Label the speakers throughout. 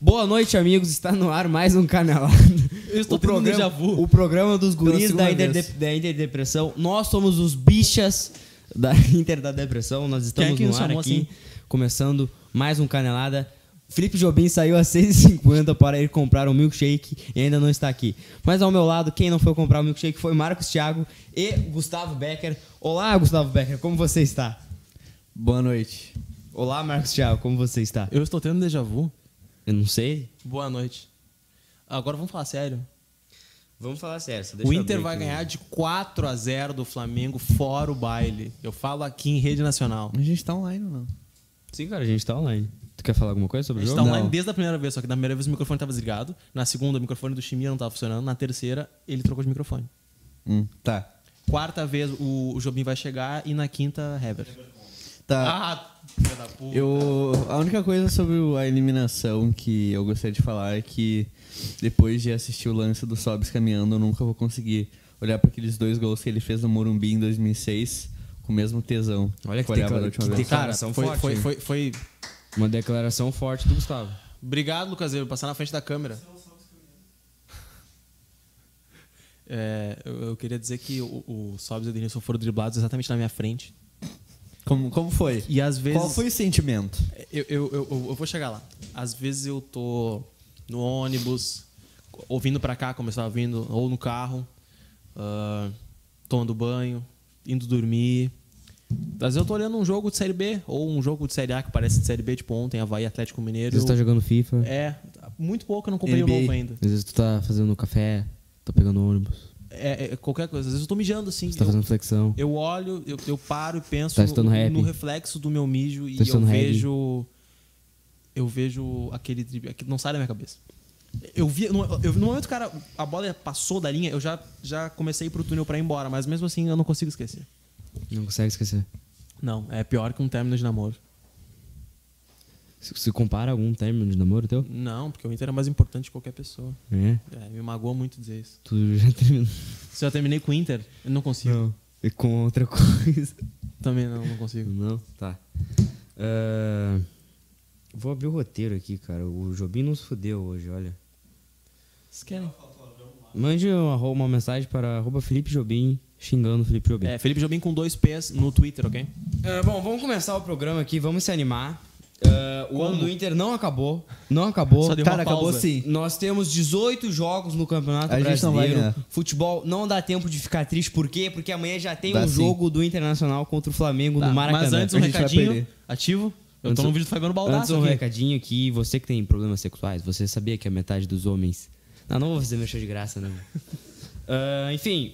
Speaker 1: Boa noite, amigos. Está no ar mais um canal.
Speaker 2: Eu estou
Speaker 1: o
Speaker 2: tendo um
Speaker 1: programa,
Speaker 2: déjà vu.
Speaker 1: O programa dos
Speaker 2: Pela
Speaker 1: guris
Speaker 2: segunda
Speaker 1: da, Inter-
Speaker 2: vez.
Speaker 1: da Interdepressão. Nós somos os bichas da Inter da Depressão. Nós
Speaker 2: Quem é
Speaker 1: estamos
Speaker 2: que
Speaker 1: no
Speaker 2: nos
Speaker 1: ar
Speaker 2: chamou
Speaker 1: aqui,
Speaker 2: assim?
Speaker 1: começando mais um Canelada. Felipe Jobim saiu às 6h50 para ir comprar um milkshake e ainda não está aqui. Mas ao meu lado, quem não foi comprar o milkshake foi Marcos Thiago e Gustavo Becker. Olá, Gustavo Becker, como você está?
Speaker 3: Boa noite.
Speaker 1: Olá, Marcos Thiago, como você está?
Speaker 2: Eu estou tendo déjà vu.
Speaker 1: Eu não sei.
Speaker 2: Boa noite. Agora vamos falar sério.
Speaker 1: Vamos falar sério. só deixa
Speaker 2: o
Speaker 1: eu
Speaker 2: Inter
Speaker 1: abrir
Speaker 2: vai
Speaker 1: aqui.
Speaker 2: ganhar de 4 a 0 do Flamengo fora o baile. Eu falo aqui em rede nacional.
Speaker 3: A gente tá online ou não?
Speaker 1: Sim, cara, a gente tá online. Tu quer falar alguma coisa
Speaker 2: A
Speaker 1: sobre o
Speaker 2: gente
Speaker 1: jogo?
Speaker 2: tá online
Speaker 3: Não.
Speaker 2: desde a primeira vez, só que na primeira vez o microfone estava desligado. Na segunda, o microfone do Chimia não estava funcionando. Na terceira, ele trocou de microfone.
Speaker 3: Hum, tá.
Speaker 2: Quarta vez, o, o Jobim vai chegar e na quinta, Heber.
Speaker 3: Tá.
Speaker 2: Ah, filha da puta.
Speaker 3: Eu, a única coisa sobre o- a eliminação que eu gostaria de falar é que depois de assistir o lance do Sobs caminhando, eu nunca vou conseguir olhar para aqueles dois gols que ele fez no Morumbi em 2006 com o mesmo tesão.
Speaker 1: Olha que declara-
Speaker 3: olhava da última
Speaker 1: que
Speaker 3: vez.
Speaker 2: Cara,
Speaker 1: declaração
Speaker 2: foi,
Speaker 1: forte,
Speaker 2: foi,
Speaker 1: hein?
Speaker 2: foi, foi...
Speaker 1: Uma declaração forte do Gustavo.
Speaker 2: Obrigado, Lucas Weber, por passar na frente da câmera. É, eu, eu queria dizer que o, o Sobs e o Denilson foram driblados exatamente na minha frente.
Speaker 3: Como, como foi?
Speaker 2: E às vezes.
Speaker 3: Qual foi o sentimento?
Speaker 2: Eu, eu, eu, eu vou chegar lá. Às vezes eu tô no ônibus, ouvindo pra cá, como eu estava vindo, ou no carro, ah, tomando banho, indo dormir. Às vezes eu tô olhando um jogo de Série B, ou um jogo de Série A que parece de Série B, tipo ontem, Havaí Atlético Mineiro.
Speaker 1: Às vezes tu tá jogando FIFA,
Speaker 2: É, muito pouco eu não comprei o
Speaker 3: NBA.
Speaker 2: novo ainda.
Speaker 1: às vezes tu tá fazendo café, tá pegando ônibus,
Speaker 2: É, é, qualquer coisa. Às vezes eu tô mijando, assim.
Speaker 1: tu tá
Speaker 2: eu,
Speaker 1: fazendo flexão.
Speaker 2: eu olho, eu, eu paro e penso
Speaker 1: Tá
Speaker 2: no-
Speaker 1: escutando
Speaker 2: no,
Speaker 1: rap?
Speaker 2: reflexo do meu mijo e
Speaker 1: Tá
Speaker 2: eu
Speaker 1: escutando reggae?
Speaker 2: vejo. Eu vejo aquele drible. aquele- Não sai da minha cabeça. Eu vi. No, eu, no momento que o cara, a bola passou da linha, eu já, já comecei pro túnel pra ir embora, mas mesmo assim eu não consigo esquecer.
Speaker 1: Não consegue esquecer.
Speaker 2: Não, é pior que um término de namoro.
Speaker 1: Se, se compara algum término de namoro teu?
Speaker 2: Não, porque o Inter é mais importante que qualquer pessoa.
Speaker 1: É.
Speaker 2: É, me magoa muito dizer isso.
Speaker 1: Tu já terminou.
Speaker 2: Se eu terminei com o Inter, eu não consigo.
Speaker 1: Não. E com outra coisa.
Speaker 2: Também não, não consigo.
Speaker 1: Não? Tá. Ah, vou abrir o roteiro aqui, cara. O Jobim nos fudeu hoje, olha.
Speaker 2: Vocês querem?
Speaker 1: Mande um arro- uma mensagem para arroba Felipe Jobim xingando o Felipe Jobim.
Speaker 2: É, Felipe Jobim com dois P's no Twitter, ok?
Speaker 1: É, bom, vamos começar o programa aqui, vamos se animar. É, o ano do Inter não acabou. Não acabou. Tá, assim,
Speaker 2: Só deu
Speaker 3: Cara,
Speaker 2: uma
Speaker 3: acabou assim.
Speaker 2: pausa.
Speaker 3: sim.
Speaker 1: Nós temos 18 jogos no Campeonato
Speaker 3: A gente não vai
Speaker 1: Brasileiro.
Speaker 3: ganhar.
Speaker 1: Futebol não dá tempo de ficar triste. Por quê? Porque amanhã já tem
Speaker 3: Dá
Speaker 1: um
Speaker 3: sim.
Speaker 1: jogo do Internacional contra o Flamengo
Speaker 2: Tá,
Speaker 1: no Maracanã.
Speaker 2: Mas antes um
Speaker 3: A gente vai
Speaker 2: recadinho
Speaker 3: perder.
Speaker 2: ativo. Eu
Speaker 1: Antes
Speaker 2: tô no
Speaker 1: um-
Speaker 2: vídeo do Fabiano
Speaker 1: Antes
Speaker 2: Baldasso
Speaker 1: um
Speaker 2: aqui.
Speaker 1: recadinho aqui, você que tem problemas sexuais, você sabia que a metade dos homens... Não, não vou fazer meu show de graça, não. Ah, enfim,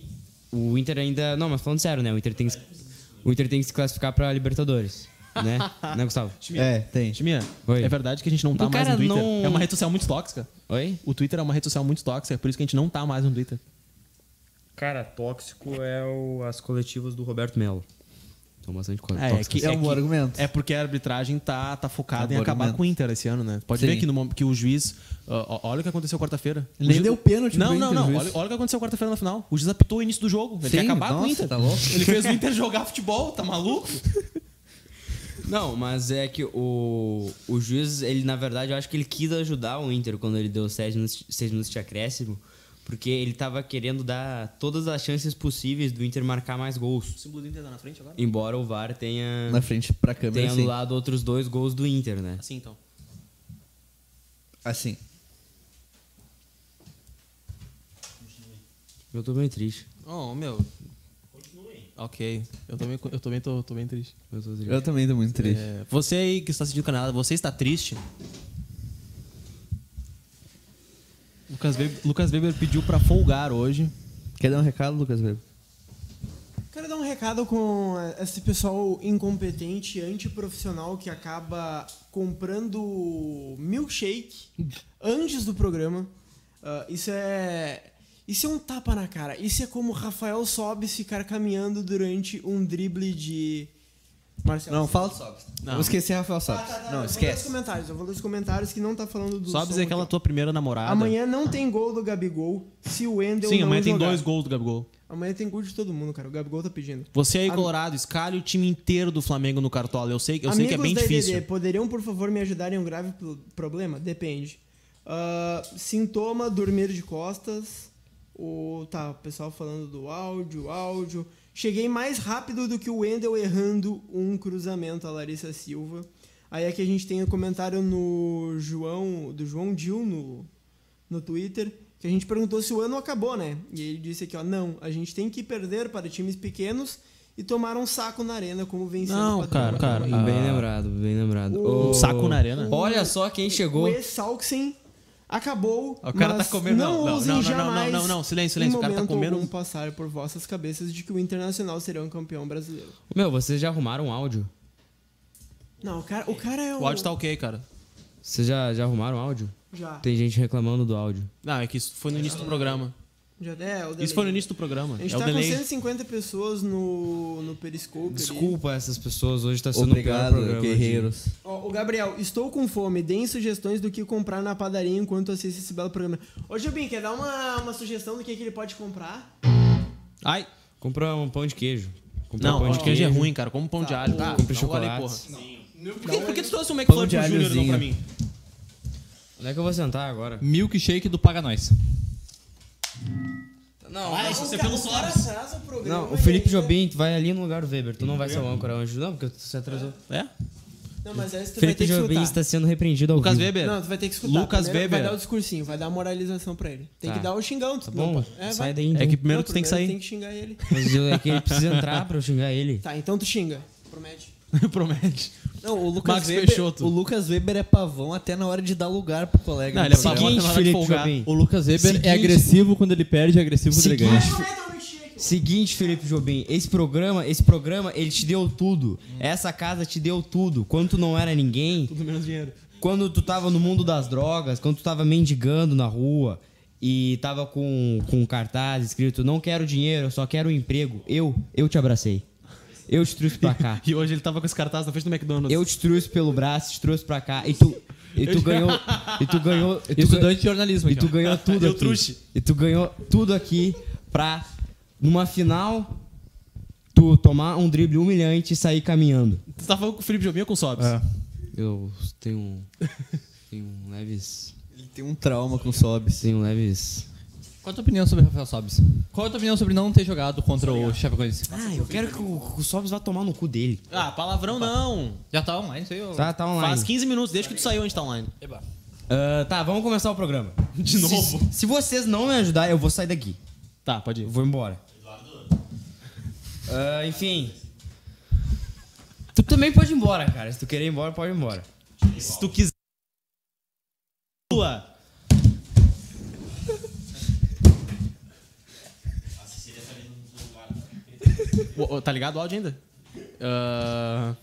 Speaker 1: o Inter ainda... Não, mas falando sério, né? O Inter tem que, se- o Inter tem que se classificar pra Libertadores, né? né, Gustavo?
Speaker 3: É, tem.
Speaker 2: Timia,
Speaker 1: Oi.
Speaker 2: é verdade que a gente não tá
Speaker 1: O
Speaker 2: mais
Speaker 1: cara
Speaker 2: no Twitter.
Speaker 1: não-
Speaker 2: É uma rede social muito tóxica.
Speaker 1: Oi?
Speaker 2: O Twitter é uma rede social muito tóxica, é por isso que a gente não tá mais no Twitter.
Speaker 1: Cara, tóxico é as coletivas do Roberto Melo. São bastante co-
Speaker 2: É,
Speaker 1: tóxicas.
Speaker 2: que-
Speaker 3: É um bom
Speaker 2: que-
Speaker 3: argumento.
Speaker 2: É porque a arbitragem tá, tá focada em
Speaker 3: É um bom
Speaker 2: acabar
Speaker 3: argumento.
Speaker 2: com o Inter esse ano, né? Pode
Speaker 3: Sim.
Speaker 2: ver que, no, mom- que o juiz. ó, ó, olha o que aconteceu quarta-feira. O
Speaker 3: Nem
Speaker 2: ju-
Speaker 3: deu pênalti pro
Speaker 2: Não,
Speaker 3: Inter,
Speaker 2: não,
Speaker 3: o
Speaker 2: não.
Speaker 3: juiz.
Speaker 2: Olha, olha o que aconteceu quarta-feira na final. O juiz apitou o início do jogo. Ele
Speaker 3: Sim,
Speaker 2: quer acabar com o
Speaker 3: nossa,
Speaker 2: Inter.
Speaker 3: tá louco.
Speaker 2: Ele fez o Inter jogar futebol, tá maluco?
Speaker 1: Não, mas é que o, o juiz, ele na verdade, eu acho que ele quis ajudar o Inter quando ele deu 6 minutos, seis minutos de acréscimo, porque ele tava querendo dar todas as chances possíveis do Inter marcar mais
Speaker 2: O
Speaker 1: gols.
Speaker 2: símbolo do Inter tá na frente agora?
Speaker 1: Embora o VAR tenha,
Speaker 3: Na frente pra câmera
Speaker 1: tenha
Speaker 3: assim.
Speaker 1: anulado outros dois gols do Inter, né?
Speaker 2: Assim então.
Speaker 3: Assim.
Speaker 1: Eu tô bem triste.
Speaker 2: Oh, meu. Ok. Eu também, eu também tô, tô bem triste.
Speaker 1: Eu tô triste.
Speaker 3: Eu também tô muito triste.
Speaker 2: É, você aí que está assistindo o canal, você está triste? Lucas Weber, Lucas Weber pediu pra folgar hoje.
Speaker 3: Quer dar um recado, Lucas? Weber?
Speaker 4: Quero dar um recado com esse pessoal incompetente, antiprofissional que acaba comprando milkshake antes do programa. Ah, isso é. Isso é um tapa na cara. Isso é como Rafael Sobis ficar caminhando durante um drible de. Marcelo.
Speaker 3: Não, fala do Sobs.
Speaker 2: Não.
Speaker 3: Vou esquecer Rafael
Speaker 4: Ah,
Speaker 3: Sobs.
Speaker 4: tá, tá,
Speaker 3: não,
Speaker 4: eu Vou ler os
Speaker 3: esquece.
Speaker 4: comentários, eu vou ler os comentários que não tá falando do.
Speaker 2: Sobe
Speaker 4: som
Speaker 2: dizer aquela
Speaker 4: aqui.
Speaker 2: tua primeira namorada.
Speaker 4: Amanhã não tem gol do Gabigol se o Wendel
Speaker 2: Sim,
Speaker 4: não
Speaker 2: amanhã tem
Speaker 4: jogar.
Speaker 2: dois gols do Gabigol.
Speaker 4: Amanhã tem gol de todo mundo, cara. O Gabigol tá pedindo.
Speaker 2: Você aí,
Speaker 4: Am-
Speaker 2: Colorado, escalhe o time inteiro do Flamengo no Cartola. Eu sei, eu
Speaker 4: Amigos
Speaker 2: sei que é bem
Speaker 4: da
Speaker 2: difícil.
Speaker 4: IDD, poderiam, por favor, me ajudar em um grave pro- problema? Depende. Ah, sintoma, dormir de costas. O, tá, o pessoal falando do áudio, áudio. Cheguei mais rápido do que o Wendel errando um cruzamento, a Larissa Silva. Aí aqui a gente tem o comentário no João, do João Dil no, no Twitter, que a gente perguntou se o ano acabou, né? E ele disse aqui, ó, não, a gente tem que perder para times pequenos e tomar um saco na arena como vencendo
Speaker 2: Não,
Speaker 4: o
Speaker 2: cara, cara,
Speaker 4: Havaí."
Speaker 2: Ah.
Speaker 1: Bem lembrado, bem lembrado.
Speaker 4: O-
Speaker 1: Ô,
Speaker 2: Saco na arena?
Speaker 1: Olha só quem chegou.
Speaker 4: O Esalksen acabou.
Speaker 2: O cara
Speaker 4: mas
Speaker 2: tá comendo-
Speaker 4: Não,
Speaker 2: não, não,
Speaker 4: ousem
Speaker 2: não, não,
Speaker 4: jamais
Speaker 2: não, não, não, silêncio, silêncio,
Speaker 4: em
Speaker 2: o cara tá
Speaker 4: momento
Speaker 2: comendo-
Speaker 4: algum passar por vossas cabeças de que o Internacional será um campeão brasileiro.
Speaker 1: Meu, vocês já arrumaram áudio?
Speaker 4: Não, o cara, o cara é o.
Speaker 2: O áudio tá ok, cara.
Speaker 1: Vocês já, já arrumaram áudio?
Speaker 4: Já.
Speaker 1: Tem gente reclamando do áudio.
Speaker 2: Não, é que isso foi no início do programa.
Speaker 4: já é, o delay.
Speaker 2: Isso foi no início do programa.
Speaker 4: A gente
Speaker 2: É o
Speaker 4: tá com
Speaker 2: delay.
Speaker 4: 150 pessoas no, no Periscope. ali.
Speaker 1: Desculpa essas pessoas, hoje tá sendo o pior
Speaker 3: Obrigado,
Speaker 1: programa. de-
Speaker 3: guerreiros.
Speaker 4: Ó, o Gabriel, estou com fome. Deem sugestões do que comprar na padaria enquanto assisto esse belo programa. Ô, Gilbin, quer dar uma, uma sugestão do que, que ele pode comprar?
Speaker 2: Ai.
Speaker 1: Comprar um pão de queijo. Comprar
Speaker 2: Não,
Speaker 1: um
Speaker 2: pão de queijo é ruim, cara. Como pão de alho.
Speaker 1: Tá,
Speaker 2: Tá,
Speaker 1: compre
Speaker 2: não olha aí,
Speaker 1: chocolates.
Speaker 2: porra. Por que, por que tu trouxe o
Speaker 3: Pão
Speaker 2: McFlurry
Speaker 3: de
Speaker 2: pro Júnior e não
Speaker 3: alhozinho.
Speaker 2: pra mim?
Speaker 1: Onde é que eu vou sentar agora?
Speaker 5: Milkshake do Paga Nós.
Speaker 1: Não,
Speaker 2: Ah, isso é pelo Sobs.
Speaker 4: Atrasa o programa. né?
Speaker 1: não o
Speaker 4: e
Speaker 1: Felipe
Speaker 4: ainda-
Speaker 1: Jobim, tu vai ali no lugar do Weber. Tu não vai ser o âncora hoje, não, porque você atrasou.
Speaker 2: É?
Speaker 4: Não, mas aí você vai
Speaker 1: Felipe
Speaker 4: ter que
Speaker 1: Jobim
Speaker 4: escutar.
Speaker 1: está sendo repreendido ao
Speaker 2: Lucas
Speaker 1: vivo.
Speaker 2: Weber.
Speaker 4: Não, tu vai ter que escutar.
Speaker 2: Lucas
Speaker 4: Primeiro Vai
Speaker 2: Weber.
Speaker 4: dar o discursinho, vai dar a moralização pra ele. Tem
Speaker 1: Tá.
Speaker 4: que dar o xingão.
Speaker 1: Tá
Speaker 4: tu não
Speaker 1: bom?
Speaker 4: pode-
Speaker 1: Sai
Speaker 4: É, vai.
Speaker 1: daí, então.
Speaker 2: É que primeiro
Speaker 4: Não,
Speaker 2: tu tem que sair.
Speaker 4: Tem que xingar ele.
Speaker 1: Mas eu- é que ele precisa entrar pra eu xingar ele.
Speaker 4: Tá, então tu xinga. Promete.
Speaker 2: Promete.
Speaker 3: Não, o Lucas
Speaker 2: Max
Speaker 3: Weber,
Speaker 2: Peixoto.
Speaker 3: O Lucas Weber é pavão até na hora de dar lugar pro colega.
Speaker 2: Não,
Speaker 3: no
Speaker 2: ele é
Speaker 3: programa.
Speaker 2: pavão.
Speaker 1: Seguinte,
Speaker 2: na hora de
Speaker 1: Felipe
Speaker 2: folgar.
Speaker 1: Jobim.
Speaker 5: O Lucas Weber
Speaker 1: Seguinte.
Speaker 5: é agressivo quando ele perde, é agressivo quando ele ganha.
Speaker 1: Seguinte, Seguinte, Felipe Jobim, esse programa, esse programa, ele te deu tudo. Essa casa te deu tudo. Quando tu não era ninguém,
Speaker 4: Hum. Tudo menos dinheiro.
Speaker 1: quando tu tava no mundo das drogas, quando tu tava mendigando na rua e tava com, com um cartaz escrito não quero dinheiro, eu só quero um emprego. Eu, eu te abracei. Eu te trouxe pra cá.
Speaker 2: E hoje ele tava com esse cartaz na frente do McDonald's.
Speaker 1: Eu te trouxe pelo braço, te trouxe pra cá e tu e tu ganhou e tu ganhou e tu ganhou
Speaker 5: Estudante de jornalismo
Speaker 1: e
Speaker 5: aqui,
Speaker 1: tu
Speaker 5: ó.
Speaker 1: ganhou tudo
Speaker 2: Eu
Speaker 1: aqui.
Speaker 2: trouxe.
Speaker 1: E tu ganhou tudo aqui pra, numa final, tu tomar um drible humilhante e sair caminhando.
Speaker 2: Tu tá falando com o Felipe Jobim ou com o Sobs?
Speaker 1: Eu tenho. um, Tenho um leves.
Speaker 3: Ele tem um trauma com o Sobs.
Speaker 1: Tenho um leves.
Speaker 5: Qual a tua opinião sobre Rafael Sobis? Qual a tua opinião sobre não ter jogado contra o Chapecoense?
Speaker 1: Ah, eu quero que o, o Sobs vá tomar no cu dele.
Speaker 2: Ah, palavrão não.
Speaker 5: Já tá online, isso aí. ó.
Speaker 1: Tá, tá online.
Speaker 2: Faz 15 minutos, desde que tu saiu, a gente tá online.
Speaker 5: Eba.
Speaker 1: Ah, tá, vamos começar o programa.
Speaker 2: De novo.
Speaker 1: Se, se vocês não me ajudar, eu vou sair daqui.
Speaker 2: Tá, pode
Speaker 1: Eu
Speaker 2: ir.
Speaker 1: vou embora. Ah, enfim. Tu também pode ir embora, cara. Se tu querer ir embora, pode ir embora.
Speaker 2: Se tu quiser. Lua. Ô, ô, Tá ligado o áudio ainda? Ah,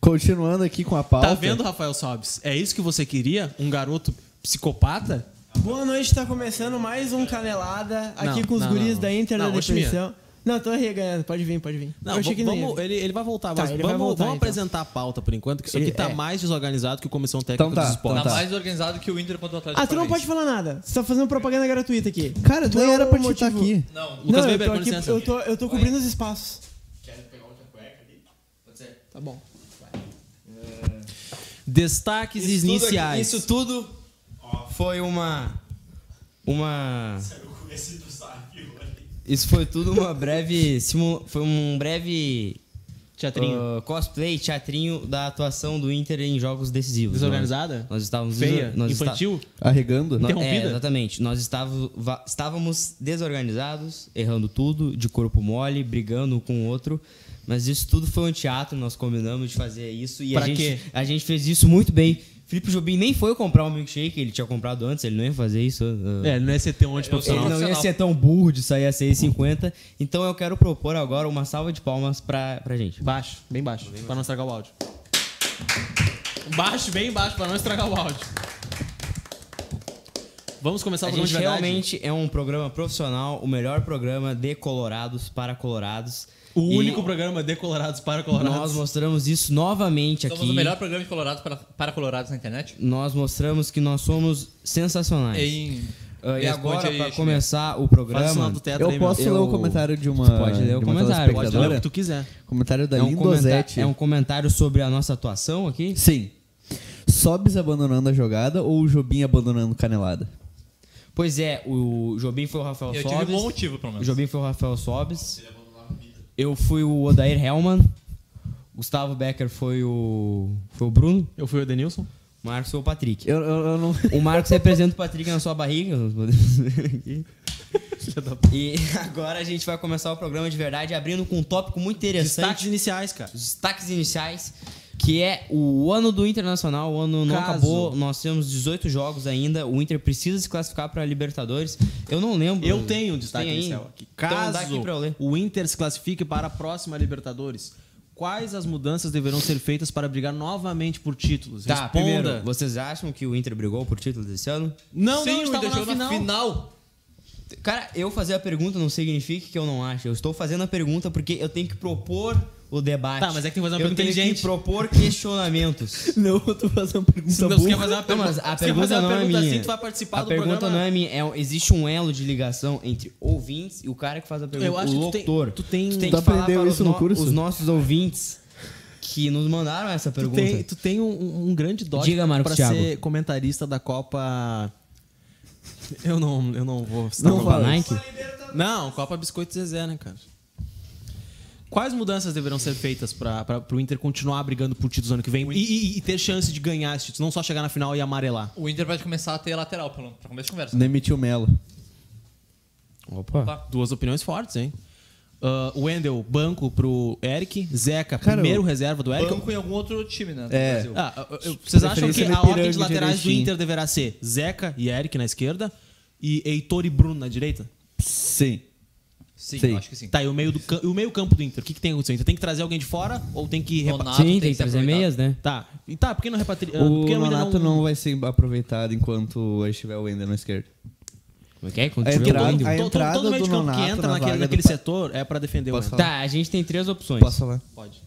Speaker 3: Continuando aqui com a pauta.
Speaker 2: tá vendo, Rafael Sobes? É isso que você queria? Um garoto psicopata?
Speaker 4: Boa noite, tá começando mais um Canelada aqui
Speaker 2: Não,
Speaker 4: com os
Speaker 2: não,
Speaker 4: guris
Speaker 2: não.
Speaker 4: da Inter
Speaker 2: Não,
Speaker 4: da
Speaker 2: hoje minha.
Speaker 4: Depressão. Não, tô reganhando. Pode vir, pode vir.
Speaker 2: Não,
Speaker 4: Eu achei que
Speaker 2: vamos,
Speaker 4: não ia.
Speaker 2: ele, ele vai voltar,
Speaker 4: Tá,
Speaker 2: mas
Speaker 4: ele
Speaker 2: vamos,
Speaker 4: vai voltar,
Speaker 2: vamos
Speaker 4: então.
Speaker 2: apresentar a pauta por enquanto, que isso
Speaker 4: Ele-
Speaker 2: aqui tá
Speaker 4: é.
Speaker 2: mais desorganizado que o Comissão Técnica
Speaker 3: Então tá,
Speaker 2: dos Esportes.
Speaker 5: Tá
Speaker 3: Tá.
Speaker 5: mais organizado que o Inter contra o Atlético
Speaker 4: Ah, tu não pode
Speaker 5: Paranaense.
Speaker 4: falar nada. Você tá fazendo propaganda gratuita aqui.
Speaker 3: Cara, tu
Speaker 4: Qual
Speaker 3: nem
Speaker 4: é
Speaker 3: era
Speaker 4: o
Speaker 3: pra te estar
Speaker 4: motivo?
Speaker 3: aqui.
Speaker 5: Não,
Speaker 2: Lucas
Speaker 4: não,
Speaker 2: Weber,
Speaker 4: eu tô
Speaker 2: com
Speaker 4: aqui,
Speaker 2: licença.
Speaker 4: eu tô, eu tô cobrindo os espaços. Tá bom.
Speaker 2: Destaques iniciais.
Speaker 1: isso tudo foi uma. Uma. Isso foi tudo uma breve. simu- Foi um breve.
Speaker 2: Teatrinho.
Speaker 1: ah, cosplay, teatrinho da atuação do Inter em jogos decisivos. né?
Speaker 2: Desorganizada?
Speaker 1: Nós, nós estávamos.
Speaker 2: Feia,
Speaker 1: nós está-
Speaker 2: infantil.
Speaker 3: Arregando?
Speaker 1: nó- é,
Speaker 2: interrompida?
Speaker 1: exatamente. Nós estávamos, va- estávamos desorganizados, errando tudo, de corpo mole, brigando um com o outro. Mas isso tudo foi um teatro, nós combinamos de fazer isso. E a
Speaker 2: Pra
Speaker 1: gente,
Speaker 2: quê?
Speaker 1: a gente fez isso muito bem. Felipe Jobim nem foi comprar um milkshake, ele tinha comprado antes, ele não ia fazer isso. ah,
Speaker 2: É, não é CT um
Speaker 1: Ele
Speaker 2: antiprofissional.
Speaker 1: não ia ser tão burro de sair a 6,50. Então eu quero propor agora uma salva de palmas pra, pra gente.
Speaker 2: Baixo, bem baixo, pra não estragar o áudio. Baixo, bem baixo, pra não estragar o áudio. Vamos começar
Speaker 1: A
Speaker 2: o programa
Speaker 1: gente
Speaker 2: de verdade.
Speaker 1: realmente é um programa profissional, o melhor programa de colorados para colorados.
Speaker 2: O
Speaker 1: E
Speaker 2: único programa
Speaker 5: então,
Speaker 2: de Colorados para Colorados.
Speaker 1: Nós mostramos isso novamente
Speaker 5: Somos
Speaker 1: aqui.
Speaker 5: o melhor programa de Colorado para, para Colorados na internet.
Speaker 1: Nós mostramos que nós somos sensacionais.
Speaker 5: Em-
Speaker 1: Ah, e
Speaker 5: Responde
Speaker 1: agora,
Speaker 5: aí,
Speaker 1: pra
Speaker 5: Schmidt.
Speaker 1: começar o
Speaker 2: Faz o sinal do
Speaker 1: programa,
Speaker 2: teto aí,
Speaker 3: Eu
Speaker 2: meu.
Speaker 3: posso
Speaker 1: Eu-
Speaker 3: ler o comentário de uma.
Speaker 1: Tu pode ler o
Speaker 3: de uma
Speaker 1: comentário, pode
Speaker 2: Pode ler o
Speaker 3: telespectadora?
Speaker 2: que tu quiser.
Speaker 3: Comentário da
Speaker 1: é um, comenta-
Speaker 3: Lindozete.
Speaker 1: é um comentário sobre a nossa atuação aqui.
Speaker 3: Sim. Sobs abandonando a jogada ou o Jobim abandonando canelada?
Speaker 1: Pois é, o Jobim foi o Rafael
Speaker 5: Eu
Speaker 1: Sobis.
Speaker 5: tive um motivo, pelo
Speaker 1: O
Speaker 5: menos.
Speaker 1: Jobim foi o Rafael Sobis. Eu fui o Odair Hellman. Gustavo Becker foi o. Foi o Bruno.
Speaker 2: Eu fui o Edenilson.
Speaker 1: Marcos foi o Patrick.
Speaker 3: Eu, eu, eu não.
Speaker 1: O Marcos representa o Patrick na sua barriga. nós podemos ver aqui. E agora a gente vai começar o programa de verdade abrindo com um tópico muito interessante.
Speaker 2: Destaques iniciais, cara.
Speaker 1: Os destaques iniciais, que é o ano do Internacional, o ano não
Speaker 2: Caso.
Speaker 1: acabou, nós temos 18 jogos ainda, o Inter precisa se classificar para Libertadores. Eu não lembro.
Speaker 2: Eu tenho um destaque
Speaker 1: Tem aí?
Speaker 2: inicial aqui.
Speaker 1: Então dá
Speaker 2: Caso
Speaker 1: aqui pra eu ler.
Speaker 2: o Inter se classifique para a próxima Libertadores, quais as mudanças deverão ser feitas para brigar novamente por títulos?
Speaker 1: Tá,
Speaker 2: Responda.
Speaker 1: primeiro, vocês acham que o Inter brigou por título desse ano?
Speaker 2: Não,
Speaker 5: Sim,
Speaker 2: não,
Speaker 5: o
Speaker 2: estava
Speaker 5: Inter
Speaker 2: na
Speaker 5: chegou
Speaker 2: final.
Speaker 5: na final.
Speaker 1: Cara, eu fazer a pergunta não significa que eu não acho. Eu estou fazendo a pergunta porque eu tenho que propor o debate.
Speaker 2: Tá, mas é que tem que fazer uma
Speaker 1: eu
Speaker 2: pergunta
Speaker 1: tenho que
Speaker 2: inteligente.
Speaker 1: propor questionamentos.
Speaker 3: não, eu tô fazendo uma pergunta
Speaker 2: Se Então, não, você quer fazer uma
Speaker 1: Não, mas
Speaker 2: pergunta,
Speaker 1: a
Speaker 2: se quer fazer
Speaker 1: pergunta
Speaker 2: uma
Speaker 1: não é
Speaker 2: pergunta
Speaker 1: minha.
Speaker 2: assim, tu vai participar
Speaker 1: a
Speaker 2: do
Speaker 1: pergunta
Speaker 2: programa.
Speaker 1: não é minha. É um- existe um elo de ligação entre ouvintes e o cara que faz a pergunta.
Speaker 2: Eu acho
Speaker 1: o
Speaker 2: que tu tem-
Speaker 1: locutor.
Speaker 2: tu tem-
Speaker 1: que
Speaker 3: Tu
Speaker 1: falar
Speaker 3: aprendeu
Speaker 1: para
Speaker 3: isso
Speaker 1: os
Speaker 3: no curso?
Speaker 1: Os nossos ouvintes que nos mandaram essa
Speaker 2: Tu
Speaker 1: pergunta.
Speaker 2: tem, tu tem um, um grande dote
Speaker 1: Diga, Marcos
Speaker 2: pra
Speaker 1: Thiago.
Speaker 2: ser comentarista da Copa... Eu não, eu não vou...
Speaker 1: Tá
Speaker 2: citar
Speaker 3: Não
Speaker 2: o nome.
Speaker 3: fala.
Speaker 1: Nike?
Speaker 2: Não, Copa Biscoito Zezé, né, cara? Quais mudanças deverão ser feitas para o Inter continuar brigando por títulos ano que vem e, e- e ter chance de ganhar esses títulos, não só chegar na final e amarelar?
Speaker 5: O Inter vai começar a ter lateral, pelo pra começo de conversa.
Speaker 3: Demitiu o Melo.
Speaker 1: Opa.
Speaker 2: Duas opiniões fortes, hein? Ah, O Wendel, banco pro Eric. Zeca, primeiro reserva do Eric.
Speaker 5: Banco em algum outro time, né? do
Speaker 3: É.
Speaker 5: Brasil.
Speaker 2: Ah, eu- eu- vocês acham que
Speaker 3: Preferência
Speaker 2: a
Speaker 3: no
Speaker 2: ordem de
Speaker 3: Ipiranga,
Speaker 2: laterais do
Speaker 3: direitinho.
Speaker 2: Inter deverá ser Zeca e Eric na esquerda e Heitor e Bruno na direita?
Speaker 3: Sim.
Speaker 5: Sim,
Speaker 3: Sim.
Speaker 5: eu acho que sim.
Speaker 2: Tá, e o meio, do, cam- e o meio campo do Inter? O que, que tem acontecido? Tem que trazer alguém de fora ou tem que... repa-
Speaker 5: Nonato
Speaker 1: Sim, tem
Speaker 5: ser
Speaker 1: que trazer
Speaker 5: aproveitado.
Speaker 1: meias, né?
Speaker 2: Tá, e tá, por que não repatriar?
Speaker 3: O Nonato não... vai ser aproveitado enquanto estiver o Wender na esquerda.
Speaker 1: Como é que é? Quando
Speaker 3: É
Speaker 1: tiver
Speaker 3: entrada-
Speaker 1: o Wendel.
Speaker 3: a
Speaker 2: Todo- todo,
Speaker 3: entrada
Speaker 2: todo meio de
Speaker 3: do
Speaker 2: campo que
Speaker 3: Nonato
Speaker 2: entra
Speaker 3: na
Speaker 2: naquele,
Speaker 3: vaga do
Speaker 2: naquele
Speaker 3: pa-
Speaker 2: setor é pra defender
Speaker 3: Posso
Speaker 2: o Wendel.
Speaker 1: Tá, a gente tem três opções.
Speaker 3: Posso falar?
Speaker 2: Pode.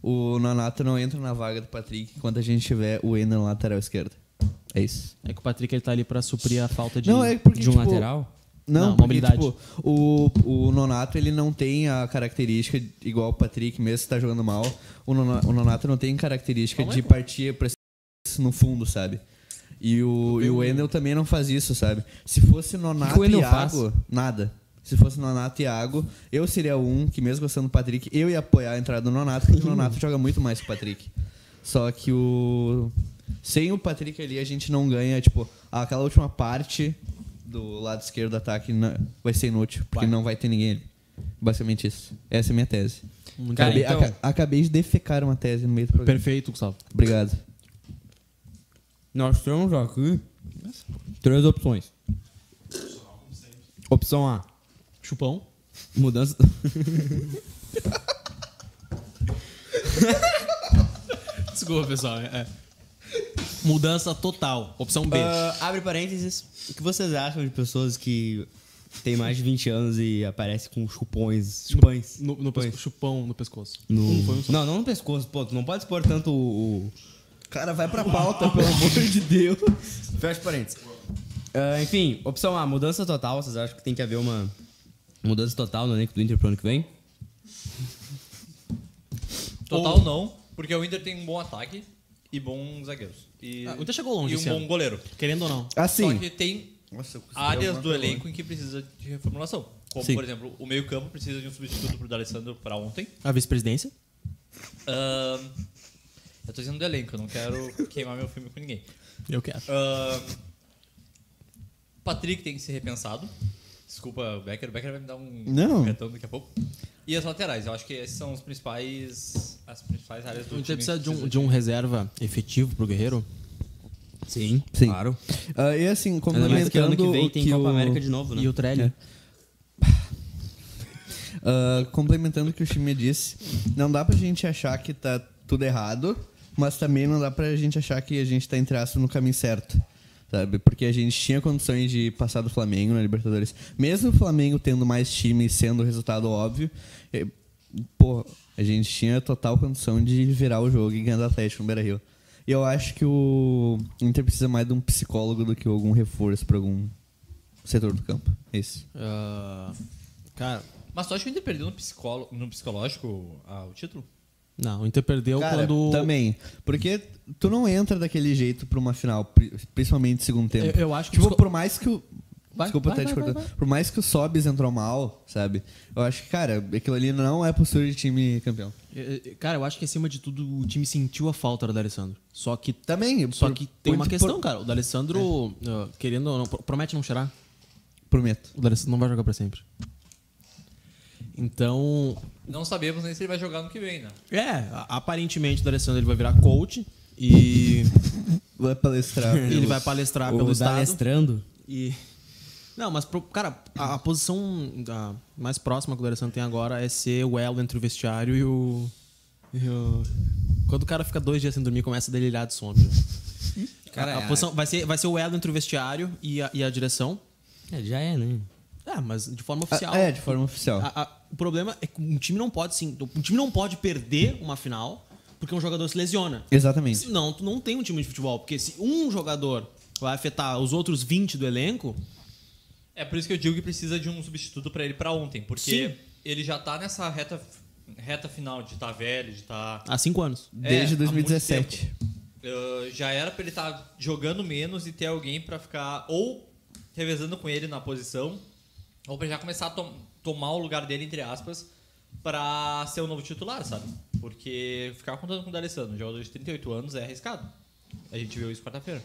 Speaker 3: O Nonato não entra na vaga do Patrick enquanto a gente tiver o Wender na lateral esquerda. É isso.
Speaker 2: É que o Patrick ele tá ali pra suprir a falta de.
Speaker 3: Não, é porque,
Speaker 1: De um
Speaker 3: tipo,
Speaker 1: lateral?
Speaker 3: Não,
Speaker 2: Não,
Speaker 3: porque,
Speaker 2: mobilidade.
Speaker 3: tipo, o, o Nonato, ele não tem a característica igual o Patrick, mesmo se tá jogando mal. O, Nona- o Nonato não tem característica de partir pra cima no fundo, sabe? E o, e o Wendel também não faz isso, sabe? Se fosse
Speaker 1: O que o
Speaker 3: Nonato e
Speaker 1: Wendel faz?
Speaker 3: Iago, nada. Se fosse Nonato e Iago, eu seria um que, mesmo gostando do Patrick, eu ia apoiar a entrada do Nonato, porque o Nonato joga muito mais que o Patrick. Só que o. Sem o Patrick ali, a gente não ganha, tipo, aquela última parte do lado esquerdo do ataque na- vai ser inútil, porque não vai ter ninguém ali. Basicamente isso. Essa é a minha tese.
Speaker 1: Cara,
Speaker 3: acabei,
Speaker 1: então-
Speaker 3: aca- acabei de defecar uma tese no meio do programa.
Speaker 2: Perfeito, Gustavo.
Speaker 3: Obrigado.
Speaker 1: Nós temos aqui três opções. Opção A.
Speaker 2: Chupão.
Speaker 1: Mudança.
Speaker 2: Desculpa, pessoal. é. Mudança total. Opção B.
Speaker 1: Ah, abre parênteses. O que vocês acham de pessoas que têm mais de 20 anos e aparecem com chupões? Chupões.
Speaker 2: no, no pesco- Chupão no pescoço.
Speaker 1: No...
Speaker 3: um
Speaker 1: Não, não no pescoço, pô. Tu não pode expor tanto o. o-
Speaker 3: Cara, vai pra pauta, pelo amor de Deus.
Speaker 1: Fecha parênteses. Ah, enfim, opção A, mudança total. Vocês acham que tem que haver uma mudança total no elenco do Inter pro ano que vem?
Speaker 5: Total não, porque o Inter tem um bom ataque e bons zagueiros. E,
Speaker 2: Ah, o Inter chegou longe
Speaker 5: E um
Speaker 2: esse
Speaker 5: bom
Speaker 2: ano.
Speaker 5: goleiro.
Speaker 2: Querendo ou não.
Speaker 5: Só
Speaker 3: Assim.
Speaker 5: que Então, tem
Speaker 3: Nossa, eu cuspi
Speaker 5: áreas
Speaker 3: alguma
Speaker 5: do
Speaker 3: coisa.
Speaker 5: elenco em que precisa de reformulação. Como,
Speaker 3: Sim.
Speaker 5: por exemplo, o meio-campo precisa de um substituto pro D'Alessandro para ontem.
Speaker 2: A vice-presidência.
Speaker 5: Ahn, eu tô dizendo do elenco, eu não quero queimar meu filme com ninguém.
Speaker 2: Eu quero.
Speaker 5: Ahn, Patrick tem que ser repensado. Desculpa, o Becker. O Becker vai me dar um
Speaker 3: Não.
Speaker 5: retão daqui a pouco. E as laterais, eu acho que esses são os principais, as principais áreas do
Speaker 2: O Inter
Speaker 5: time.
Speaker 2: precisa
Speaker 5: que
Speaker 2: de um, de um reserva efetivo pro Guerreiro.
Speaker 1: Sim,
Speaker 3: Sim.
Speaker 1: claro.
Speaker 3: Ah, e assim,
Speaker 1: Ainda mais que é ano
Speaker 3: complementando
Speaker 1: que vem
Speaker 3: o
Speaker 1: tem
Speaker 3: que
Speaker 1: Copa
Speaker 3: o-
Speaker 1: América de novo, né?
Speaker 2: E o Trelli.
Speaker 3: É. Ah, complementando o que o Chime disse, não dá pra gente achar que tá tudo errado, mas também não dá pra gente achar que a gente tá em traço no caminho certo. Sabe? Porque a gente tinha condições de passar do Flamengo na Libertadores. Mesmo o Flamengo tendo mais time e sendo o resultado óbvio, eh, pô, a gente tinha total condição de virar o jogo e ganhar do Atlético no Beira Rio. E eu acho que o Inter precisa mais de um psicólogo do que algum reforço pra algum setor do campo. É Isso.
Speaker 2: Ah, cara,
Speaker 5: Mas tu acha que o Inter perdeu no, psicólogo, no psicológico ah, o título?
Speaker 2: Não, o Inter perdeu
Speaker 3: Cara,
Speaker 2: quando.
Speaker 3: Também. Porque tu não entra daquele jeito pra uma final, pri- principalmente no segundo tempo.
Speaker 5: Eu- eu acho que
Speaker 3: Tipo,
Speaker 5: os co-
Speaker 3: por mais que o.
Speaker 5: Vai,
Speaker 3: Desculpa
Speaker 5: vai,
Speaker 3: até te
Speaker 5: vai,
Speaker 3: cortando.
Speaker 5: vai, vai.
Speaker 3: Por mais que o Sobis entrou mal, sabe? Eu acho que, cara, aquilo ali não é postura de time campeão.
Speaker 2: Eh, eh, Cara, eu acho que acima de tudo o time sentiu a falta do D'Alessandro. Só que
Speaker 3: Também.
Speaker 2: Só
Speaker 3: por-
Speaker 2: que tem
Speaker 3: por-
Speaker 2: uma
Speaker 3: por- É.
Speaker 2: questão, cara. O D'Alessandro, ah, querendo ou não, pro- promete não chorar.
Speaker 3: Prometo.
Speaker 2: O D'Alessandro não vai jogar pra sempre. Então,
Speaker 5: Não sabemos nem se ele vai jogar no que vem, né?
Speaker 2: é, a- aparentemente o D'Alessandro ele vai virar coach e
Speaker 3: Vai palestrar.
Speaker 2: ele
Speaker 3: pelos-
Speaker 2: vai palestrar
Speaker 1: Ou
Speaker 2: pelo
Speaker 1: tá
Speaker 2: estado.
Speaker 1: lestrando.
Speaker 2: E... Não, mas, pro- cara, a, a posição ah, mais próxima que o D'Alessandro tem agora é ser o elo entre o vestiário e o... e o- Quando o cara fica dois dias sem dormir, começa a delirar de sono. já.
Speaker 5: Cara,
Speaker 2: a, a
Speaker 5: é-
Speaker 2: posição, vai, ser, vai ser o elo entre o vestiário e a, e a direção.
Speaker 1: É, já é, né?
Speaker 2: É, mas de forma
Speaker 3: Ah,
Speaker 2: oficial.
Speaker 3: é, de forma oficial.
Speaker 5: Ah.
Speaker 2: A- a- o problema é que um time não pode sim, um time não pode perder uma final porque um jogador se lesiona.
Speaker 3: Exatamente.
Speaker 2: Senão tu não tem um time de futebol, porque se um jogador vai afetar os outros 20 do elenco,
Speaker 5: É por isso que eu digo que precisa de um substituto pra ele pra ontem, porque
Speaker 2: Sim.
Speaker 5: ele já tá nessa reta, reta final de tá velho, de tá.
Speaker 2: há 5 anos.
Speaker 3: Desde
Speaker 5: É, há
Speaker 3: 2017.
Speaker 5: muito Uh, já era pra ele estar jogando menos e ter alguém pra ficar ou revezando com ele na posição, ou pra já começar a tom- tomar o lugar dele, entre aspas, pra ser o novo titular, sabe? Porque ficar contando com o D'Alessandro, um jogador de 38 anos, é arriscado. A gente viu isso quarta-feira.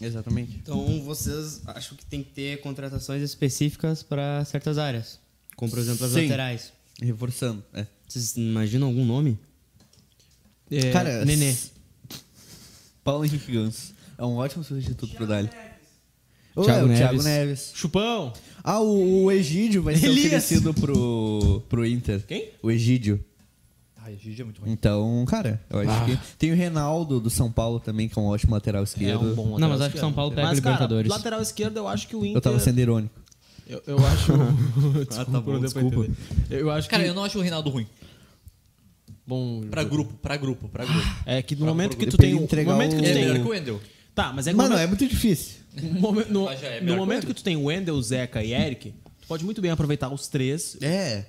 Speaker 3: Exatamente.
Speaker 1: Então vocês acham que tem que ter contratações específicas para certas áreas, como por exemplo as
Speaker 3: Sim.
Speaker 1: laterais.
Speaker 3: Reforçando. É.
Speaker 1: Vocês imaginam algum nome?
Speaker 2: É,
Speaker 3: Cara,
Speaker 2: Nenê.
Speaker 3: s- Paulo Henrique Ganso. É um ótimo substituto pro Dali. Ou
Speaker 1: Thiago
Speaker 3: é, o Thiago
Speaker 1: Neves.
Speaker 3: Neves.
Speaker 2: Chupão.
Speaker 3: Ah, o, o Egídio vai ser
Speaker 2: Elias.
Speaker 3: oferecido pro, pro Inter.
Speaker 2: Quem?
Speaker 3: O Egídio.
Speaker 5: Ai, Gigi é muito ruim.
Speaker 3: Então, cara, eu acho que. Tem o Reinaldo do São Paulo também, que é um ótimo lateral
Speaker 2: Ah. É
Speaker 3: esquerdo.
Speaker 2: um bom lateral
Speaker 1: Não, mas acho que
Speaker 2: esquerdo.
Speaker 1: São Paulo pega
Speaker 2: mas,
Speaker 1: Libertadores.
Speaker 2: Cara, lateral esquerdo, eu acho que o Inter.
Speaker 3: Eu tava sendo irônico.
Speaker 2: Eu, eu acho. desculpa,
Speaker 3: tá bom,
Speaker 2: não deu pra
Speaker 3: desculpa.
Speaker 2: entender. Eu acho
Speaker 5: Cara,
Speaker 2: que.
Speaker 5: eu não acho o Reinaldo ruim.
Speaker 2: Bom,
Speaker 5: Pra grupo, pra grupo, pra grupo.
Speaker 2: é que no momento que tu
Speaker 3: Pra
Speaker 2: tem. No
Speaker 3: entregar
Speaker 2: momento que
Speaker 3: o-
Speaker 2: tu
Speaker 5: É melhor que
Speaker 2: tem.
Speaker 5: o Wendel.
Speaker 2: Tá, mas é que no
Speaker 3: Mano,
Speaker 2: momento-
Speaker 3: é muito difícil.
Speaker 2: No, momen- no-
Speaker 5: Mas já
Speaker 2: no
Speaker 5: é melhor que o
Speaker 2: momento
Speaker 5: Wendel.
Speaker 2: que tu tem Wendel, Zeca e Eric, tu pode muito bem aproveitar os três.
Speaker 3: É.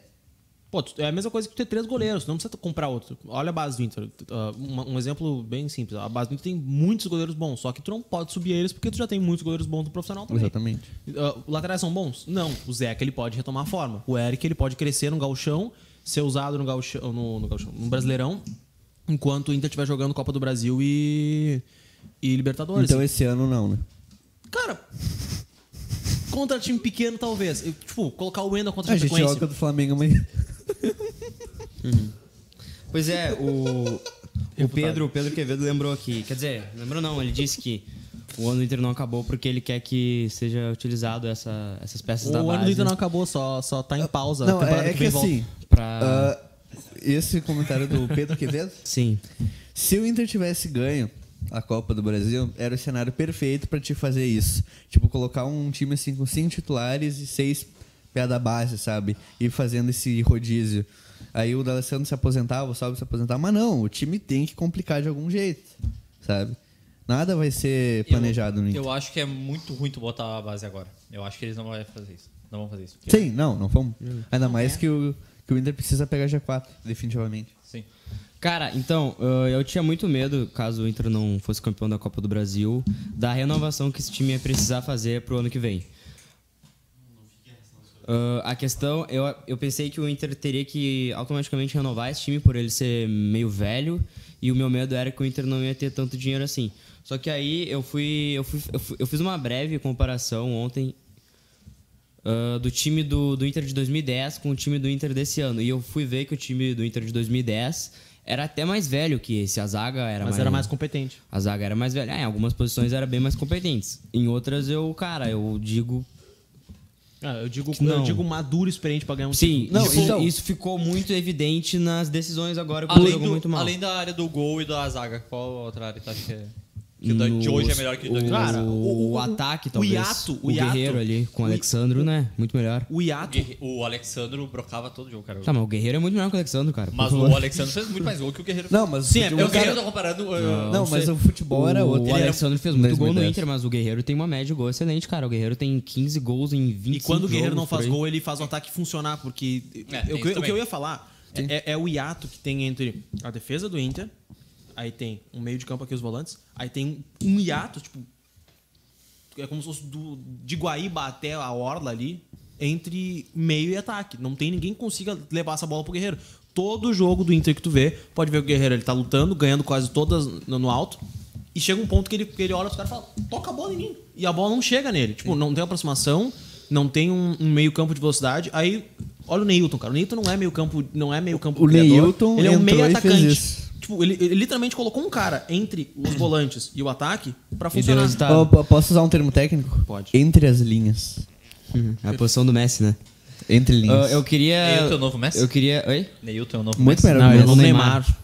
Speaker 2: Pô, tu- é a mesma coisa que tu ter três goleiros, tu não precisa tu comprar outro. Olha a base do Inter. Ah, uma- um exemplo bem simples. A base do Inter tem muitos goleiros bons, só que tu não pode subir eles porque tu já tem muitos goleiros bons do profissional também.
Speaker 3: Exatamente.
Speaker 2: Ah, os laterais são bons? Não. O Zeca ele pode retomar a forma. O Eric ele pode crescer no galchão, ser usado no galchão, no, no gauchão, no Brasileirão, enquanto o Inter estiver jogando Copa do Brasil e, e Libertadores.
Speaker 3: Então esse ano não, né?
Speaker 2: Cara. Contra time pequeno, talvez. Eu, tipo, colocar o Wendel contra
Speaker 3: A
Speaker 2: a
Speaker 3: gente
Speaker 2: Chapecoense.
Speaker 3: joga do Flamengo, mas.
Speaker 1: Pois é, o, o Pedro, o Pedro Quevedo lembrou aqui. Quer dizer, lembrou não, ele disse que o ano do Inter não acabou porque ele quer que seja utilizado essa, essas peças da
Speaker 2: O ano
Speaker 1: base.
Speaker 2: do Inter não acabou, só, só tá em pausa.
Speaker 3: Não,
Speaker 2: A temporada
Speaker 3: é, é que
Speaker 2: vem volta.
Speaker 3: assim.
Speaker 1: pra-
Speaker 3: ah, esse comentário do Pedro Quevedo.
Speaker 1: Sim.
Speaker 3: Se o Inter tivesse ganho a Copa do Brasil, era o cenário perfeito pra te fazer isso. Tipo, colocar um time assim com cinco titulares e seis pé da base, sabe? E fazendo esse rodízio. Aí o D'Alessandro se aposentava, o Salve se aposentava. Mas não, o time tem que complicar de algum jeito, sabe? Nada vai ser planejado
Speaker 5: eu,
Speaker 3: no Inter.
Speaker 5: Eu acho que é muito ruim tu botar a base agora. Eu acho que eles não vão fazer isso. Não vão fazer isso.
Speaker 3: Sim, não, não vamos. Ainda mais que, o, que o Inter precisa pegar G4, definitivamente.
Speaker 5: Sim.
Speaker 1: Cara, então, ah, eu tinha muito medo, caso o Inter não fosse campeão da Copa do Brasil, da renovação que esse time ia precisar fazer pro ano que vem. Ah, a questão, eu, eu pensei que o Inter teria que automaticamente renovar esse time por ele ser meio velho e o meu medo era que o Inter não ia ter tanto dinheiro assim. Só que aí eu fui, eu, fui, eu, fui- eu fiz uma breve comparação ontem ah, do time do, do Inter de 2010 com o time do Inter desse ano. E eu fui ver que o time do Inter de 2010 era até mais velho que esse. A zaga era
Speaker 2: Mas
Speaker 1: mais.
Speaker 2: era mais competente.
Speaker 1: A zaga era mais velha. Ah, em algumas posições era bem mais competentes. Em outras, eu, cara, eu digo.
Speaker 2: Ah, eu, digo,
Speaker 1: Que não.
Speaker 2: eu digo maduro e experiente pra ganhar um
Speaker 1: Sim,
Speaker 3: Não,
Speaker 1: isso,
Speaker 3: então-
Speaker 1: isso ficou muito evidente nas decisões agora que o
Speaker 5: Além,
Speaker 1: jogou muito
Speaker 5: do,
Speaker 1: mal.
Speaker 5: além da área do gol e da zaga, qual outra área tu acha que é? Que da- de
Speaker 1: No-
Speaker 5: hoje é melhor que
Speaker 1: o,
Speaker 5: da
Speaker 1: cara, o,
Speaker 2: o- o-
Speaker 1: ataque,
Speaker 2: o
Speaker 1: talvez.
Speaker 2: hiato, o hiato.
Speaker 1: Guerreiro ali com o
Speaker 2: O-
Speaker 1: Alexandro, né? Muito melhor.
Speaker 2: O hiato.
Speaker 5: O, o Alexandro brocava todo jogo, cara.
Speaker 1: Tá, mas o Guerreiro é muito melhor que o Alexandro, cara.
Speaker 5: Mas
Speaker 1: Por
Speaker 5: o
Speaker 1: favor.
Speaker 5: Alexandro fez muito mais gol que o Guerreiro.
Speaker 3: Não, mas
Speaker 2: Sim, é
Speaker 3: o
Speaker 5: eu
Speaker 3: futebol, um
Speaker 5: o Guerreiro tá comparando. uh,
Speaker 3: não, mas o futebol era outro.
Speaker 1: O
Speaker 3: Ele era-
Speaker 1: Alexandro fez muito gol no
Speaker 3: 2010.
Speaker 1: Inter, mas o Guerreiro tem uma média de gol excelente, cara. O Guerreiro tem 15 gols em 20
Speaker 2: E quando o Guerreiro não faz gol, ele faz o ataque funcionar, porque
Speaker 5: É,
Speaker 2: eu-
Speaker 5: tem isso
Speaker 2: o que
Speaker 5: também.
Speaker 2: eu ia falar
Speaker 3: Sim.
Speaker 2: É, é o hiato que tem entre a defesa do Inter, aí tem um meio de campo aqui, os volantes, aí tem um hiato, tipo. É como se fosse do, de Guaíba até a orla ali, entre meio e ataque. Não tem ninguém que consiga levar essa bola pro Guerreiro. Todo jogo do Inter que tu vê, pode ver que o Guerreiro ele tá lutando, ganhando quase todas no, no alto. E chega um ponto que ele, que ele olha os caras e fala: toca a bola em mim. E a bola não chega nele. Tipo, não tem aproximação, não tem um, um meio-campo de velocidade. Aí, olha o Neilton, cara. O Neilton não é meio-campo, não é meio-campo
Speaker 3: O
Speaker 2: criador.
Speaker 3: Neilton
Speaker 2: ele é um
Speaker 3: entrou
Speaker 2: meio
Speaker 3: e fez
Speaker 2: atacante.
Speaker 3: isso.
Speaker 2: Tipo, ele, ele literalmente colocou um cara entre os volantes e o ataque
Speaker 1: E tá-
Speaker 2: pra
Speaker 1: deu
Speaker 2: funcionar.
Speaker 1: resultado.
Speaker 3: Eu- eu posso usar um termo técnico?
Speaker 2: Tá. Pode.
Speaker 3: Entre as linhas.
Speaker 1: Uhum, A posição do Messi, né?
Speaker 3: Entre linhas.
Speaker 1: Ah, eu queria.
Speaker 5: Neilton é o novo Messi?
Speaker 1: Eu queria. Oi?
Speaker 5: Neilton é o novo
Speaker 3: Muito
Speaker 5: Messi.
Speaker 3: melhor
Speaker 1: Não,
Speaker 3: que
Speaker 1: ele é
Speaker 3: o
Speaker 1: o
Speaker 2: novo
Speaker 3: Messi.
Speaker 1: Neymar.
Speaker 2: Neymar.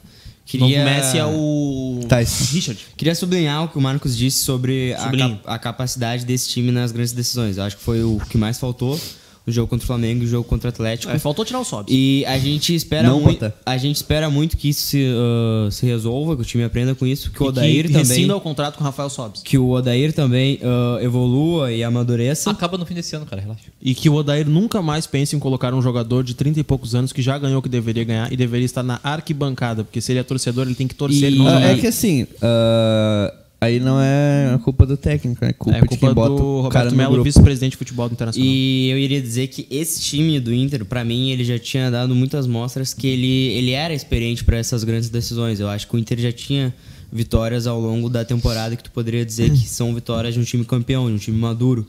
Speaker 1: Queria...
Speaker 2: O Messi é o.
Speaker 3: Tyson.
Speaker 2: Richard.
Speaker 1: Queria sublinhar o que o Marcos disse sobre a,
Speaker 2: Sublinho.
Speaker 1: cap- a capacidade desse time nas grandes decisões. Eu acho que foi o que mais faltou. O jogo contra o Flamengo e o jogo contra o Atlético.
Speaker 2: É, faltou tirar o Sobs.
Speaker 1: E a gente espera
Speaker 3: Não,
Speaker 1: muito.
Speaker 3: Mota.
Speaker 1: A gente espera muito que isso se, ah, se resolva, que o time aprenda com isso, que o
Speaker 2: E
Speaker 1: Odair
Speaker 2: que
Speaker 1: também.
Speaker 2: rescinda o contrato com o Rafael Sobs.
Speaker 1: Que o Odair também ah, evolua e amadureça.
Speaker 5: Acaba no fim desse ano, cara, relaxa.
Speaker 2: E que o Odair nunca mais pense em colocar um jogador de 30 e poucos anos que já ganhou o que deveria ganhar e deveria estar na arquibancada, porque se ele é torcedor, ele tem que torcer.
Speaker 1: E-
Speaker 2: não
Speaker 3: Ah,
Speaker 2: jogar.
Speaker 3: é que assim, ah, aí não é a culpa do técnico, é culpa,
Speaker 2: É culpa
Speaker 3: de quem
Speaker 2: do
Speaker 3: bota o cara
Speaker 2: Roberto
Speaker 3: no
Speaker 2: Melo,
Speaker 3: grupo.
Speaker 2: vice-presidente de futebol do internacional.
Speaker 1: E eu iria dizer que esse time do Inter, pra mim, ele já tinha dado muitas mostras que ele, ele era experiente pra essas grandes decisões. Eu acho que o Inter já tinha vitórias ao longo da temporada que tu poderia dizer que são vitórias de um time campeão, de um time maduro.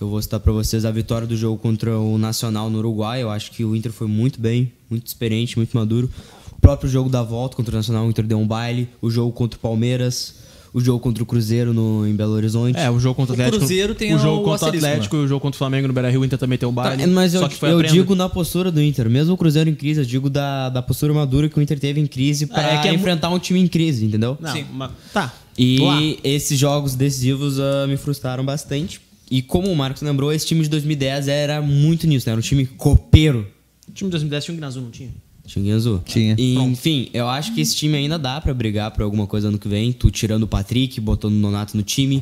Speaker 1: Eu vou citar pra vocês a vitória do jogo contra o Nacional no Uruguai. Eu acho que o Inter foi muito bem, muito experiente, muito maduro. O próprio jogo da volta contra o Nacional, o Inter deu um baile. O jogo contra o Palmeiras, o jogo contra o Cruzeiro no, em Belo Horizonte.
Speaker 2: É, o jogo contra o
Speaker 5: O
Speaker 2: Atlético.
Speaker 5: Cruzeiro tem
Speaker 2: o jogo
Speaker 5: o
Speaker 2: contra o
Speaker 5: asterisco,
Speaker 2: Atlético e o jogo contra o Flamengo no Beira Rio, o Inter também tem o baile.
Speaker 1: Tá, mas eu,
Speaker 2: só que foi a
Speaker 1: eu
Speaker 2: prenda.
Speaker 1: digo na postura do Inter, mesmo o Cruzeiro em crise, eu digo da, da postura madura que o Inter teve em crise pra
Speaker 2: é que é mu-
Speaker 1: enfrentar um time em crise, entendeu?
Speaker 2: Não,
Speaker 5: Sim.
Speaker 2: mas- tá.
Speaker 1: assim, E
Speaker 2: Lá.
Speaker 1: esses jogos decisivos ah, me frustraram bastante. E como o Marcos lembrou, esse time de 2010 era muito nisso, né? Era um time copeiro.
Speaker 2: O time de 2010 tinha um Gnazul, não tinha?
Speaker 1: Tinha azul.
Speaker 3: Tinha.
Speaker 1: E, enfim, eu acho que esse time ainda dá pra brigar por alguma coisa ano que vem. Tu tirando o Patrick, botando o Nonato no time.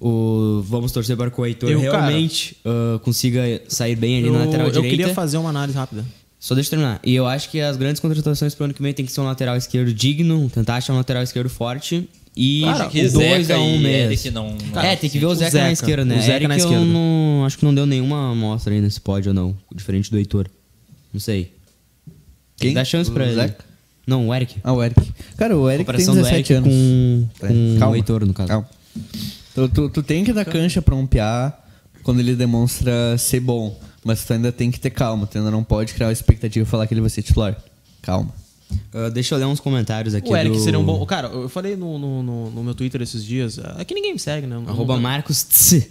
Speaker 1: O, vamos torcer para que o Heitor
Speaker 2: Eu, cara,
Speaker 1: realmente ah, consiga sair bem ali
Speaker 2: eu,
Speaker 1: na lateral
Speaker 2: eu
Speaker 1: direita.
Speaker 2: queria fazer uma análise rápida.
Speaker 1: Só deixa eu terminar. E eu acho que as grandes contratações pro ano que vem tem que ser um lateral esquerdo digno, tentar achar um lateral esquerdo forte e
Speaker 5: Cara, que
Speaker 1: 2
Speaker 5: Zeca
Speaker 1: a 1 um
Speaker 5: e
Speaker 1: mesmo.
Speaker 5: Eric não-
Speaker 1: é, tem que ver o
Speaker 2: o
Speaker 1: Zeca, na
Speaker 2: Zeca.
Speaker 1: esquerda, né?
Speaker 2: O Zeca
Speaker 1: Eric
Speaker 2: na
Speaker 1: eu
Speaker 2: esquerda.
Speaker 1: não- acho que não deu nenhuma amostra ainda se pode ou não, diferente do Heitor. Não sei. Tem
Speaker 3: Quem?
Speaker 1: que dar chance
Speaker 3: O
Speaker 1: pra ele.
Speaker 3: Zeca?
Speaker 1: Não, o Eric.
Speaker 3: Ah, o Eric. Cara, o Eric tem
Speaker 1: Comparação do
Speaker 3: 17
Speaker 1: Eric
Speaker 3: anos.
Speaker 1: com,
Speaker 3: Pera,
Speaker 1: com
Speaker 3: calma,
Speaker 1: o Heitor, no caso.
Speaker 3: Calma. Tu, tu, tu tem que dar cancha pra um piá quando ele demonstra ser bom. Mas tu ainda tem que ter calma. Tu ainda não pode criar uma expectativa e falar que ele vai ser titular. Calma.
Speaker 1: Ah, deixa eu ler uns comentários aqui
Speaker 2: O Eric
Speaker 1: do...
Speaker 2: seria um bom. Cara, eu falei no, no, no- no meu Twitter esses dias. É que ninguém me segue, né? Eu não-
Speaker 1: Arroba Marcos Tss.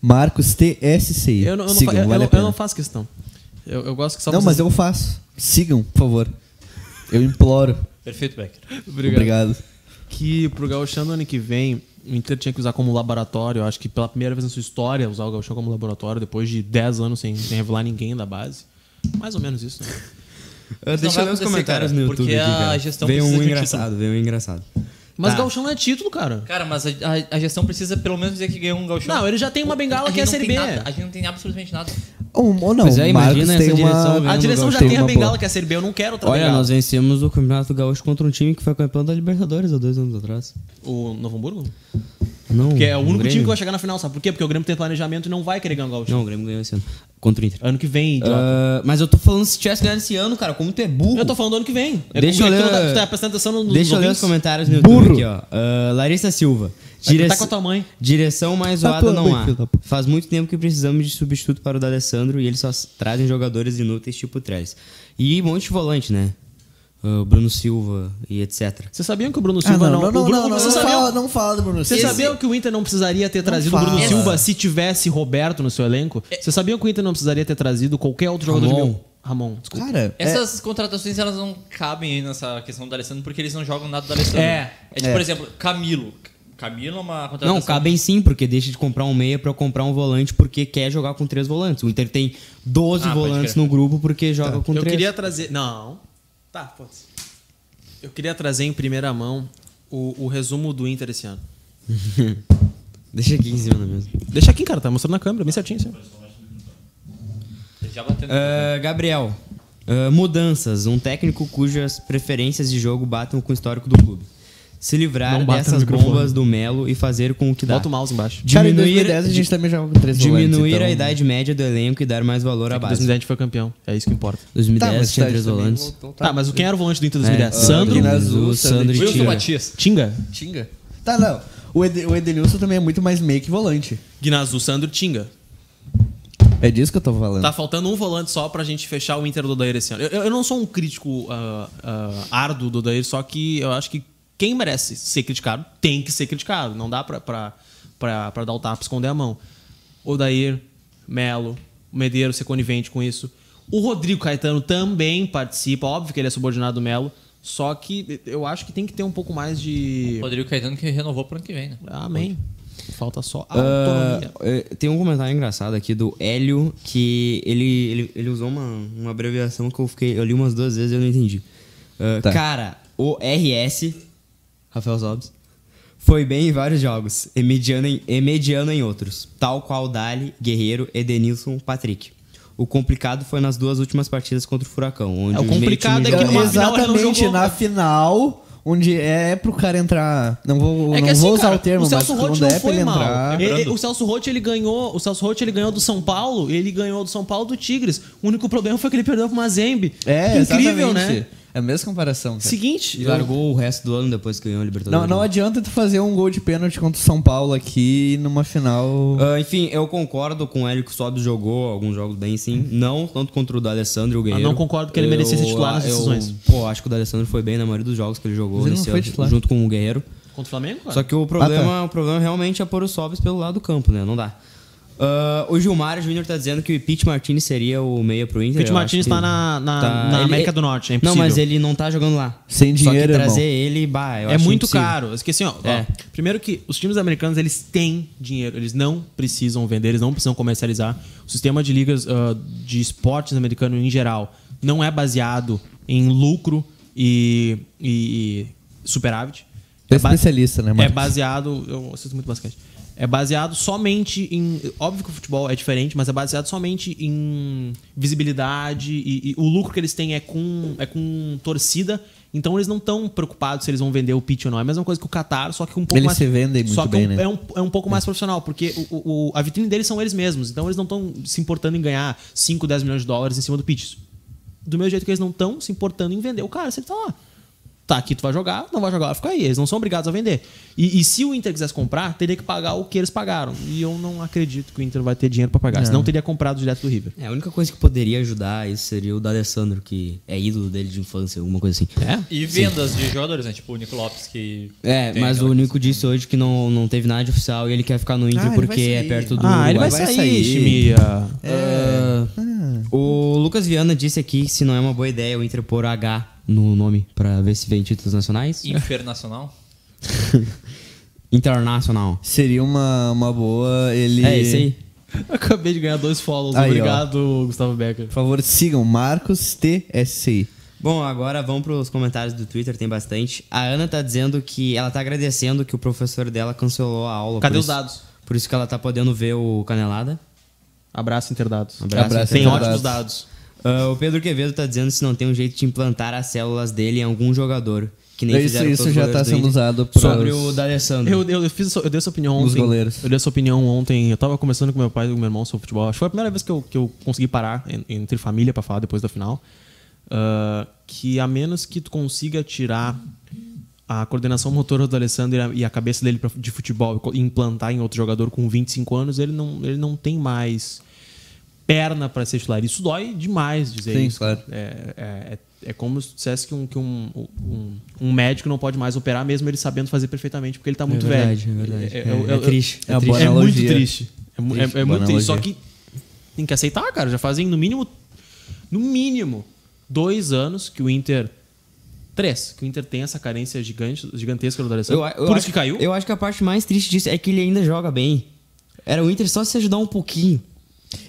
Speaker 3: Marcos TSCI.
Speaker 2: Eu não, eu não
Speaker 3: Sigam,
Speaker 2: fa- eu-
Speaker 3: vale
Speaker 2: eu-
Speaker 3: a
Speaker 2: eu
Speaker 3: pena.
Speaker 2: não faço questão. Eu, eu gosto que só
Speaker 3: Não, mas
Speaker 2: vocês-
Speaker 3: eu faço. Sigam, por favor. Eu imploro.
Speaker 5: Perfeito, Becker.
Speaker 3: Obrigado.
Speaker 2: Que pro Gauchão no ano que vem, o Inter tinha que usar como laboratório. Eu acho que pela primeira vez na sua história, usar o Gauchão como laboratório, depois de 10 anos sem, sem revelar ninguém da base. Mais ou menos isso, né?
Speaker 1: Ah,
Speaker 5: Isso
Speaker 1: deixa
Speaker 5: não vai
Speaker 1: eu ler os
Speaker 5: acontecer,
Speaker 1: comentários
Speaker 5: cara,
Speaker 1: no YouTube
Speaker 5: porque
Speaker 1: aqui,
Speaker 5: a
Speaker 1: cara.
Speaker 5: gestão
Speaker 1: Veio
Speaker 5: precisa
Speaker 1: um
Speaker 5: de um título.
Speaker 1: engraçado, veio um engraçado.
Speaker 2: Mas
Speaker 1: Tá.
Speaker 2: Gauchão não é título, cara.
Speaker 5: Cara, mas a, a- a gestão precisa pelo menos dizer que ganhou um gauchão.
Speaker 2: Não, ele já tem uma bengala
Speaker 5: A
Speaker 2: que é a
Speaker 5: gente
Speaker 2: Série
Speaker 5: não
Speaker 2: B.
Speaker 5: tem nada, a gente não tem absolutamente nada.
Speaker 3: Ou, ou não,
Speaker 1: Pois é,
Speaker 3: o
Speaker 1: imagina
Speaker 3: Marcos
Speaker 1: essa
Speaker 3: tem
Speaker 1: direção
Speaker 3: uma...
Speaker 1: ganhando
Speaker 2: A direção já
Speaker 3: Teve
Speaker 2: tem a
Speaker 3: uma
Speaker 2: bengala
Speaker 3: boa.
Speaker 2: que é a Série B. Eu não quero outra
Speaker 1: Olha,
Speaker 2: bengala.
Speaker 1: nós vencemos o Campeonato Gaúcho contra um time que foi campeão da Libertadores há dois anos atrás.
Speaker 2: O Novo Hamburgo?
Speaker 1: Não.
Speaker 2: Que é o único
Speaker 1: Uhum. Grêmio.
Speaker 2: time que vai chegar na final, sabe por quê? Porque o Grêmio tem planejamento e não vai querer ganhar o Gauchão.
Speaker 1: Não, o Grêmio ganhou esse ano. Contra o Inter.
Speaker 2: Ano que vem, idiota.
Speaker 1: Ah, mas eu tô falando se tivesse ganhado esse ano, cara, como tu é burro.
Speaker 2: Eu tô falando do ano que vem. É
Speaker 1: Deixa
Speaker 2: porque
Speaker 1: eu
Speaker 2: tu
Speaker 1: ler-
Speaker 2: não tá- Tu tá prestando atenção no- nos
Speaker 1: Deixa eu ler os
Speaker 2: ouvintes.
Speaker 1: comentários no
Speaker 3: Burro.
Speaker 1: YouTube aqui, ó. Ah, Larissa Silva. Dire-
Speaker 2: Tá com a tua mãe.
Speaker 1: Direção mais
Speaker 3: Tá
Speaker 1: zoada
Speaker 3: tua
Speaker 1: não
Speaker 3: mãe,
Speaker 1: há.
Speaker 3: filho da
Speaker 1: Faz muito tempo que precisamos de substituto para o D'Alessandro e eles só trazem jogadores inúteis tipo Trellis. E um monte de volante, né? Ah, Bruno Silva e etc.
Speaker 2: Vocês sabiam que o Bruno
Speaker 3: Ah,
Speaker 2: Silva não...
Speaker 3: não,
Speaker 2: o
Speaker 3: não,
Speaker 2: Bruno,
Speaker 3: não, não,
Speaker 2: Vocês
Speaker 3: não
Speaker 2: sabiam-
Speaker 3: fala, não fala do Bruno
Speaker 2: Vocês
Speaker 3: Silva.
Speaker 2: sabiam que o Inter não precisaria ter trazido o
Speaker 3: fala.
Speaker 2: Bruno Silva se tivesse Roberto no seu elenco? Vocês sabiam que o Inter não precisaria ter trazido qualquer outro jogador
Speaker 1: Ramon.
Speaker 2: de meu? Ramon, desculpa.
Speaker 3: Cara, é-
Speaker 5: Essas contratações elas não cabem aí nessa questão do Alessandro porque eles não jogam nada do Alessandro.
Speaker 2: É.
Speaker 5: tipo, por exemplo, Camilo. Camilo é uma contratação.
Speaker 1: Não, cabem sim, porque deixa de comprar um meia pra comprar um volante porque quer jogar com três volantes. O Inter tem 12
Speaker 5: Ah, pode
Speaker 1: volantes
Speaker 5: crer.
Speaker 1: no grupo porque joga com
Speaker 2: Tá. Eu
Speaker 1: três.
Speaker 2: queria trazer. Não. Tá, pode. Eu queria trazer em primeira mão o, o resumo do Inter esse ano.
Speaker 1: Deixa aqui em cima da mesa.
Speaker 2: Deixa aqui, cara, tá mostrando na câmera, bem certinho. Assim.
Speaker 5: É, Já batendo.
Speaker 1: Ah, Gabriel, Ah, mudanças. Um técnico cujas preferências de jogo batam com o histórico do clube. Se livrar
Speaker 2: Não bata no
Speaker 1: dessas
Speaker 2: microfone.
Speaker 1: bombas do Melo e fazer com o que dá.
Speaker 2: Bota o mouse embaixo.
Speaker 3: Cara, em
Speaker 1: Diminuir-
Speaker 3: 2010 a gente também jogava com três volantes,
Speaker 1: Diminuir
Speaker 3: então-
Speaker 1: a idade média do elenco e dar mais valor à base.
Speaker 2: 2010 a gente foi campeão. É isso que importa.
Speaker 1: 2010
Speaker 3: mas
Speaker 1: tinha
Speaker 3: tá,
Speaker 1: três
Speaker 3: isso também
Speaker 1: volantes.
Speaker 3: voltou,
Speaker 2: Tá, mas quem era o volante do Inter 2010?
Speaker 1: É,
Speaker 2: Sandro?
Speaker 1: Guilherme
Speaker 3: Azul,
Speaker 1: Jesus, Sandro e
Speaker 3: Sandro
Speaker 5: Wilson
Speaker 1: Tinga.
Speaker 5: Matias.
Speaker 2: Tinga?
Speaker 3: Tinga? Tá, não. O, Ed- o Edenilson também é muito mais meio que volante.
Speaker 2: Guinazu, Sandro, Tinga.
Speaker 3: É disso que eu tô falando.
Speaker 2: Tá faltando um volante só pra gente fechar o Inter do Odair esse ano. Eu, eu- eu não sou um crítico ah, ah, árduo do Odair, só que eu acho que quem merece ser criticado tem que ser criticado. Não dá pra, pra, pra, pra dar o tapa e esconder a mão. Odair, Melo, Medeiro ser conivente com isso. O Rodrigo Caetano também participa. Óbvio que ele é subordinado do Melo, só que eu acho que tem que ter um pouco mais de...
Speaker 5: Rodrigo Caetano que renovou pro ano que vem, né?
Speaker 2: Amém. Falta só
Speaker 1: Ah,
Speaker 2: autonomia.
Speaker 1: eh, tem um comentário engraçado aqui do Hélio que ele, ele, ele usou uma, uma abreviação que eu fiquei. Eu li umas duas vezes e eu não entendi. Ah,
Speaker 3: Tá.
Speaker 1: Cara, o RS, Rafael Zobes, foi bem em vários jogos, e mediano em, e mediano em outros, tal qual Dali, Guerreiro, Edenilson, Patrick. O complicado foi nas duas últimas partidas contra o Furacão, onde
Speaker 2: É, o
Speaker 1: meio time
Speaker 2: complicado é que
Speaker 1: jogou
Speaker 2: no
Speaker 1: mal.
Speaker 2: Mas final ele não
Speaker 3: Exatamente,
Speaker 2: jogou,
Speaker 3: na
Speaker 2: né?
Speaker 3: final, onde é pro cara entrar. Não vou,
Speaker 2: É que
Speaker 3: não
Speaker 2: assim,
Speaker 3: vou usar
Speaker 2: cara,
Speaker 3: o termo,
Speaker 2: o
Speaker 3: mas
Speaker 2: Celso
Speaker 3: quando
Speaker 2: Roth não
Speaker 3: é pra
Speaker 2: foi
Speaker 3: ele
Speaker 2: mal.
Speaker 3: entrar.
Speaker 2: Ele- ele- o Celso Roth ele ganhou, o Celso Roth ele ganhou do São Paulo, ele ganhou do São Paulo do Tigres. O único problema foi que ele perdeu pro Mazembe.
Speaker 3: É,
Speaker 2: Que incrível,
Speaker 3: exatamente.
Speaker 2: né?
Speaker 3: É a mesma comparação. cara.
Speaker 2: Seguinte,
Speaker 1: E
Speaker 2: eu-
Speaker 1: largou o resto do ano depois que ganhou a Libertadores.
Speaker 3: Não, não adianta tu fazer um gol de pênalti contra o São Paulo aqui numa final.
Speaker 1: Ah, enfim, eu concordo com o Hélio que o Sobs jogou alguns jogos bem, sim. Não tanto contra o D'Alessandro e o Guerreiro.
Speaker 2: Ah, não concordo que ele merecia ser titular nas
Speaker 1: eu-
Speaker 2: decisões.
Speaker 1: Pô, acho que o D'Alessandro foi bem na maioria dos jogos que ele jogou
Speaker 3: Mas ele não
Speaker 1: nesse
Speaker 3: foi
Speaker 1: ano,
Speaker 3: titular. Ah, tá.
Speaker 1: junto com o Guerreiro.
Speaker 2: contra o Flamengo, cara.
Speaker 1: Só que o problema, o problema realmente é pôr o Sobs pelo lado do campo, né? Não dá. Ah, o Gilmar Júnior tá dizendo que o Pete Martinez seria o meia pro Inter.
Speaker 2: Pete
Speaker 1: eu acho
Speaker 2: Martinez
Speaker 1: que
Speaker 2: tá na- na- na América do Norte, é
Speaker 1: Não,
Speaker 2: impossível.
Speaker 1: mas ele não tá jogando lá.
Speaker 3: Sem
Speaker 1: Só que
Speaker 3: dinheiro,
Speaker 1: trazer
Speaker 3: irmão.
Speaker 1: ele, bah, eu
Speaker 2: é
Speaker 1: acho
Speaker 2: muito
Speaker 1: impossível.
Speaker 2: caro. Esqueci, ó, ó.
Speaker 1: É.
Speaker 2: Primeiro que os times americanos, eles têm dinheiro. Eles não precisam vender, eles não precisam comercializar. O sistema de ligas ah, de esportes americano em geral não é baseado em lucro e, e, e superávit.
Speaker 3: Tu é
Speaker 2: ba-
Speaker 3: especialista, né,
Speaker 2: É
Speaker 3: Marcos?
Speaker 2: baseado... Eu assisto muito basquete. É baseado somente em... Óbvio que o futebol é diferente, mas é baseado somente em visibilidade e, e o lucro que eles têm é com, é com torcida. Então eles não estão preocupados se eles vão vender o pitch ou não. É a mesma coisa que o Qatar, só que um pouco
Speaker 3: Eles
Speaker 2: mais...
Speaker 3: se vendem muito
Speaker 2: só que
Speaker 3: bem,
Speaker 2: um-
Speaker 3: né?
Speaker 2: é um, é um pouco mais profissional, porque o- o- o- a vitrine deles são eles mesmos. Então eles não estão se importando em ganhar 5, 10 milhões de dólares em cima do pitch. Do mesmo jeito que eles não estão se importando em vender o cara, se ele tá lá. Tá, aqui tu vai jogar, não vai jogar, fica aí. Eles não são obrigados a vender. E, e se o Inter quisesse comprar, teria que pagar o que eles pagaram. E eu não acredito que o Inter vai ter dinheiro pra pagar. Senão teria comprado direto do River.
Speaker 1: É, a única coisa que poderia ajudar isso seria o D'Alessandro, que é ídolo dele de infância, alguma coisa assim.
Speaker 2: É?
Speaker 5: E vendas de jogadores, né? Tipo o Nico Lopes, que.
Speaker 1: É,
Speaker 5: tem
Speaker 1: mas
Speaker 5: aquela
Speaker 1: o Nico disse hoje que não, não teve nada de oficial e ele quer ficar no
Speaker 4: Ah,
Speaker 1: Inter
Speaker 4: ele
Speaker 1: porque
Speaker 4: vai
Speaker 1: é
Speaker 4: sair.
Speaker 1: perto do
Speaker 2: Ah, ele
Speaker 1: Uruguai.
Speaker 2: vai sair,
Speaker 3: vai sair.
Speaker 2: Chimia.
Speaker 1: Ah, O Lucas Viana disse aqui que se não é uma boa ideia o Inter pôr H no nome pra ver se vem títulos nacionais.
Speaker 5: É. Infernacional.
Speaker 1: Internacional.
Speaker 3: Seria uma, uma boa ele.
Speaker 1: É isso aí.
Speaker 2: Acabei de ganhar dois follows.
Speaker 3: Aí, ó.
Speaker 2: Obrigado, Gustavo Becker.
Speaker 3: Por favor, sigam Marcos TSCI.
Speaker 1: Bom, agora vamos pros comentários do Twitter, tem bastante. A Ana tá dizendo que ela tá agradecendo que o professor dela cancelou a aula.
Speaker 2: Cadê
Speaker 1: por
Speaker 2: os
Speaker 1: isso-
Speaker 2: dados?
Speaker 1: Por isso que ela tá podendo ver o Canelada.
Speaker 2: Abraço, Interdados.
Speaker 1: Abraço, Abraço,
Speaker 2: Tem
Speaker 3: Interdados.
Speaker 2: ótimos dados.
Speaker 1: Ah, o Pedro Quevedo tá dizendo se não tem um jeito de implantar as células dele em algum jogador. Que nem
Speaker 3: Isso-
Speaker 1: fizeram
Speaker 3: isso
Speaker 1: todos os
Speaker 3: já
Speaker 1: goleiros
Speaker 3: tá
Speaker 1: do
Speaker 3: sendo
Speaker 1: Inter.
Speaker 3: usado pra
Speaker 1: Sobre
Speaker 3: os-
Speaker 1: o D'Alessandro.
Speaker 2: Eu, eu, eu fiz, essa- eu dei essa opinião
Speaker 3: Dos
Speaker 2: ontem.
Speaker 3: goleiros.
Speaker 2: Eu dei essa opinião ontem. Eu tava conversando com meu pai e com meu irmão sobre futebol. Acho que foi a primeira vez que eu, que eu consegui parar en- entre família pra falar depois da final. Ah, que a menos que tu consiga tirar a coordenação motora do Alessandro e a, e a cabeça dele pra- de futebol e co- e implantar em outro jogador com 25 anos, ele não, ele não tem mais perna pra ser titular. Isso dói demais dizer
Speaker 3: Sim,
Speaker 2: isso.
Speaker 3: claro.
Speaker 2: É, é, é- é como se dissesse que, um, que um, um, um médico não pode mais operar, mesmo ele sabendo fazer perfeitamente, porque ele tá muito
Speaker 1: verdade,
Speaker 2: velho.
Speaker 1: é verdade.
Speaker 2: É,
Speaker 1: É-
Speaker 2: eu-
Speaker 1: é
Speaker 2: eu-
Speaker 1: triste,
Speaker 3: é triste.
Speaker 2: É,
Speaker 3: Boa
Speaker 2: muito
Speaker 3: analogia.
Speaker 2: triste. É, mu- é-
Speaker 3: Triste,
Speaker 2: é
Speaker 3: boa
Speaker 2: muito triste. Só
Speaker 3: analogia.
Speaker 2: que tem que aceitar, cara. Já fazem no mínimo. No mínimo, dois anos que o Inter. Três, que o Inter tem essa carência gigante, gigantesca do Alessandro.
Speaker 1: Eu a- eu
Speaker 2: Por
Speaker 1: acho-
Speaker 2: isso que caiu.
Speaker 1: Eu acho que a parte mais triste disso é que ele ainda joga bem. Era o Inter só se ajudar um pouquinho.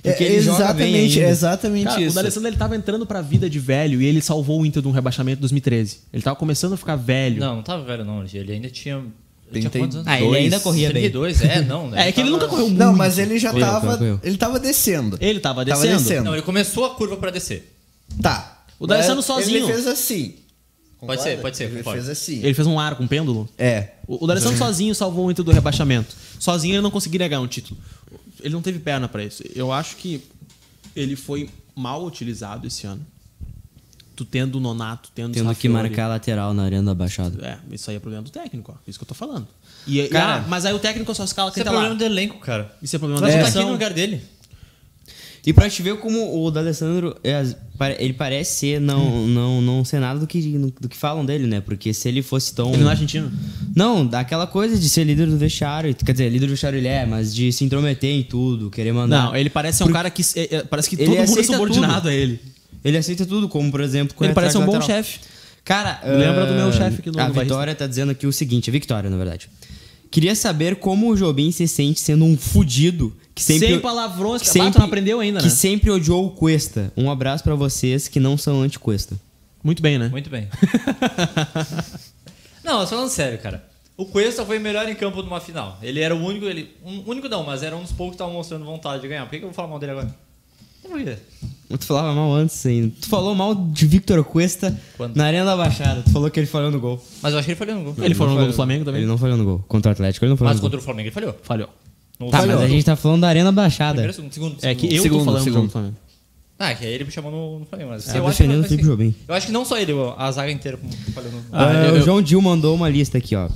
Speaker 1: Porque ele joga bem
Speaker 3: É, exatamente,
Speaker 1: ainda.
Speaker 3: exatamente
Speaker 2: Cara, o
Speaker 3: isso.
Speaker 2: D'Alessandro ele tava entrando pra vida de velho e ele salvou o Inter de um rebaixamento em 2013. Ele tava começando a ficar velho.
Speaker 5: Não, não tava velho, não. Ele ainda tinha. tinha
Speaker 3: 32.
Speaker 5: quantos anos?
Speaker 1: Ah, ele ainda corria bem.
Speaker 5: 32, é, não. né?
Speaker 2: É, que ele
Speaker 5: tava-
Speaker 2: nunca correu muito.
Speaker 3: Não, mas ele já
Speaker 1: Foi eu,
Speaker 3: tava.
Speaker 1: foi eu.
Speaker 3: Ele tava descendo.
Speaker 2: Ele tava
Speaker 3: Tava
Speaker 2: descendo.
Speaker 3: descendo.
Speaker 5: Não, ele começou a curva pra descer.
Speaker 3: Tá.
Speaker 2: O D'Alessandro sozinho.
Speaker 6: Ele fez assim. Concorda?
Speaker 5: ser, pode ser,
Speaker 6: Ele
Speaker 5: concordo.
Speaker 6: fez assim.
Speaker 2: Ele fez um arco, um pêndulo.
Speaker 6: É.
Speaker 2: O, o D'Alessandro sozinho salvou o Inter do rebaixamento. Sozinho ele não conseguiria ganhar um título. Ele não teve perna pra isso. Eu acho que ele foi mal utilizado esse ano. Tu tendo o Nonato, tendo o
Speaker 1: Tendo que
Speaker 2: Sarrafiori.
Speaker 1: marcar a lateral na arena da Baixada.
Speaker 2: É, isso aí é problema do técnico, ó. Isso que eu tô falando. E, e-
Speaker 5: Cara,
Speaker 2: ah, mas aí o técnico só escala
Speaker 5: Isso
Speaker 2: quem
Speaker 5: é
Speaker 2: tá
Speaker 5: problema
Speaker 2: lá.
Speaker 5: do elenco, cara.
Speaker 2: Isso é problema da
Speaker 5: Mas tá aqui
Speaker 2: direção.
Speaker 5: no lugar dele.
Speaker 1: E pra te ver como o D'Alessandro, é, as- pare- ele parece ser não, não, não ser nada do que, do que falam dele, né? Porque se ele fosse tão...
Speaker 2: Ele não é argentino.
Speaker 1: Não, daquela coisa de ser líder do vestiário. Quer dizer, líder do vestiário ele é, mas de se intrometer em tudo, querer mandar.
Speaker 2: Não, ele parece ser um cara que. é, é, parece que
Speaker 1: Ele
Speaker 2: todo mundo é
Speaker 1: aceita
Speaker 2: subordinado
Speaker 1: tudo.
Speaker 2: a ele.
Speaker 1: Ele aceita tudo, como por exemplo. quando
Speaker 2: Ele parece
Speaker 1: atrás
Speaker 2: um
Speaker 1: do
Speaker 2: bom
Speaker 1: lateral.
Speaker 2: chefe.
Speaker 1: Cara,
Speaker 2: Lembra do meu
Speaker 1: ah,
Speaker 2: chefe que no-
Speaker 1: A
Speaker 2: no Barrista.
Speaker 1: Vitória tá dizendo aqui o seguinte: a Victória, na verdade. Queria saber como o Jobim se sente sendo um fudido que sempre.
Speaker 2: Sem palavrões,
Speaker 1: que
Speaker 2: cara. Ah, tu não aprendeu ainda,
Speaker 1: Que
Speaker 2: né?
Speaker 1: sempre odiou o Cuesta. Um abraço pra vocês que não são anti-Cuesta.
Speaker 2: Muito bem, né?
Speaker 5: Muito bem. não, mas falando sério, cara. O Cuesta foi o melhor em campo numa final. Ele era o único, ele. Um, único não, mas era um dos poucos que estavam mostrando vontade de ganhar. Por que, que eu vou falar mal dele agora? Não vou ver.
Speaker 1: Tu falava mal antes ainda. Tu falou mal de Victor Cuesta
Speaker 5: Quando?
Speaker 1: na Arena da Baixada. Tu falou que ele falhou no gol.
Speaker 5: Mas eu acho que ele falhou no gol.
Speaker 2: Ele falou no gol
Speaker 1: falhou.
Speaker 2: do Flamengo também.
Speaker 1: Ele não falhou no gol. Contra o Atlético, ele não falou
Speaker 5: Mas
Speaker 1: no gol.
Speaker 5: contra o Flamengo ele falhou.
Speaker 2: falhou.
Speaker 5: Não
Speaker 1: Tá,
Speaker 5: falhou.
Speaker 1: mas a gente tá falando da Arena Baixada.
Speaker 5: Primeiro, segundo, segundo,
Speaker 2: É que eu
Speaker 3: Segundo,
Speaker 2: tô falando do jogo
Speaker 3: segundo.
Speaker 2: do Flamengo.
Speaker 5: Ah, que aí ele me chamou no, no Flamengo. Mas
Speaker 1: Tá
Speaker 5: eu, acho que,
Speaker 1: defendendo o Felipe Jobim.
Speaker 5: eu acho que não só ele, a zaga inteira como falhou no.
Speaker 1: Ah,
Speaker 2: eu-
Speaker 1: o
Speaker 2: eu-
Speaker 1: João Dil mandou uma lista aqui, ó.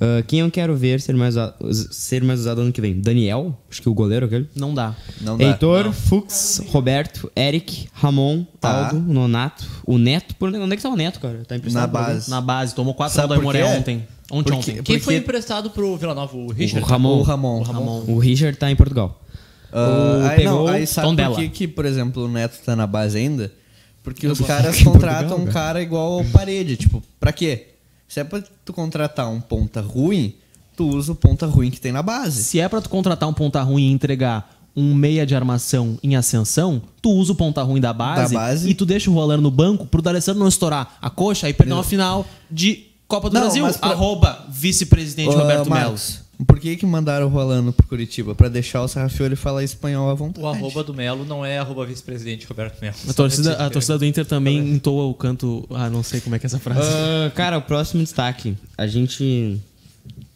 Speaker 1: Ah, quem eu quero ver ser mais, usa- us- ser mais usado ano que vem? Daniel, acho que o goleiro aquele.
Speaker 2: Não dá.
Speaker 3: Não dá.
Speaker 1: Heitor, Fux, Roberto, Eric, Ramon,
Speaker 3: Tá.
Speaker 1: Aldo, Nonato, o Neto. Por onde é que tá o Neto, cara? Tá
Speaker 3: Na
Speaker 1: impressionado. por alguém?
Speaker 3: base.
Speaker 2: Na base, tomou 4
Speaker 3: Sabe
Speaker 2: x do
Speaker 3: por
Speaker 2: Aimoré
Speaker 3: quê?
Speaker 2: ontem. Ontem,
Speaker 3: Porque-
Speaker 2: ontem.
Speaker 5: Quem foi
Speaker 3: porque-
Speaker 5: emprestado pro Vila Nova? O
Speaker 1: O
Speaker 5: Richard?
Speaker 1: Ramon.
Speaker 3: O Ramon.
Speaker 2: Ramon.
Speaker 1: O Richard tá em Portugal.
Speaker 3: Ah,
Speaker 1: O
Speaker 3: aí,
Speaker 1: pegou
Speaker 3: não, aí sabe
Speaker 2: Tondela.
Speaker 3: por que, que, por exemplo, o Neto tá na base ainda? Porque os caras contratam um cara igual ao parede. Tipo, pra quê? Se é pra tu contratar um ponta ruim, tu usa o ponta ruim que tem na base.
Speaker 2: Se é pra tu contratar um ponta ruim e entregar um meia de armação em ascensão, tu usa o ponta ruim da base,
Speaker 3: Da base.
Speaker 2: e tu deixa o rolando no banco pro D'Alessandro não estourar a coxa e perder uma final de Copa do
Speaker 3: Não,
Speaker 2: Brasil.
Speaker 3: mas pra-
Speaker 2: Arroba vice-presidente
Speaker 3: Ô,
Speaker 2: Roberto Melo.
Speaker 3: Ah, Marcos, Por que que mandaram o Rolando pro Curitiba? Pra deixar o Sarrafiori falar espanhol à vontade.
Speaker 5: O arroba do Melo não é arroba vice-presidente Roberto Melo.
Speaker 2: A torcida, a torcida do Inter também entoa o canto. Ah, não sei como é que é essa frase.
Speaker 1: Ah, cara, o próximo destaque. A gente.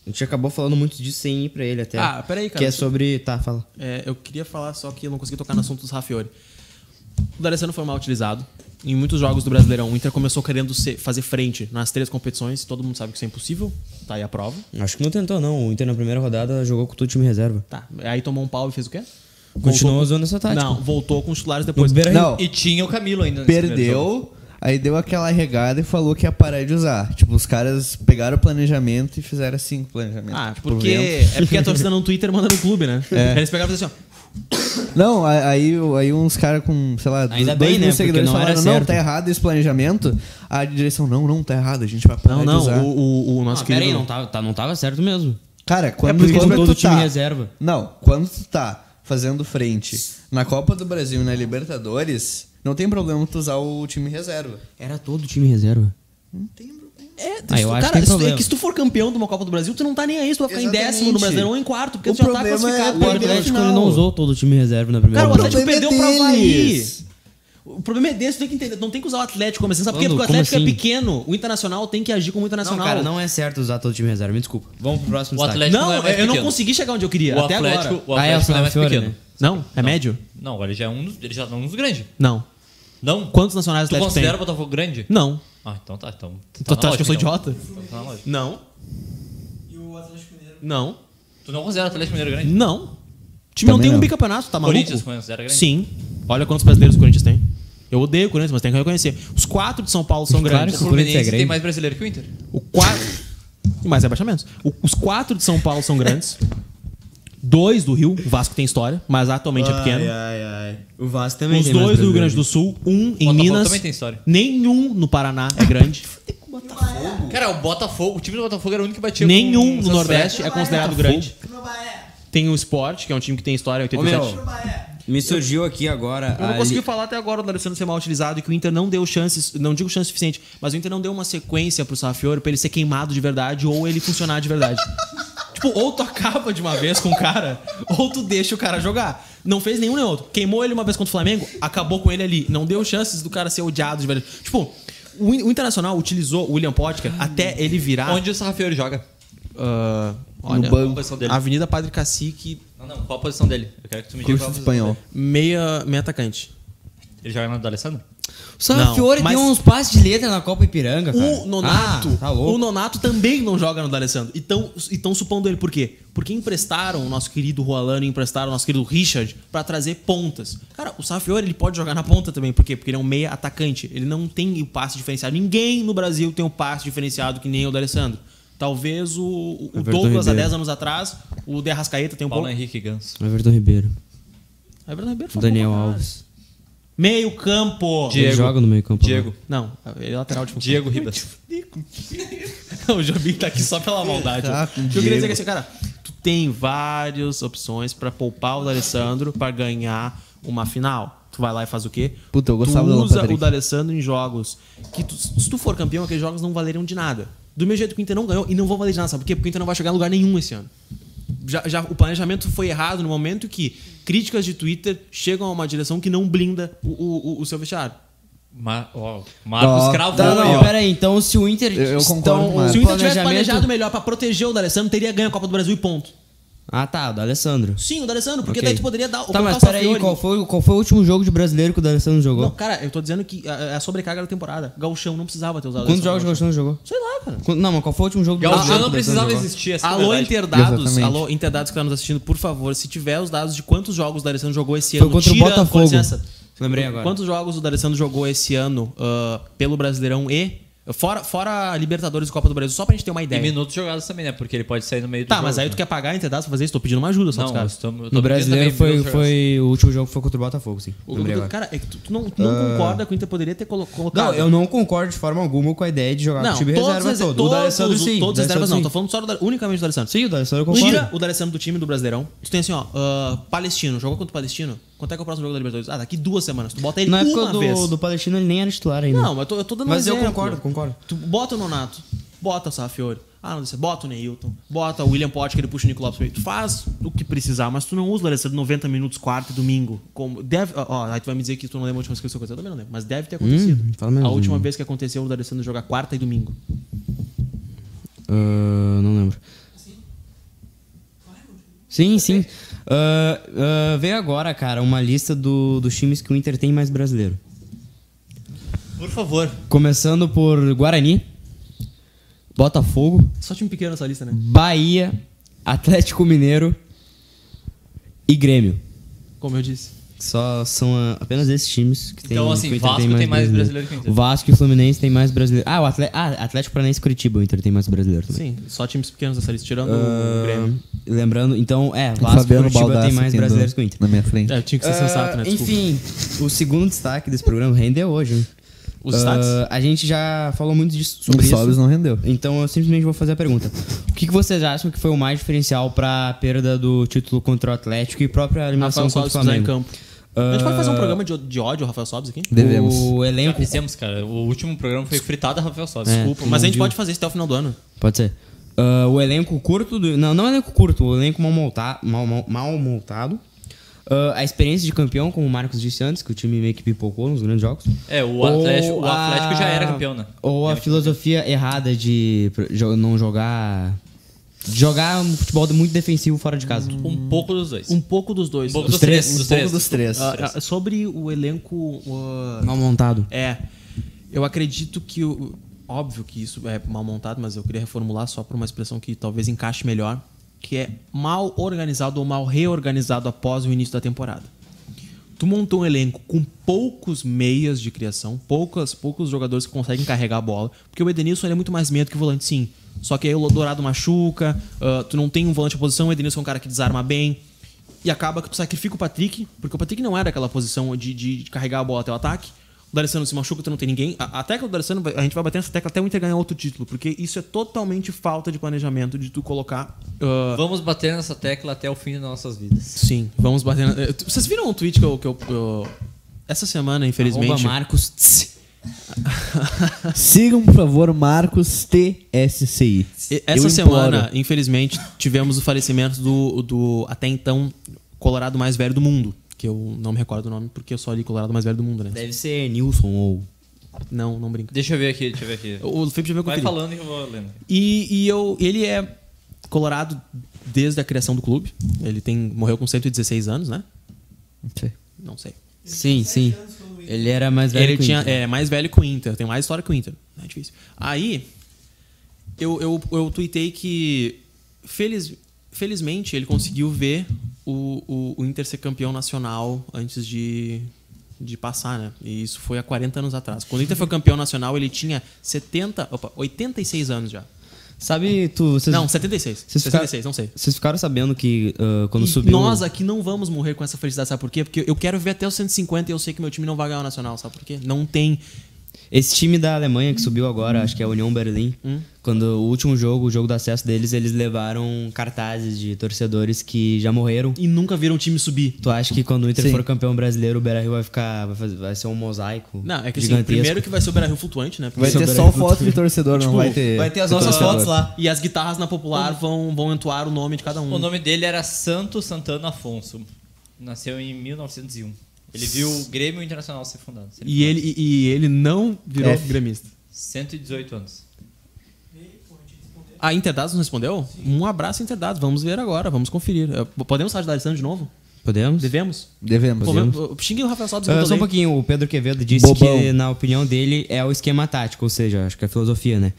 Speaker 1: A gente acabou falando muito disso sem ir pra ele até.
Speaker 2: Ah, peraí, cara.
Speaker 1: Que é sobre. Tá, fala.
Speaker 2: É, eu queria falar só que eu não consegui tocar no assunto dos Rafiori. O D'Alessandro foi mal utilizado. Em muitos jogos do Brasileirão, o Inter começou querendo ser- fazer frente nas três competições. Todo mundo sabe que isso é impossível. Tá aí a prova.
Speaker 1: Acho que não tentou, não. O Inter na primeira rodada jogou com o time reserva.
Speaker 2: Tá. Aí tomou um pau e fez o quê?
Speaker 1: Continuou
Speaker 2: Voltou-
Speaker 1: usando essa tática.
Speaker 2: Não, voltou com os titulares depois.
Speaker 1: No Beira-
Speaker 3: Não,
Speaker 5: E tinha o Camilo ainda. nesse primeiro jogo.
Speaker 3: perdeu, aí deu aquela regada e falou que ia parar de usar. Tipo, os caras pegaram o planejamento e fizeram assim com o planejamento.
Speaker 2: Ah,
Speaker 3: Tipo,
Speaker 2: porque.
Speaker 3: vento.
Speaker 2: É porque a torcida no Twitter manda no clube, né?
Speaker 1: É.
Speaker 2: Eles pegaram e fizeram assim, ó.
Speaker 3: Não, a- aí, aí uns caras com, sei lá,
Speaker 1: Ainda
Speaker 3: dois
Speaker 1: bem, né?
Speaker 3: mil
Speaker 1: Porque
Speaker 3: seguidores
Speaker 1: não era
Speaker 3: falaram, não,
Speaker 1: certo."
Speaker 3: tá errado esse planejamento. A direção, não, não, tá errado, a gente vai
Speaker 1: É
Speaker 3: parar
Speaker 2: Não,
Speaker 3: de usar.
Speaker 2: não, o, o, o nosso
Speaker 1: Ah, pera aí,
Speaker 2: querido.
Speaker 1: não tava, tá- não tava certo mesmo.
Speaker 3: Cara,
Speaker 1: por
Speaker 3: quando,
Speaker 1: isso que
Speaker 3: quando
Speaker 1: ele mudou
Speaker 3: tu
Speaker 1: do time
Speaker 3: tá-
Speaker 1: reserva.
Speaker 3: Não, quando tu tá fazendo frente na Copa do Brasil e na Libertadores, não tem problema tu usar o time reserva.
Speaker 1: Era todo time reserva.
Speaker 2: É,
Speaker 1: Ah, eu acho
Speaker 2: tu-
Speaker 1: que
Speaker 2: cara,
Speaker 1: tem
Speaker 2: se tu-
Speaker 1: problema.
Speaker 2: que se tu for campeão de uma Copa do Brasil, tu não tá nem aí, se tu vai ficar em
Speaker 3: Exatamente.
Speaker 2: décimo no Brasileiro ou em quarto, porque
Speaker 3: O
Speaker 2: tu já tá
Speaker 3: problema é
Speaker 2: classificado.
Speaker 1: O
Speaker 2: pra
Speaker 3: perder
Speaker 2: Libertadores.
Speaker 1: Atlético
Speaker 3: final.
Speaker 1: ele não usou todo o time reserva na primeira
Speaker 2: Cara, o
Speaker 1: rodada.
Speaker 2: Atlético
Speaker 3: problema é
Speaker 2: perdeu pra Havaí.
Speaker 3: deles.
Speaker 2: O problema é desse, tu tem que entender. Não tem que usar o Atlético como exemplo. Sabe por quê?
Speaker 1: Quando?
Speaker 2: Porque o Atlético
Speaker 1: Como
Speaker 2: é
Speaker 1: assim?
Speaker 2: pequeno. O Internacional tem que agir como internacional.
Speaker 1: Não, cara, não é certo usar todo o time reserva. Me desculpa. Vamos pro próximo
Speaker 5: O
Speaker 1: destaque.
Speaker 5: Atlético não,
Speaker 2: Não,
Speaker 5: é mais
Speaker 2: eu não
Speaker 5: pequeno.
Speaker 2: consegui chegar onde eu queria.
Speaker 5: O
Speaker 2: até
Speaker 5: Atlético,
Speaker 2: agora.
Speaker 5: o
Speaker 1: Ah, é,
Speaker 5: Atlético
Speaker 1: o
Speaker 5: não é mais
Speaker 1: Fiore,
Speaker 5: pequeno.
Speaker 1: né?
Speaker 2: Não? É médio?
Speaker 5: Não, agora ele já é um dos, ele já é um dos grandes.
Speaker 2: Não.
Speaker 5: Não?
Speaker 2: Quantos nacionais o
Speaker 5: Tu
Speaker 2: Atlético
Speaker 5: considera o
Speaker 2: tem?
Speaker 5: Botafogo grande?
Speaker 2: Não.
Speaker 5: Ah, então tá. Então, tá
Speaker 2: Tu-
Speaker 5: na
Speaker 2: tu acha que eu sou
Speaker 5: lógica,
Speaker 2: idiota?
Speaker 5: então. Tá na lógica.
Speaker 2: Não.
Speaker 4: E o Atlético Mineiro.
Speaker 2: Não.
Speaker 5: Tu não considera o Atlético Mineiro grande?
Speaker 2: Não. O time não
Speaker 3: Também
Speaker 2: tem um
Speaker 3: não.
Speaker 2: bicampeonato, tá maluco?
Speaker 5: Corinthians considera grande?
Speaker 2: Sim. Olha quantos brasileiros o Corinthians tem. Eu odeio o Corinthians, mas tem que reconhecer. Os quatro de São Paulo são
Speaker 1: Claro
Speaker 2: grandes.
Speaker 5: O
Speaker 1: que o
Speaker 5: Fluminense
Speaker 1: Corinthians é
Speaker 5: tem
Speaker 1: grande.
Speaker 5: mais brasileiro que o Inter.
Speaker 2: O quatro. E mais rebaixamentos. O- os quatro de São Paulo são grandes. Dois do Rio. O Vasco tem história, mas atualmente é pequeno.
Speaker 1: Ai, ai. O Vasco Ah, também
Speaker 2: Os
Speaker 1: tem mais
Speaker 2: dois do
Speaker 1: brasileiro.
Speaker 2: Rio Grande do Sul, um em
Speaker 5: Botafogo
Speaker 2: Minas.
Speaker 5: também tem história. Tipo,
Speaker 2: Nenhum no Paraná é grande.
Speaker 5: Cara, o Botafogo, o time do Botafogo era o único que batia
Speaker 2: Nenhum no
Speaker 5: com- com-
Speaker 2: Nordeste é considerado grande.
Speaker 4: Pro Bahia.
Speaker 2: Tem o Sport, que é um time que tem história,
Speaker 1: Ô,
Speaker 2: 87.
Speaker 1: meu,
Speaker 4: Pro Bahia.
Speaker 1: me surgiu aqui agora.
Speaker 2: Eu não
Speaker 1: a
Speaker 2: consegui
Speaker 1: li-
Speaker 2: falar até agora do Alessandro ser mal utilizado e que o Inter não deu chances, não digo chance suficiente, mas o Inter não deu uma sequência pro Sarrafiori pra ele ser queimado de verdade ou ele funcionar de verdade. Tipo, ou tu acaba de uma vez com o cara, ou tu deixa o cara jogar. Não fez nenhum nem outro. Queimou ele uma vez contra o Flamengo, acabou com ele ali. Não deu chances do cara ser odiado de verdade. Tipo, o, In- o Internacional utilizou o William Potker até ele virar.
Speaker 5: Onde o Sarrafiori joga?
Speaker 2: ah,
Speaker 5: No
Speaker 2: olha,
Speaker 5: banco. Posição dele.
Speaker 2: Avenida Padre Cacique,
Speaker 5: Não, não, qual a posição dele? Eu quero que tu me diga.
Speaker 3: Curso
Speaker 5: qual a
Speaker 3: de
Speaker 5: posição
Speaker 3: espanhol.
Speaker 2: meia, meia atacante.
Speaker 5: dele. Ele joga na do Alessandro?
Speaker 3: Tá
Speaker 1: O Sarrafiori
Speaker 2: Não, mas-
Speaker 1: deu uns passes de letra na Copa Ipiranga, cara.
Speaker 2: O Nonato,
Speaker 1: Ah, tá louco.
Speaker 2: o Nonato também não joga no D'Alessandro. E estão supondo ele por quê? Porque emprestaram o nosso querido Rualano, emprestaram o nosso querido Richard pra trazer pontas. Cara, o Safiori ele pode jogar na ponta também, por quê? Porque ele é um meia atacante. Ele não tem o passe diferenciado. Ninguém no Brasil tem o passe diferenciado que nem o D'Alessandro. Talvez
Speaker 1: É
Speaker 2: o, o- o
Speaker 1: Everton
Speaker 2: Douglas há
Speaker 1: Ribeiro.
Speaker 2: 10 anos atrás, o De Arrascaeta tem um
Speaker 5: Paulo
Speaker 2: pouco. É
Speaker 5: Henrique Ganso.
Speaker 1: Everton Ribeiro.
Speaker 2: Everton Ribeiro foi
Speaker 1: Daniel
Speaker 2: bom, cara.
Speaker 1: Alves.
Speaker 2: Meio campo.
Speaker 1: Ele joga no meio campo.
Speaker 5: Diego.
Speaker 2: Não, ele é lateral de função.
Speaker 5: Diego Ribas.
Speaker 2: o Jobim tá aqui só pela maldade.
Speaker 3: Exato,
Speaker 2: eu queria dizer que
Speaker 3: Diego.
Speaker 2: assim, cara, tu tem várias opções pra poupar o D'Alessandro pra ganhar uma final. Tu vai lá e faz o quê?
Speaker 3: Puta, eu gostava
Speaker 2: tu
Speaker 3: do Alan
Speaker 2: usa
Speaker 3: Patrick.
Speaker 2: o D'Alessandro em jogos que tu- se tu for campeão, aqueles jogos não valeriam de nada. Do mesmo jeito que o Inter não ganhou e não vão valer de nada, sabe por quê? Porque o Inter não vai chegar em lugar nenhum esse ano. Já, já o planejamento foi errado no momento que críticas de Twitter chegam a uma direção que não blinda o, o- o- o seu vestiário.
Speaker 5: Ma ó, Marcos
Speaker 3: Não,
Speaker 5: Cravou
Speaker 1: Tá,
Speaker 5: aí,
Speaker 1: não,
Speaker 5: ó.
Speaker 1: pera aí. Então, se o Inter...
Speaker 3: Eu- eu concordo
Speaker 1: então,
Speaker 3: com o Marcos.
Speaker 2: Se o Inter tivesse planejado
Speaker 1: planejamento...
Speaker 2: melhor pra proteger o D'Alessandro, teria ganho a Copa do Brasil e ponto.
Speaker 1: Ah, tá. O do Alessandro.
Speaker 2: Sim, o D'Alessandro, porque
Speaker 1: Ok.
Speaker 2: daí tu poderia dar
Speaker 1: Tá,
Speaker 2: colocar
Speaker 1: mas
Speaker 2: o
Speaker 1: pera aí.
Speaker 2: Safioli.
Speaker 1: Qual foi, qual foi o último jogo de brasileiro que o Alessandro jogou?
Speaker 2: Não, cara, eu tô dizendo que a, a sobrecarga da temporada. Galchão não precisava ter usado
Speaker 1: Quantos
Speaker 2: D'Alessandro
Speaker 1: jogos o Alessandro jogou?
Speaker 2: no Gauchão. Sei lá, cara.
Speaker 1: Quando- Não, mas qual foi o último jogo do
Speaker 5: Gauchão
Speaker 2: Ah,
Speaker 1: brasileiro
Speaker 5: não
Speaker 1: que o Alessandro
Speaker 5: precisava
Speaker 1: jogou?
Speaker 5: existir, essa é a
Speaker 2: Alô,
Speaker 5: verdade.
Speaker 2: Interdados.
Speaker 3: Exatamente.
Speaker 2: Alô, Interdados que tá nos assistindo, por favor, se tiver os dados de quantos jogos o D'Alessandro jogou esse
Speaker 1: Foi
Speaker 2: ano.
Speaker 1: contra o
Speaker 2: tira,
Speaker 1: Botafogo.
Speaker 2: Com licença.
Speaker 1: Lembrei agora.
Speaker 2: Quantos jogos o D'Alessandro jogou esse ano ah, pelo Brasileirão e... Fora, fora Libertadores e Copa do Brasil, só pra gente ter uma
Speaker 5: E
Speaker 2: ideia.
Speaker 5: minutos jogados também, né? Porque ele pode sair no meio do
Speaker 2: Tá,
Speaker 5: jogo,
Speaker 2: mas aí
Speaker 5: né?
Speaker 2: tu quer pagar a Interdados pra fazer isso? Tô pedindo uma ajuda só
Speaker 5: Não,
Speaker 2: pros
Speaker 5: eu
Speaker 2: caras.
Speaker 5: tô- eu tô pedindo
Speaker 1: No brasileiro
Speaker 5: também
Speaker 1: foi,
Speaker 5: minutos jogados.
Speaker 1: foi... O último jogo foi contra o Botafogo, sim.
Speaker 2: O-
Speaker 1: Lembrei
Speaker 2: o-
Speaker 1: agora.
Speaker 2: Cara, é que tu, tu não, tu não concorda que o Inter poderia ter colo- colocado.
Speaker 1: Ah. Não, eu não concordo de forma alguma com a ideia de jogar com
Speaker 2: Não,
Speaker 1: o time
Speaker 2: todos
Speaker 1: reserva
Speaker 2: os-
Speaker 1: todo.
Speaker 2: Todos,
Speaker 1: o D'Alessandro
Speaker 2: os-
Speaker 1: sim.
Speaker 2: Todos as
Speaker 1: o
Speaker 2: reservas
Speaker 1: D'Alessandro,
Speaker 2: não, tô
Speaker 1: sim.
Speaker 2: falando só do, unicamente do Alessandro.
Speaker 1: Sim, o D'Alessandro eu concordo.
Speaker 2: Tira o D'Alessandro do time do Brasileirão. Tu tem assim, ó, ah, Palestino, jogou contra o Palestino? Quanto é que é o próximo jogo da Libertadores? Ah, daqui duas semanas. Tu bota ele
Speaker 1: Na época
Speaker 2: uma
Speaker 1: do,
Speaker 2: vez.
Speaker 1: do Palestino ele nem era titular ainda.
Speaker 2: Não, mas eu tô, eu tô dando um
Speaker 1: Mas eu
Speaker 2: exemplo.
Speaker 1: concordo, concordo.
Speaker 2: Tu bota o Nonato, bota o Safiori. Ah, não, você bota o Neilton, bota o William Potker, ele puxa o Nico Lopes. pro meio. Tu faz o que precisar, mas tu não usa o Alessandro 90 minutos, quarto e domingo. Como deve, ó, ó, aí tu vai me dizer que tu não lembra a última vez que isso aconteceu. Eu também não lembro, mas deve ter acontecido.
Speaker 1: fala mais
Speaker 2: a
Speaker 1: um.
Speaker 2: última vez que aconteceu o Alessandro jogar quarta e domingo.
Speaker 1: Ah, não lembro. Sim, sim. Ah, ah, veio agora, cara, uma lista do, dos times que o Inter tem mais brasileiro.
Speaker 5: Por favor.
Speaker 1: Começando por Guarani, Botafogo,
Speaker 2: Só time pequeno nessa lista, né?
Speaker 1: Bahia, Atlético Mineiro e Grêmio.
Speaker 2: Como eu disse.
Speaker 1: Só são ah, apenas esses times que tem
Speaker 5: Então, assim,
Speaker 1: que o Inter
Speaker 5: Vasco tem mais brasileiro que o Inter.
Speaker 1: O Vasco e o Fluminense tem mais brasileiro. Ah, o Atle- ah, Atlético Paranaense e Curitiba, o Inter tem mais brasileiro também.
Speaker 2: Sim, só times pequenos nessa lista, tirando
Speaker 1: Ah,
Speaker 2: o Grêmio.
Speaker 1: Lembrando, então, é,
Speaker 3: O
Speaker 1: Vasco e
Speaker 3: Fabiano então.
Speaker 1: Curitiba
Speaker 3: Baldassi
Speaker 1: tem mais
Speaker 3: tendo
Speaker 1: brasileiros que o Inter.
Speaker 3: Na minha frente.
Speaker 2: É, tinha que ser sensato, né?
Speaker 1: Ah,
Speaker 2: Desculpa.
Speaker 1: Enfim, o segundo destaque desse programa rendeu hoje. hein?
Speaker 2: Os destaques?
Speaker 1: Ah, a gente já falou muito disso
Speaker 3: O
Speaker 1: sobre
Speaker 3: Sobis
Speaker 1: isso.
Speaker 3: não rendeu.
Speaker 1: Então eu simplesmente vou fazer a pergunta. O que, que vocês acham que foi o mais diferencial pra perda do título contra o Atlético e própria eliminação
Speaker 2: Rafael
Speaker 1: contra o
Speaker 2: Sobis pisar em
Speaker 1: Flamengo? Ah,
Speaker 2: campo. A gente pode fazer um programa de, de ódio ao Rafael Sobis aqui?
Speaker 3: Devemos.
Speaker 1: O
Speaker 5: Já
Speaker 1: elenco
Speaker 5: fizemos, cara. O último programa foi fritada Rafael Sosa.
Speaker 1: um- É.
Speaker 2: Desculpa, mas a gente pode fazer isso até o final do ano.
Speaker 1: Pode ser. Ah, o elenco curto do. Não, não o elenco curto, o elenco mal, monta... mal, mal, mal montado. Ah, a experiência de campeão, como o Marcos disse antes, que o time meio que pipocou nos grandes jogos.
Speaker 5: É, o
Speaker 1: Ou
Speaker 5: Atlético, o
Speaker 1: a-
Speaker 5: Atlético já era campeão, né?
Speaker 1: Ou a filosofia errada de pro- jo- não jogar. de Jogar um futebol de- muito defensivo fora de casa.
Speaker 5: Um pouco dos dois.
Speaker 2: Um pouco dos dois.
Speaker 5: Um pouco
Speaker 2: Os
Speaker 5: dos
Speaker 2: três.
Speaker 5: três. Dos
Speaker 3: um pouco
Speaker 5: três.
Speaker 3: dos três.
Speaker 2: Ah, ah, sobre o elenco. ah,
Speaker 1: Mal montado.
Speaker 2: É. Eu acredito que. o- Óbvio que isso é mal montado, mas eu queria reformular só por uma expressão que talvez encaixe melhor, que é mal organizado ou mal reorganizado após o início da temporada. Tu montou um elenco com poucos meias de criação, poucas, poucos jogadores que conseguem carregar a bola, porque o Edenilson ele é muito mais meia do que o volante, sim. Só que aí o Dourado machuca, ah, tu não tem um volante à posição, o Edenilson é um cara que desarma bem, e acaba que tu sacrifica o Patrick, porque o Patrick não era aquela posição de, de- de carregar a bola até o ataque. O D'Alessandro se machuca, tu não tem ninguém. A, a tecla do D'Alessandro, vai- a gente vai bater nessa tecla até o Inter ganhar outro título, porque isso é totalmente falta de planejamento de tu colocar... ah,
Speaker 5: Vamos bater nessa tecla até o fim das nossas vidas.
Speaker 2: Sim, vamos bater na... eh, tu- Vocês viram um tweet que eu... que eu- eu- essa semana, infelizmente...
Speaker 1: Arroba Marcos. tss.
Speaker 3: Sigam, por favor, Marcos TSCI.
Speaker 2: E-
Speaker 3: Eu
Speaker 2: Essa
Speaker 3: imploro.
Speaker 2: semana, infelizmente, tivemos o falecimento do, do até então Colorado mais velho do mundo. Que eu não me recordo o nome porque eu só li Colorado mais velho do mundo, né?
Speaker 1: Deve ser Nilson ou.
Speaker 2: Não, não brinca.
Speaker 5: Deixa eu ver aqui, deixa eu ver aqui.
Speaker 2: O Felipe já viu o que eu
Speaker 5: Vai
Speaker 2: queria.
Speaker 5: falando que eu vou lendo.
Speaker 2: E, e eu, ele é colorado desde a criação do clube. Ele tem morreu com 116 anos, né? Não sei.
Speaker 1: Sim, sim. Ele era mais velho
Speaker 2: ele
Speaker 1: que o
Speaker 2: tinha,
Speaker 1: Inter.
Speaker 2: é mais velho que o Inter, tem mais história que o Inter. É difícil. Aí, eu, eu, eu tuitei que, feliz, felizmente, ele conseguiu ver o, o, o Inter ser campeão nacional antes de, de passar, né? E isso foi há 40 anos atrás. Quando o Inter foi campeão nacional, ele tinha 70, opa, 86 anos já.
Speaker 1: Sabe, tu. Vocês,
Speaker 2: Não, 76.
Speaker 1: vocês ficaram-
Speaker 2: 76, não sei.
Speaker 1: vocês ficaram sabendo que ah, quando
Speaker 2: E
Speaker 1: subiu.
Speaker 2: Nós aqui não vamos morrer com essa felicidade, sabe por quê? Porque eu quero ver até os 150 e eu sei que meu time não vai ganhar o Nacional, sabe por quê? Não tem.
Speaker 1: Esse time da Alemanha que subiu agora, acho que é a União Berlim,
Speaker 2: Hum.
Speaker 1: quando o último jogo, o jogo do acesso deles, eles levaram cartazes de torcedores que já morreram.
Speaker 2: E nunca viram um time subir.
Speaker 1: Tu acha que quando o Inter
Speaker 3: Sim.
Speaker 1: for campeão brasileiro, o Beira Rio vai ficar. Vai, fazer- vai ser um mosaico?
Speaker 2: Não, é que assim,
Speaker 1: gigantesco?
Speaker 2: primeiro que vai ser o Beira-Rio flutuante, né?
Speaker 3: Vai
Speaker 2: Porque-
Speaker 3: ter só foto de torcedor, não
Speaker 2: Tipo,
Speaker 3: vai ter.
Speaker 6: Vai ter as nossas fotos lá.
Speaker 2: E as guitarras na popular vão, vão entoar Uhum. o nome de cada um.
Speaker 5: O nome dele era Santo Santana Afonso. Nasceu em 1901. Ele viu o Grêmio Internacional ser fundado. Ser
Speaker 2: E ele, e, e ele não
Speaker 1: É.
Speaker 2: virou
Speaker 3: F.
Speaker 2: gremista.
Speaker 5: 118 anos.
Speaker 2: A Interdados nos respondeu? Um abraço, Interdados. Vamos ver agora, vamos conferir. Eh, Podemos falar de Daristan de novo?
Speaker 1: Podemos?
Speaker 2: Devemos?
Speaker 3: Devemos.
Speaker 2: Pô, Xinguei o Rafael Sobes.
Speaker 1: Ah,
Speaker 2: eu
Speaker 1: só
Speaker 2: tô
Speaker 1: um
Speaker 2: bem.
Speaker 1: pouquinho, o Pedro Quevedo disse
Speaker 3: Bobão.
Speaker 1: que, na opinião dele, é o esquema tático, ou seja, acho que é a filosofia, né?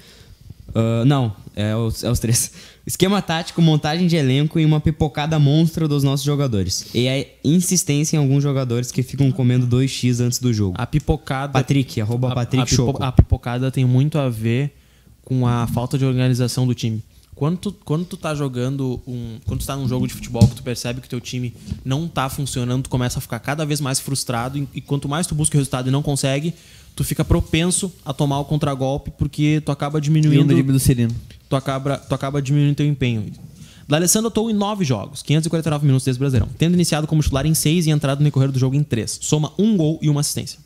Speaker 1: Ah, não, é os, é os três. Esquema tático, montagem de elenco e uma pipocada monstra dos nossos jogadores. E a insistência em alguns jogadores que ficam comendo 2x antes do jogo.
Speaker 2: A pipocada.
Speaker 1: Patrick, arroba Patrick
Speaker 2: a, pipo-
Speaker 1: Choco.
Speaker 2: a pipocada tem muito a ver com a falta de organização do time. Quando tu, quando tu tá jogando um. Quando tu tá num jogo de futebol que tu percebe que teu time não tá funcionando, tu começa a ficar cada vez mais frustrado. E, e quanto mais tu busca o resultado e não consegue, tu fica propenso a tomar o contragolpe, porque tu acaba
Speaker 3: E um
Speaker 2: diminuindo
Speaker 3: drible do Cirino.
Speaker 2: tu acaba, tu acaba diminuindo teu empenho. D'Alessandro atuou em 9 jogos, 549 minutos desde o Brasileirão, tendo iniciado como titular em 6 e entrado no decorrer do jogo em 3. Soma um gol e uma assistência.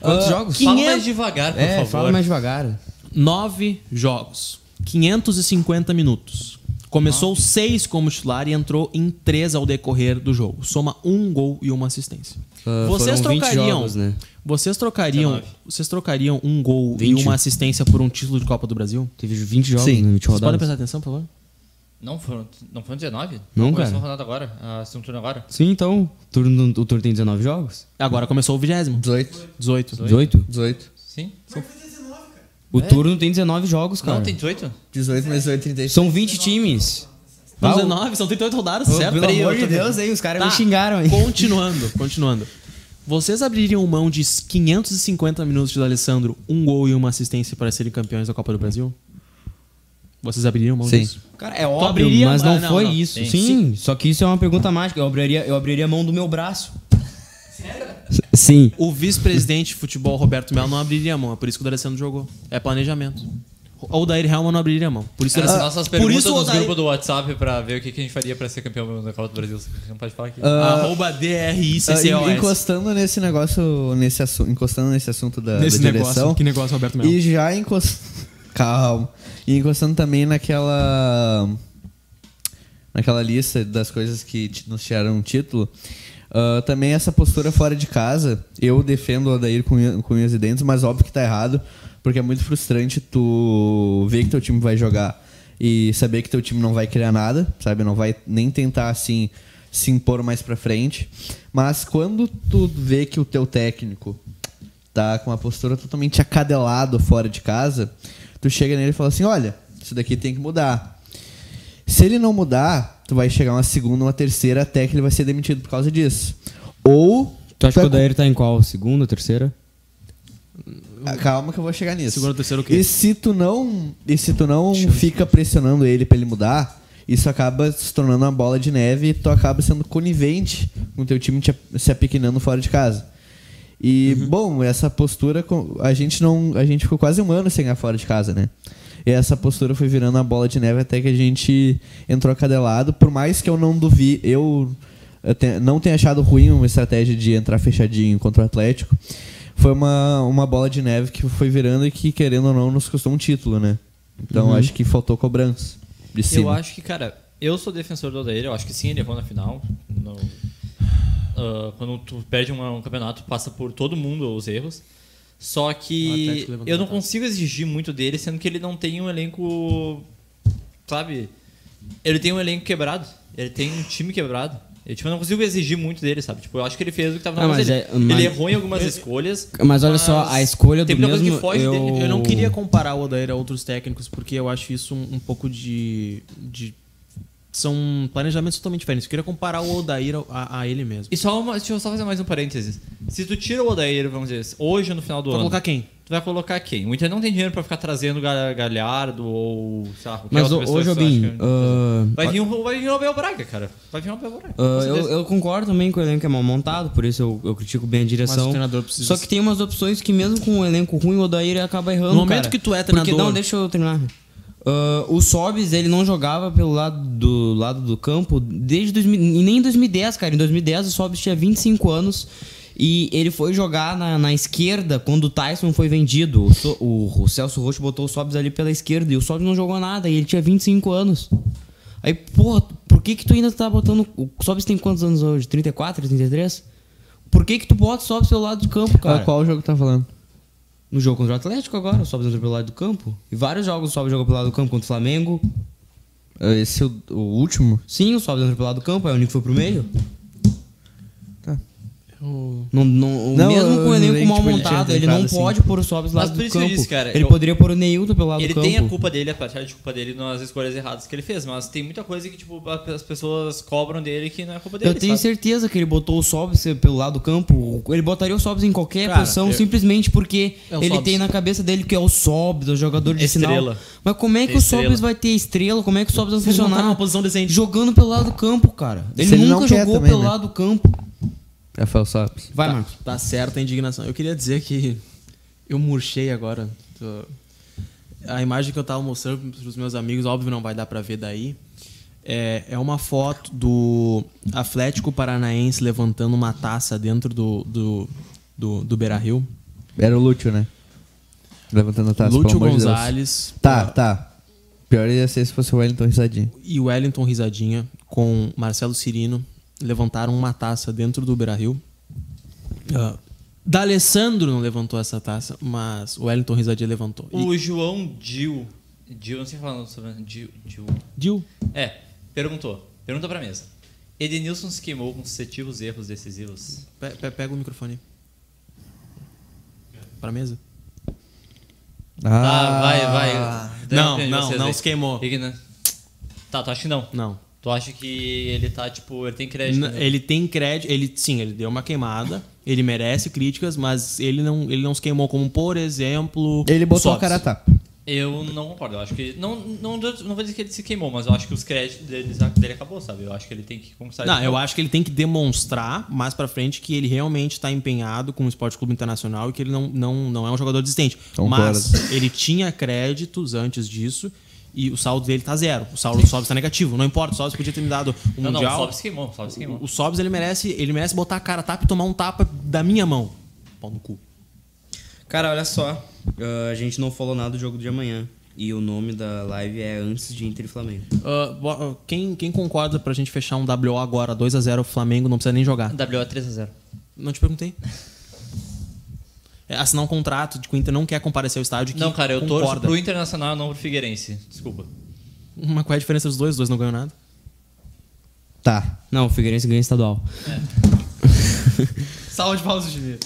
Speaker 1: Quantos
Speaker 2: Ah,
Speaker 1: jogos?
Speaker 5: Fala
Speaker 2: 500
Speaker 5: mais devagar, por
Speaker 1: é,
Speaker 5: favor.
Speaker 1: fala mais devagar.
Speaker 2: 9 jogos, 550 minutos. Começou 6 como titular e entrou em 3 ao decorrer do jogo. Soma um gol e uma assistência.
Speaker 1: Ah,
Speaker 2: vocês
Speaker 1: foram 20
Speaker 2: trocariam,
Speaker 1: jogos, né?
Speaker 2: vocês trocariam, vocês trocariam um gol
Speaker 1: 20.
Speaker 2: e uma assistência por um título de Copa do Brasil?
Speaker 1: Teve 20 jogos,
Speaker 3: Sim.
Speaker 1: né? 20
Speaker 2: Vocês podem
Speaker 1: rodadas.
Speaker 2: prestar atenção, por favor?
Speaker 5: Não foram, não foram 19?
Speaker 1: Não,
Speaker 5: Começou
Speaker 1: cara.
Speaker 5: o Ronaldo agora, Ah, a segundo turno agora.
Speaker 1: Sim, então, o turno, o turno tem 19 jogos?
Speaker 2: Agora começou o vigésimo.
Speaker 6: 18.
Speaker 2: 18.
Speaker 1: 18?
Speaker 6: 18.
Speaker 5: Sim.
Speaker 1: O turno tem 19 jogos, cara.
Speaker 5: Não, tem 18?
Speaker 6: 18 mais 18, 36.
Speaker 1: São 20 times.
Speaker 2: São
Speaker 1: Bah,
Speaker 2: 19, são 38 rodadas,
Speaker 1: Certo?
Speaker 2: certo? Peraí, eu tô-
Speaker 1: aí, os caras
Speaker 2: Tá, Continuando, continuando. Vocês abririam mão de 550 minutos de Alessandro, um gol e uma assistência para serem campeões da Copa do Brasil? Vocês abririam mão
Speaker 3: Sim.
Speaker 2: disso?
Speaker 1: Cara, é
Speaker 2: Tu
Speaker 1: óbvio,
Speaker 2: abriria-
Speaker 1: mas não,
Speaker 2: Ah, não,
Speaker 1: foi
Speaker 2: não.
Speaker 1: isso.
Speaker 5: Sim.
Speaker 1: Sim, só que isso é uma pergunta mágica. Eu abriria, eu abriria a mão do meu braço. Sim.
Speaker 2: O vice-presidente de futebol, Roberto Melo, não abriria a mão. É por isso que o Alessandro jogou. É planejamento. Ou o Dair Helman não abriria a mão. Por isso,
Speaker 5: Cara,
Speaker 2: D'Alessandro-
Speaker 5: as nossas
Speaker 2: por
Speaker 5: perguntas
Speaker 2: isso o
Speaker 5: nos
Speaker 2: Odair-
Speaker 5: grupos do WhatsApp pra ver o que, que a gente faria pra ser campeão da Copa do Brasil. Você não pode falar aqui.
Speaker 2: Arroba é
Speaker 3: Ah, en-
Speaker 2: DRICCOS.
Speaker 3: encostando nesse negócio, nesse assunto, encostando nesse assunto da,
Speaker 2: Nesse
Speaker 3: da
Speaker 2: negócio.
Speaker 3: direção.
Speaker 2: Que é negócio, Roberto Melo?
Speaker 3: E já encostando. Calma. E encostando também naquela. Naquela lista das coisas que ti- nos tiraram um título. ah, também essa postura fora de casa. Eu defendo o Adair com, unha- com unhas e dentes, mas óbvio que tá errado. Porque é muito frustrante tu ver que teu time vai jogar e saber que teu time não vai criar nada, sabe? Não vai nem tentar assim se impor mais pra frente. Mas quando tu vê que o teu técnico tá com uma postura totalmente acadelado fora de casa, tu chega nele e fala assim, olha, isso daqui tem que mudar. Se ele não mudar, tu vai chegar uma segunda, uma terceira, até que ele vai ser demitido por causa disso. Ou...
Speaker 1: Tu acha que o
Speaker 3: vai-
Speaker 1: Daíro tá em qual? Segunda, terceira?
Speaker 3: Ah, Calma que eu vou chegar nisso.
Speaker 2: Segunda, terceira, o quê?
Speaker 3: E se tu não, e se tu não fica pressionando ele pra ele mudar, isso acaba se tornando uma bola de neve e tu acaba sendo conivente com o teu time te- se apequenando fora de casa. E
Speaker 2: Uhum.
Speaker 3: bom, essa postura com- a gente não, a gente ficou quase um ano sem ganhar fora de casa, né? E essa postura foi virando uma bola de neve até que a gente entrou cadelado, por mais que eu não duvi, eu eu te- não tenho achado ruim uma estratégia de entrar fechadinho contra o Atlético. foi uma, uma bola de neve que foi virando e que, querendo ou não, nos custou um título, né? Então acho que faltou cobrança de cima.
Speaker 5: Eu acho que, cara, eu sou defensor do Odair, eu acho que sim, ele errou na final. No- Ah, quando tu perde uma- um campeonato, passa por todo mundo os erros. Só
Speaker 2: O
Speaker 5: que
Speaker 2: Atlético levantou
Speaker 5: eu não
Speaker 2: a taça.
Speaker 5: consigo exigir muito dele, sendo que ele não tem um elenco. Sabe? Ele tem um elenco quebrado. Ele tem um time quebrado. Eu, tipo, eu não consigo exigir muito dele, sabe? Tipo, eu acho que ele fez o que tava na
Speaker 1: Ah,
Speaker 5: mão
Speaker 1: mas
Speaker 5: dele.
Speaker 1: é- mas-
Speaker 5: Ele errou em algumas escolhas.
Speaker 1: Mas olha só,
Speaker 5: mas
Speaker 1: a escolha
Speaker 5: tem
Speaker 1: do
Speaker 5: muita coisa
Speaker 1: mesmo...
Speaker 5: que foge
Speaker 1: eu...
Speaker 5: dele.
Speaker 2: Eu não queria comparar o Odair a outros técnicos, porque eu acho isso um, um pouco de, de- São planejamentos totalmente diferentes. Eu queria comparar o Odair a- a, a ele mesmo.
Speaker 5: E só uma, deixa eu só fazer mais um parênteses. Se tu tira o Odair, vamos dizer, hoje no final
Speaker 1: Tá
Speaker 5: do
Speaker 2: Pra
Speaker 5: ano,
Speaker 2: colocar quem?
Speaker 5: tu vai colocar quem? O Inter não tem dinheiro pra ficar trazendo Ga- Galhardo ou, sei lá, qualquer
Speaker 1: Mas,
Speaker 5: outra
Speaker 1: ô,
Speaker 5: pessoa
Speaker 1: ô
Speaker 5: que tu
Speaker 1: Jobim,
Speaker 5: acha que-
Speaker 1: ah,
Speaker 5: Vai vir, um, vai vir o Abel Braga, cara. Vai vir o Abel Braga.
Speaker 1: ah, eu, eu concordo também que o elenco é mal montado, por isso eu, eu critico bem a
Speaker 2: Mas o
Speaker 1: direção.
Speaker 2: treinador precisa.
Speaker 1: Só que tem umas opções que mesmo com um elenco ruim, o Odair acaba errando,
Speaker 2: No momento
Speaker 1: cara.
Speaker 2: que tu é
Speaker 1: Porque,
Speaker 2: treinador-
Speaker 1: não, deixa eu terminar. Ah, o Sobis, ele não jogava pelo lado do, lado do campo desde 2000, e nem em 2010, cara. Em 2010 o Sobis tinha 25 anos e ele foi jogar na, na esquerda quando o Tyson foi vendido. O, So- o- o Celso Rocha botou o Sobis ali pela esquerda e o Sobis não jogou nada e ele tinha 25 anos. Aí, porra, por que que tu ainda tá botando... O Sobis tem quantos anos hoje? 34, 33? Por que que tu bota o Sobis pelo lado do campo, cara?
Speaker 3: Ah, Qual jogo tá falando?
Speaker 1: No jogo contra o Atlético agora, o Sobs entrou pelo lado do campo. E vários jogos o Sobs jogou pelo lado do campo contra o Flamengo. Eh,
Speaker 3: Ah, Esse é o, o último?
Speaker 1: Sim, o Sobs entrou pelo lado do campo, é o único que foi pro meio.
Speaker 3: Tá.
Speaker 1: Não, não, o
Speaker 3: Não,
Speaker 1: mesmo
Speaker 3: eu
Speaker 1: com o elenco
Speaker 3: lembrei,
Speaker 1: mal
Speaker 3: tipo, ele tinha
Speaker 1: montado, ele
Speaker 3: entrado
Speaker 1: não
Speaker 3: assim.
Speaker 1: pode pôr o Sobs
Speaker 5: Mas
Speaker 1: lado
Speaker 5: por
Speaker 1: do
Speaker 5: isso que eu
Speaker 1: campo.
Speaker 5: disse, cara,
Speaker 1: ele
Speaker 5: eu-
Speaker 1: poderia pôr o Neilton pelo lado
Speaker 5: Ele
Speaker 1: do campo.
Speaker 5: tem a culpa dele, a parcela de culpa dele nas escolhas erradas que ele fez, mas tem muita coisa que, tipo, as pessoas cobram dele que não é culpa dele.
Speaker 1: Eu tenho
Speaker 5: sabe?
Speaker 1: certeza que ele botou o Sobs pelo lado do campo. Ele botaria o Sobs em qualquer
Speaker 2: Cara,
Speaker 1: posição
Speaker 2: eu-
Speaker 1: simplesmente porque
Speaker 2: É o
Speaker 1: ele
Speaker 2: Sobs.
Speaker 1: tem na cabeça dele que é o Sobs, o jogador de sinal.
Speaker 5: Estrela.
Speaker 1: Mas como é que
Speaker 5: Tem
Speaker 1: o
Speaker 5: estrela.
Speaker 1: Sobs vai ter estrela? Como é que o Sobs vai
Speaker 2: Vocês não tá
Speaker 1: funcionar?
Speaker 2: numa posição decente.
Speaker 1: Jogando pelo lado do campo, cara. Ele,
Speaker 3: Se ele
Speaker 1: nunca
Speaker 3: não quer
Speaker 1: jogou
Speaker 3: também,
Speaker 1: pelo
Speaker 3: né?
Speaker 1: lado do campo.
Speaker 3: Rafael Sobis.
Speaker 1: Vai,
Speaker 2: tá,
Speaker 1: Marcos.
Speaker 2: Tá certa a indignação. Eu queria dizer que eu murchei agora. Tô- A imagem que eu tava mostrando pros meus amigos, óbvio não vai dar pra ver daí. É, é uma foto do Atlético Paranaense levantando uma taça dentro do, do, do, do Beira Rio.
Speaker 3: Era o Lúcio, né? Levantando a taça,
Speaker 2: Lúcio
Speaker 3: Tá, pelo amor de Deus.
Speaker 2: Gonzalez.
Speaker 3: Tá, tá. Pior ia ser se fosse o Wellington risadinho.
Speaker 2: e Wellington Risadinha com Marcelo Cirino levantaram uma taça dentro do Beira-Rio. Ah, D'Alessandro não levantou essa taça, mas o Wellington Risadinha levantou. E-
Speaker 5: O João Dil. Dil, não sei falar o nome sobre Dil. Dil.
Speaker 2: Dil,
Speaker 5: É, perguntou. Pergunta pra mesa. Edenilson se queimou com suscetivos erros decisivos.
Speaker 2: pe- pe- pega o microfone. Pra mesa.
Speaker 3: Ah,
Speaker 5: Tá, vai, vai. Deu
Speaker 2: Ah, Não,
Speaker 5: pra
Speaker 2: não,
Speaker 5: vocês
Speaker 2: não
Speaker 5: aí.
Speaker 2: se queimou.
Speaker 5: Igna- Tá, tu acha que não?
Speaker 2: Não.
Speaker 5: Tu acha que ele tá, tipo, ele tem crédito?
Speaker 2: N-
Speaker 5: né?
Speaker 2: Ele tem crédito, ele sim, ele deu uma queimada, ele merece críticas, mas ele não, ele não se queimou como, por exemplo,
Speaker 3: Ele botou a
Speaker 2: Sobs.
Speaker 3: cara a tapa.
Speaker 5: Eu não concordo. Eu acho que. Não, não, não vou dizer que ele se queimou, mas eu acho que os créditos dele, dele acabou, sabe? Eu acho que ele tem que conquistar
Speaker 2: Não, é
Speaker 5: isso.
Speaker 2: eu acho que ele tem que demonstrar mais pra frente que ele realmente está empenhado com o Esporte Clube Internacional e que ele não, não, não é um jogador desistente.
Speaker 3: Concordo.
Speaker 2: Mas ele tinha créditos antes disso e o saldo dele tá zero. O saldo do Sobs tá negativo. Não importa, o Sobs podia ter me dado um
Speaker 5: Não, não, o
Speaker 2: mundial.
Speaker 5: Sobs queimou, o Sobs queimou.
Speaker 2: o Sobs ele merece, ele merece botar a cara a tapa e tomar um tapa da minha mão. Pau no cu.
Speaker 1: Cara, olha só. Ah, a gente não falou nada do jogo de amanhã. E o nome da live é Antes de Inter e Flamengo.
Speaker 2: Ah, bo- ah, quem, quem concorda pra gente fechar um WO agora, 2x0 Flamengo, não precisa nem jogar?
Speaker 5: WO 3x0.
Speaker 2: Não te perguntei. É, assinar um contrato de que o Inter não quer comparecer ao estádio que
Speaker 5: Não, cara, eu torço
Speaker 2: concorda.
Speaker 5: pro Internacional, não pro Figueirense. Desculpa.
Speaker 2: Mas qual é a diferença dos dois? Os dois não ganham nada.
Speaker 3: Tá.
Speaker 1: Não, o Figueirense ganha estadual.
Speaker 5: Salva de pausa, Jimmy.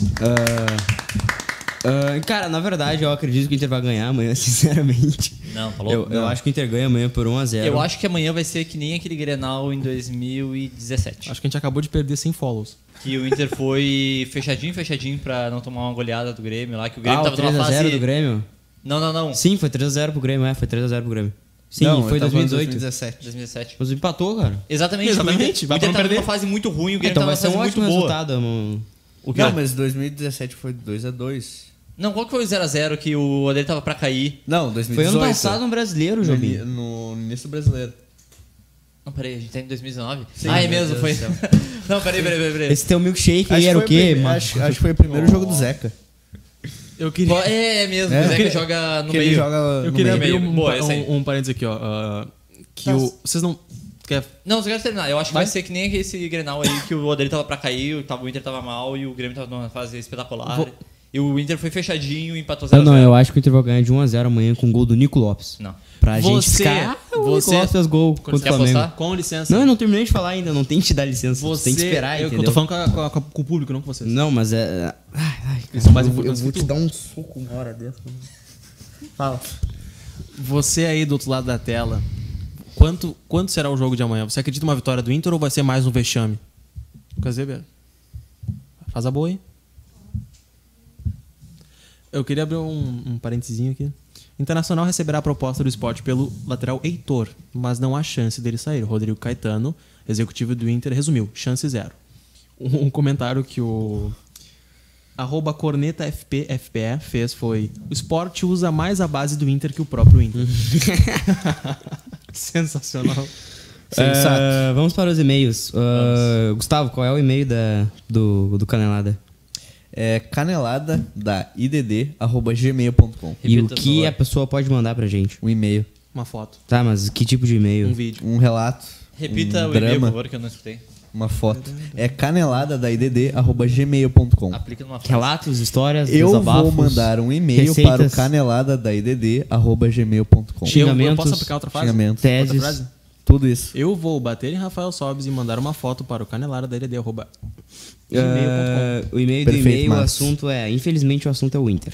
Speaker 1: Ah, cara, na verdade, eu acredito que o Inter vai ganhar amanhã, sinceramente.
Speaker 5: Não, falou.
Speaker 1: Eu, eu acho que o Inter ganha amanhã por 1x0.
Speaker 5: Eu acho que amanhã vai ser que nem aquele Grenal em 2017.
Speaker 2: Acho que a gente acabou de perder 100 follows.
Speaker 5: Que o Inter foi fechadinho, fechadinho pra não tomar uma goleada do Grêmio lá, que o Grêmio
Speaker 1: ah, o
Speaker 5: tava numa
Speaker 1: 3x0
Speaker 5: fase.
Speaker 1: do Grêmio?
Speaker 5: Não, não, não.
Speaker 1: Sim, foi 3x0 pro Grêmio, é, foi 3x0 pro Grêmio. Sim,
Speaker 3: Não,
Speaker 1: foi
Speaker 3: eu tava falando assim,
Speaker 1: 2018.
Speaker 3: 2017.
Speaker 5: 2017.
Speaker 1: Mas empatou, cara.
Speaker 5: Exatamente.
Speaker 2: Exatamente,
Speaker 5: O
Speaker 2: vai pra
Speaker 5: Inter
Speaker 2: não
Speaker 5: tava
Speaker 2: perder.
Speaker 5: numa fase muito ruim, o Grêmio
Speaker 1: Então vai
Speaker 5: tava numa
Speaker 1: ser um
Speaker 5: fase muito
Speaker 1: ótimo
Speaker 5: boa.
Speaker 1: resultado, mano.
Speaker 5: O quê?
Speaker 3: Não, mas 2017 foi 2x2.
Speaker 5: Não, qual que foi o 0x0 que o Odeiro tava pra cair?
Speaker 3: Não, 2018.
Speaker 1: Foi ano passado um brasileiro,
Speaker 3: no,
Speaker 1: Jobim.
Speaker 3: ini- no início brasileiro.
Speaker 5: Não, peraí, a gente tá em 2019? ah, é mesmo, foi. não, peraí, peraí, peraí. peraí.
Speaker 1: Esse teu milkshake
Speaker 3: Acho
Speaker 1: aí
Speaker 3: que
Speaker 1: era
Speaker 3: foi
Speaker 1: o quê,
Speaker 3: prime-
Speaker 1: mano?
Speaker 3: Acho, acho que foi o primeiro jogo do Zeca.
Speaker 2: Eu queria.
Speaker 5: É, é mesmo.
Speaker 6: É.
Speaker 5: O Zeca joga no
Speaker 6: que
Speaker 5: meio.
Speaker 6: ele joga
Speaker 2: Eu
Speaker 6: no
Speaker 2: queria
Speaker 6: meio.
Speaker 2: abrir
Speaker 5: meio.
Speaker 2: um,
Speaker 5: Boa,
Speaker 2: pa-
Speaker 5: essa aí.
Speaker 2: um, um parênteses aqui, ó. ah, que
Speaker 4: Tá.
Speaker 2: o. Vocês não. Quer,
Speaker 5: Não, você quer terminar. Eu acho que
Speaker 2: Vai?
Speaker 5: vai ser que nem esse Grenal aí, que o Odair tava pra cair, o- tava- o Inter tava mal e o Grêmio tava numa fase espetacular.
Speaker 2: Vou-
Speaker 5: E o Inter foi fechadinho, empatou 0
Speaker 1: Ah, Não, não, eu acho que o Inter vai ganhar de 1x0 amanhã com o gol do Nico Lopes.
Speaker 5: Não.
Speaker 1: Pra gente
Speaker 2: Você-
Speaker 1: ficar. Ah, o
Speaker 2: você-
Speaker 1: Nico Lopes fez gol contra o
Speaker 5: quer
Speaker 1: Flamengo.
Speaker 5: apostar?
Speaker 2: com licença.
Speaker 1: Não, eu não terminei de falar ainda, não tem que te dar licença. Você tem que esperar,
Speaker 2: eu, eu
Speaker 1: entendeu?
Speaker 2: tô falando com, a- com a- com o público, não com vocês.
Speaker 1: Não, mas é. Ai, ai, cara.
Speaker 2: Eles são é mais
Speaker 6: Eu vou- eu
Speaker 2: importantes
Speaker 6: vou
Speaker 2: que
Speaker 6: te
Speaker 2: tu.
Speaker 6: dar um soco uma hora dentro. Fala.
Speaker 2: Você aí do outro lado da tela, quanto, quanto será o jogo de amanhã? Você acredita numa vitória do Inter ou vai ser mais um vexame? Lucas Weber, faz a boa aí. Eu queria abrir um, um parentezinho aqui. Internacional receberá a proposta do esporte pelo lateral Heitor, mas não há chance dele sair. Rodrigo Caetano, executivo do Inter, resumiu: chance zero. Um, um comentário que o arroba corneta FP, FPE fez foi: o esporte usa mais a base do Inter que o próprio Inter. Sensacional.
Speaker 6: Sensato.
Speaker 1: É, vamos para os e-mails. Uh, Gustavo, qual é o e-mail da, do, do Canelada?
Speaker 6: É canelada da idd arroba gmail.com.
Speaker 1: E o
Speaker 5: Repita, por
Speaker 1: que
Speaker 5: favor.
Speaker 1: a pessoa pode mandar pra gente?
Speaker 6: Um e-mail,
Speaker 2: Uma foto,
Speaker 1: Tá, mas que tipo de e-mail?
Speaker 2: um vídeo.
Speaker 6: um relato.
Speaker 5: Repita
Speaker 6: um
Speaker 5: o e-mail, por
Speaker 6: drama,
Speaker 5: favor, que eu não escutei.
Speaker 6: Uma foto. É canelada da idd arroba gmail.com.
Speaker 5: Aplica numa frase.
Speaker 1: Relatos, histórias,
Speaker 6: Eu vou
Speaker 1: desabafos,
Speaker 6: mandar um e-mail
Speaker 1: receitas,
Speaker 6: para o canelada da idd arroba gmail.com.
Speaker 1: Xingamentos.
Speaker 2: Eu, eu posso aplicar outra frase?
Speaker 6: Xingamentos.
Speaker 2: Outra
Speaker 1: teses.
Speaker 2: frase?
Speaker 6: Tudo isso.
Speaker 2: Eu vou bater em Rafael Sobes e mandar uma foto para o canelara da LD, arroba
Speaker 1: Uh,
Speaker 2: gmail.com.
Speaker 1: o e-mail do
Speaker 6: Perfeito,
Speaker 1: e-mail, o
Speaker 6: Marcos.
Speaker 1: assunto é. Infelizmente, o assunto é o Inter.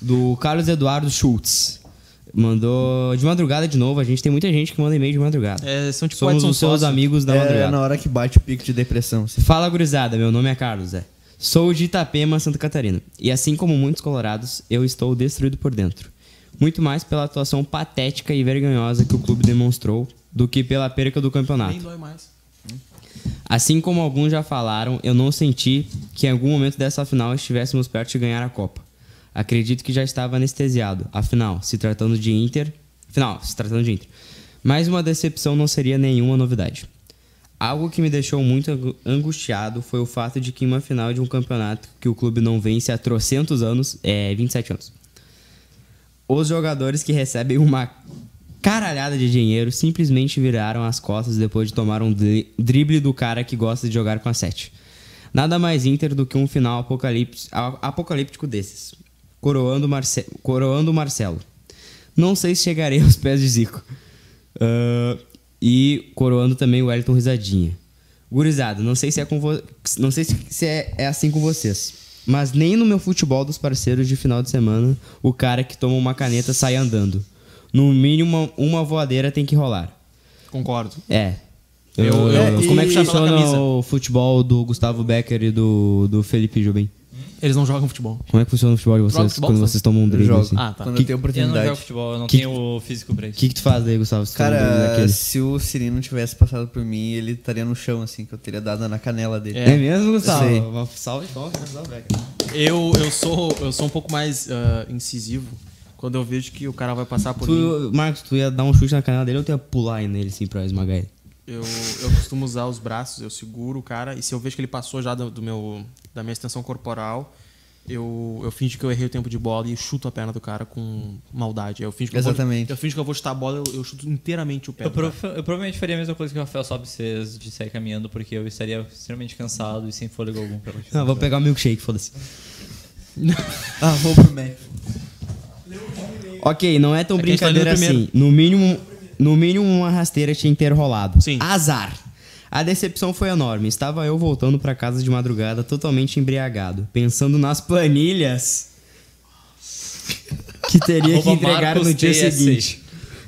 Speaker 1: Do Carlos Eduardo Schultz. Mandou de madrugada de novo. A gente tem muita gente que manda e-mail de madrugada.
Speaker 2: É, são tipo
Speaker 1: Somos
Speaker 2: Edson
Speaker 1: os seus
Speaker 2: Sócio.
Speaker 1: amigos da
Speaker 6: É
Speaker 1: madrugada.
Speaker 6: na hora que bate o pico de depressão. assim.
Speaker 1: Fala gurizada, meu nome é Carlos, é. Sou de Itapema, Santa Catarina. E assim como muitos colorados, eu estou destruído por dentro. Muito mais pela atuação patética e vergonhosa que o clube demonstrou do que pela perca do campeonato.
Speaker 2: Nem dói mais.
Speaker 1: Assim como alguns já falaram, eu não senti que em algum momento dessa final estivéssemos perto de ganhar a Copa. Acredito que já estava anestesiado. Afinal, se tratando de Inter, afinal, se tratando de Inter, mais uma decepção não seria nenhuma novidade. Algo que me deixou muito angu- angustiado foi o fato de que em uma final de um campeonato que o clube não vence há trocentos anos, é 27 anos, os jogadores que recebem uma caralhada de dinheiro simplesmente viraram as costas depois de tomar um dri- drible do cara que gosta de jogar com a 7. Nada mais Inter do que um final apocalips- a- apocalíptico desses. Coroando, o Marce coroando o Marcelo. Não sei se chegarei aos pés de Zico. Ah, e coroando também o Wellington Risadinha. Gurizada, não sei se é com vo- não sei se se é, é assim com vocês, mas nem no meu futebol dos parceiros de final de semana o cara que toma uma caneta sai andando. No mínimo uma, uma voadeira tem que rolar.
Speaker 2: Concordo.
Speaker 1: É.
Speaker 2: Eu-
Speaker 1: Eu-
Speaker 2: eu-
Speaker 1: como é que
Speaker 2: e- pela
Speaker 1: funciona
Speaker 2: camisa.
Speaker 1: o futebol do Gustavo Becker e do, do Felipe Jobim?
Speaker 2: Eles não jogam futebol.
Speaker 1: Como é que funciona o futebol de
Speaker 2: Joga
Speaker 1: vocês
Speaker 2: futebol,
Speaker 1: quando
Speaker 2: sabe?
Speaker 1: vocês tomam um drible?
Speaker 6: jogo.
Speaker 1: assim? O
Speaker 2: Ah, tá.
Speaker 6: Quando
Speaker 1: Que-
Speaker 6: eu tenho
Speaker 5: Eu não
Speaker 6: oportunidade.
Speaker 5: jogo futebol, eu não
Speaker 1: Que-
Speaker 5: tenho o físico pra isso.
Speaker 1: que, que tu faz daí, Gustavo? se tu toma um drible
Speaker 6: Cara,
Speaker 1: daquele?
Speaker 6: se o Cirino tivesse passado por mim, ele estaria no chão, assim, que eu teria dado na canela dele.
Speaker 1: É mesmo, Gustavo?
Speaker 6: Sei.
Speaker 1: Uma salva então, Gustavo Becker.
Speaker 2: Eu, eu, sou, eu sou um pouco mais ah, incisivo quando eu vejo que o cara vai passar por mim.
Speaker 1: Tu, Marcos, tu ia dar um chute na canela dele ou tu ia pular aí nele assim pra esmagar ele?
Speaker 2: Eu, eu costumo usar os braços, eu seguro o cara, e se eu vejo que ele passou já do, do meu, da minha extensão corporal, eu, eu finjo que eu errei o tempo de bola e chuto a perna do cara com maldade. Eu finjo que eu vou-
Speaker 6: Exatamente.
Speaker 2: eu finjo que eu vou chutar a bola, eu, eu chuto inteiramente o pé.
Speaker 5: Eu,
Speaker 2: do cara.
Speaker 5: prova- eu provavelmente faria a mesma coisa que o Rafael Sobe fez de sair caminhando, porque eu estaria extremamente cansado e sem fôlego algum pra continuar.
Speaker 1: Não, Ah, vou pegar o milkshake, foda-se.
Speaker 6: Ah, vou pro Mac.
Speaker 1: Ok, não é tão
Speaker 2: É que a gente tá
Speaker 1: brincadeira
Speaker 2: lendo
Speaker 1: assim. No mínimo, no mínimo, uma rasteira tinha que ter rolado.
Speaker 2: Sim.
Speaker 1: Azar. A decepção foi enorme. Estava eu voltando pra casa de madrugada totalmente embriagado, pensando nas planilhas que teria que
Speaker 5: Arroba
Speaker 1: entregar no
Speaker 5: Marcos
Speaker 1: dia
Speaker 5: TSH.
Speaker 1: seguinte.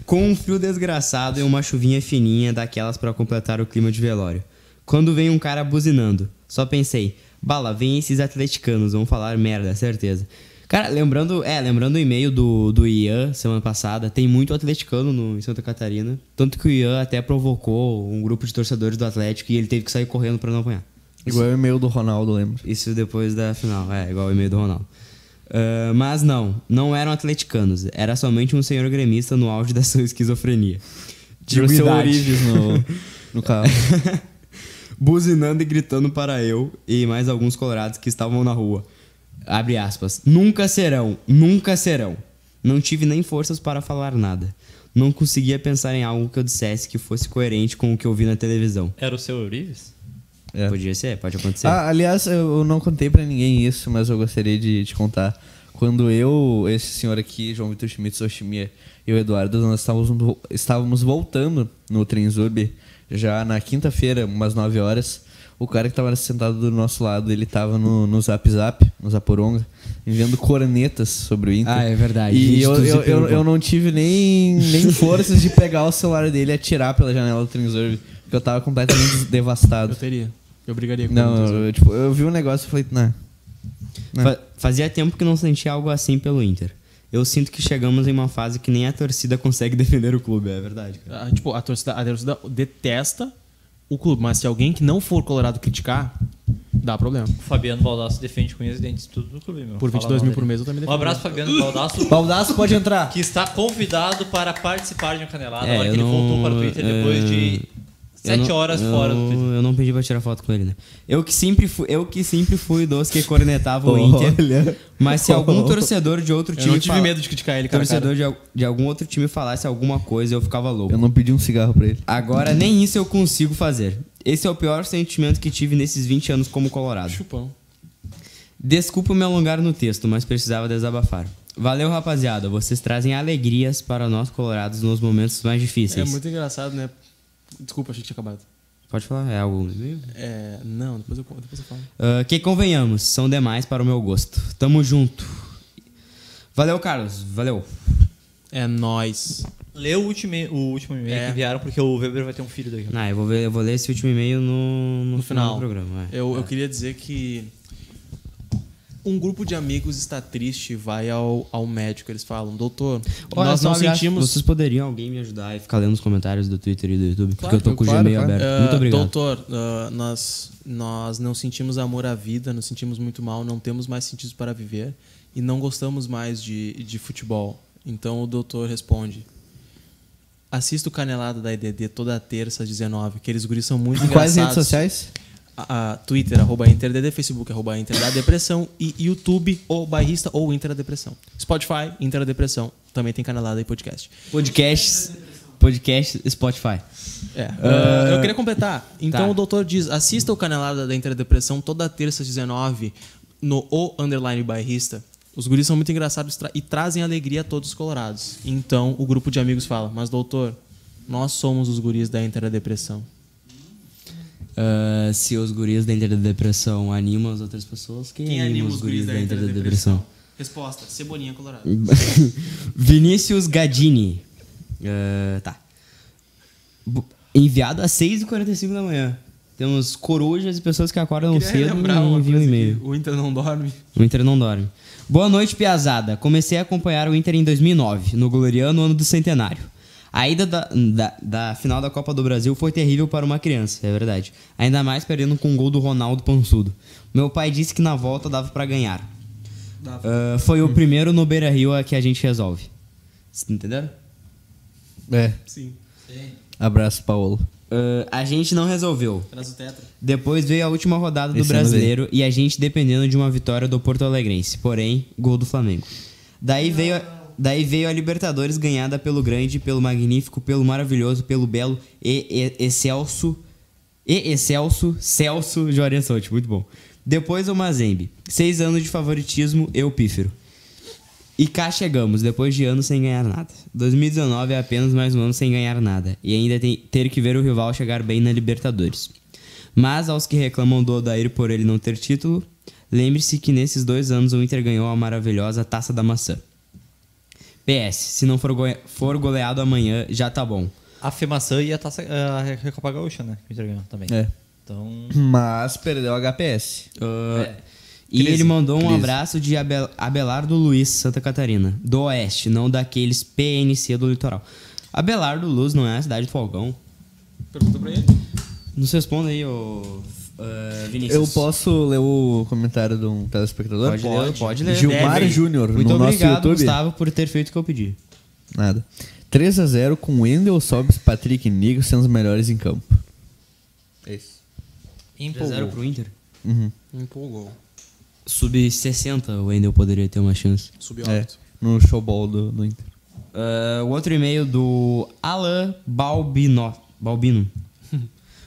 Speaker 1: Com um frio desgraçado e uma chuvinha fininha daquelas pra completar o clima de velório. Quando vem um cara buzinando, só pensei, bala, vem esses atleticanos, vão falar merda, certeza. Cara, lembrando, é, lembrando o e-mail do, do Ian semana passada, tem muito atleticano no, em Santa Catarina. Tanto que o Ian até provocou um grupo de torcedores do Atlético e ele teve que sair correndo pra não apanhar.
Speaker 6: Igual o e-mail do Ronaldo, lembra?
Speaker 1: Isso depois da final, é, igual o e-mail do Ronaldo. Ah, mas não, não eram atleticanos. Era somente um senhor gremista no auge da sua esquizofrenia.
Speaker 6: Digo
Speaker 1: Grosso
Speaker 6: seu
Speaker 1: idade.
Speaker 6: Orives no, no carro.
Speaker 1: Buzinando e gritando para eu e mais alguns colorados que estavam na rua. Abre aspas. Nunca serão, nunca serão. Não tive nem forças para falar nada. Não conseguia pensar em algo que eu dissesse que fosse coerente com o que eu vi na televisão.
Speaker 5: Era o seu Urives?
Speaker 6: É.
Speaker 1: Podia ser, pode acontecer.
Speaker 6: Ah, aliás, eu eu não contei pra ninguém isso, mas eu gostaria de te contar. Quando eu, esse senhor aqui, João Vitor Schmitz Oshimia e o Eduardo, nós estávamos, vo- estávamos voltando no Trenzurb já na quinta-feira, umas 9 horas. O cara que tava sentado do nosso lado, ele tava no, no Zap Zap, no Zaporonga, enviando cornetas sobre o Inter.
Speaker 1: Ah, é verdade.
Speaker 6: E
Speaker 1: Gente
Speaker 6: eu,
Speaker 1: do
Speaker 6: eu,
Speaker 1: Zipper
Speaker 6: eu,
Speaker 1: Urbano.
Speaker 6: eu não tive nem, nem forças de pegar o celular dele e atirar pela janela do Trenzurb, porque eu tava completamente devastado.
Speaker 2: Eu teria. Eu brigaria com
Speaker 6: Não,
Speaker 2: muitas
Speaker 6: eu,
Speaker 2: vezes.
Speaker 6: eu, tipo, eu vi um negócio e falei, não.
Speaker 2: É.
Speaker 6: né?
Speaker 1: Fa- fazia tempo que não sentia algo assim pelo Inter. Eu sinto que chegamos em uma fase que nem a torcida consegue defender o clube, é verdade, cara.
Speaker 2: Ah, tipo, a torcida, a torcida detesta o clube, mas se alguém que não for colorado criticar, dá problema.
Speaker 5: O Fabiano Baldasso defende com unhas e dentes tudo no clube, meu.
Speaker 2: Por
Speaker 5: Fala
Speaker 2: 22 mil
Speaker 5: mal
Speaker 2: por
Speaker 5: dele.
Speaker 2: mês eu também
Speaker 5: Um
Speaker 2: defendo.
Speaker 5: abraço, Fabiano Baldasso,
Speaker 6: Baldaço pode entrar.
Speaker 5: que está convidado para participar de um canelada.
Speaker 1: É,
Speaker 5: na hora que
Speaker 1: eu
Speaker 5: ele voltou
Speaker 1: não-
Speaker 5: para o Twitter depois
Speaker 1: é,
Speaker 5: de
Speaker 1: Eu
Speaker 5: sete
Speaker 1: não-
Speaker 5: horas fora do
Speaker 1: eu-
Speaker 5: Twitter.
Speaker 1: Eu não pedi pra tirar foto com ele, né? Eu que sempre fui, eu que sempre fui dos que cornetava o Inter. Mas se algum torcedor de outro
Speaker 2: Oh. Eu
Speaker 1: time.
Speaker 2: não tive
Speaker 1: fala-
Speaker 2: medo de criticar ele, cara. a cara.
Speaker 1: torcedor de, al- de algum outro time falasse alguma coisa, eu ficava louco.
Speaker 6: Eu não pedi um cigarro pra ele.
Speaker 1: Agora nem isso eu consigo fazer. Esse é o pior sentimento que tive nesses 20 anos como Colorado.
Speaker 2: É Chupão.
Speaker 1: Desculpa me alongar no texto, mas precisava desabafar. Valeu, rapaziada. Vocês trazem alegrias para nós colorados nos momentos mais
Speaker 2: É
Speaker 1: difíceis.
Speaker 2: muito engraçado, né? Desculpa, achei que tinha acabado.
Speaker 1: Pode falar, é algo.
Speaker 2: É, não, depois eu, depois eu falo.
Speaker 1: Ah, que convenhamos, são demais para o meu gosto. Tamo junto. Valeu, Carlos. Valeu.
Speaker 2: É nóis.
Speaker 5: Lê o último, e- o último e-mail
Speaker 2: É.
Speaker 5: que enviaram, porque o Weber vai ter um filho daqui. a pouco.
Speaker 1: Ah, eu vou, ver- eu vou ler esse último e-mail no, no,
Speaker 2: No
Speaker 1: final
Speaker 2: final.
Speaker 1: do programa. é.
Speaker 2: Eu, eu queria dizer que um grupo de amigos está triste e vai ao, ao médico. Eles falam, doutor,
Speaker 1: Olha
Speaker 2: nós
Speaker 1: só,
Speaker 2: não
Speaker 1: aliás,
Speaker 2: sentimos.
Speaker 1: Vocês poderiam alguém me ajudar e ficar lendo os comentários do Twitter e do YouTube? Porque
Speaker 6: Claro,
Speaker 1: eu tô com o
Speaker 6: claro,
Speaker 1: Gmail
Speaker 6: claro.
Speaker 1: aberto.
Speaker 2: "Ah,
Speaker 1: Muito obrigado.
Speaker 2: Doutor, ah, nós, nós não sentimos amor à vida, nos sentimos muito mal, não temos mais sentido para viver e não gostamos mais de, de futebol. Então o doutor responde. Assista o Canelada da IDD toda terça às 19, que eles guris são muito
Speaker 6: Em quais redes
Speaker 2: engraçados.
Speaker 6: sociais?
Speaker 2: a, a Twitter, arroba InterDD, Facebook, arroba Inter da Depressão e YouTube, ou Bairrista, ou Inter da Depressão. Spotify, Inter da Depressão. Também tem canalada e podcast.
Speaker 1: Podcasts. Podcast Spotify.
Speaker 2: É. Uh, eu queria completar. Então o doutor diz, assista o Canelada da Inter da Depressão toda terça às 19 no O Underline Bairrista. Os guris são muito engraçados tra- e trazem alegria a todos os colorados. Então o grupo de amigos fala, mas doutor, nós somos os guris da Inter da Depressão.
Speaker 1: Ah, se os guris da Inter da Depressão animam as outras pessoas, quem, anima os guris, da Inter da Depressão?
Speaker 2: Resposta, Cebolinha Colorada.
Speaker 1: Vinícius Gadini. Ah, tá. Bu- Enviado às 6h45 da manhã. Temos corujas e pessoas que acordam
Speaker 2: Queria
Speaker 1: cedo
Speaker 2: lembrar
Speaker 1: e
Speaker 2: uma
Speaker 1: enviam
Speaker 2: coisa
Speaker 1: e-mail.
Speaker 2: que O Inter não dorme.
Speaker 1: O Inter não dorme. Boa noite, Piazada. Comecei a acompanhar o Inter em 2009, no gloriano ano do centenário. A ida da, da- da final da Copa do Brasil foi terrível para uma criança, é verdade. Ainda mais perdendo com um gol do Ronaldo Pansudo. Meu pai disse que na volta dava pra ganhar. Ah, foi o primeiro no Beira Rio a que a gente resolve. Vocês Entenderam?
Speaker 6: É.
Speaker 2: Sim.
Speaker 6: Abraço, Paulo.
Speaker 1: Ah, a gente não resolveu.
Speaker 2: Traz o tetra.
Speaker 1: Depois veio a última rodada do
Speaker 6: Esse ano
Speaker 1: brasileiro e a gente dependendo de uma vitória do Porto Alegrense, porém, gol do Flamengo. Daí veio, a, daí veio a Libertadores ganhada pelo grande, pelo magnífico, pelo maravilhoso, pelo belo e, e- excelso e excelso Celso Juarez Solte, muito bom. Depois o Mazembe. Seis anos de favoritismo, eu pífero. E cá chegamos, depois de anos sem ganhar nada. 2019 é apenas mais um ano sem ganhar nada. E ainda tem, ter que ver o rival chegar bem na Libertadores. Mas aos que reclamam do Odair por ele não ter título, lembre-se que nesses dois anos o Inter ganhou a maravilhosa Taça da Maçã. PS, se não for, goe- for goleado amanhã, já tá bom.
Speaker 5: A Femaçã e a, taça, eh, a Copa Gaúcha, né? Que o Inter ganhou também.
Speaker 6: É.
Speaker 5: Então,
Speaker 6: Mas perdeu o HPS.
Speaker 1: Uh, E ele mandou um abraço de Abel, Abelardo Luiz, Santa Catarina. Do Oeste, não daqueles PNC do litoral. Abelardo Luz não é a cidade do Falcão?
Speaker 2: Pergunta pra ele.
Speaker 1: Nos responda aí, ô uh,
Speaker 6: Eu
Speaker 1: Vinícius.
Speaker 6: posso ler o comentário de um telespectador?
Speaker 1: Pode ler, pode ler.
Speaker 6: Gilmar
Speaker 2: Deve.
Speaker 6: Júnior, no
Speaker 1: Muito obrigado,
Speaker 6: nosso YouTube.
Speaker 1: Gustavo, por ter feito o que eu pedi.
Speaker 6: Nada. 3x0 com Wendel, Sobs, Patrick e Nigo sendo os melhores em campo. É isso.
Speaker 5: empolgou.
Speaker 6: Uhum.
Speaker 1: 3 pro Inter.
Speaker 2: Empolgou.
Speaker 1: sub-60 o Wendel poderia ter uma chance.
Speaker 3: É,
Speaker 2: Subóbito.
Speaker 6: É, No showball do, do Inter.
Speaker 1: Ah, o outro e-mail do Alan Balbino. Balbino.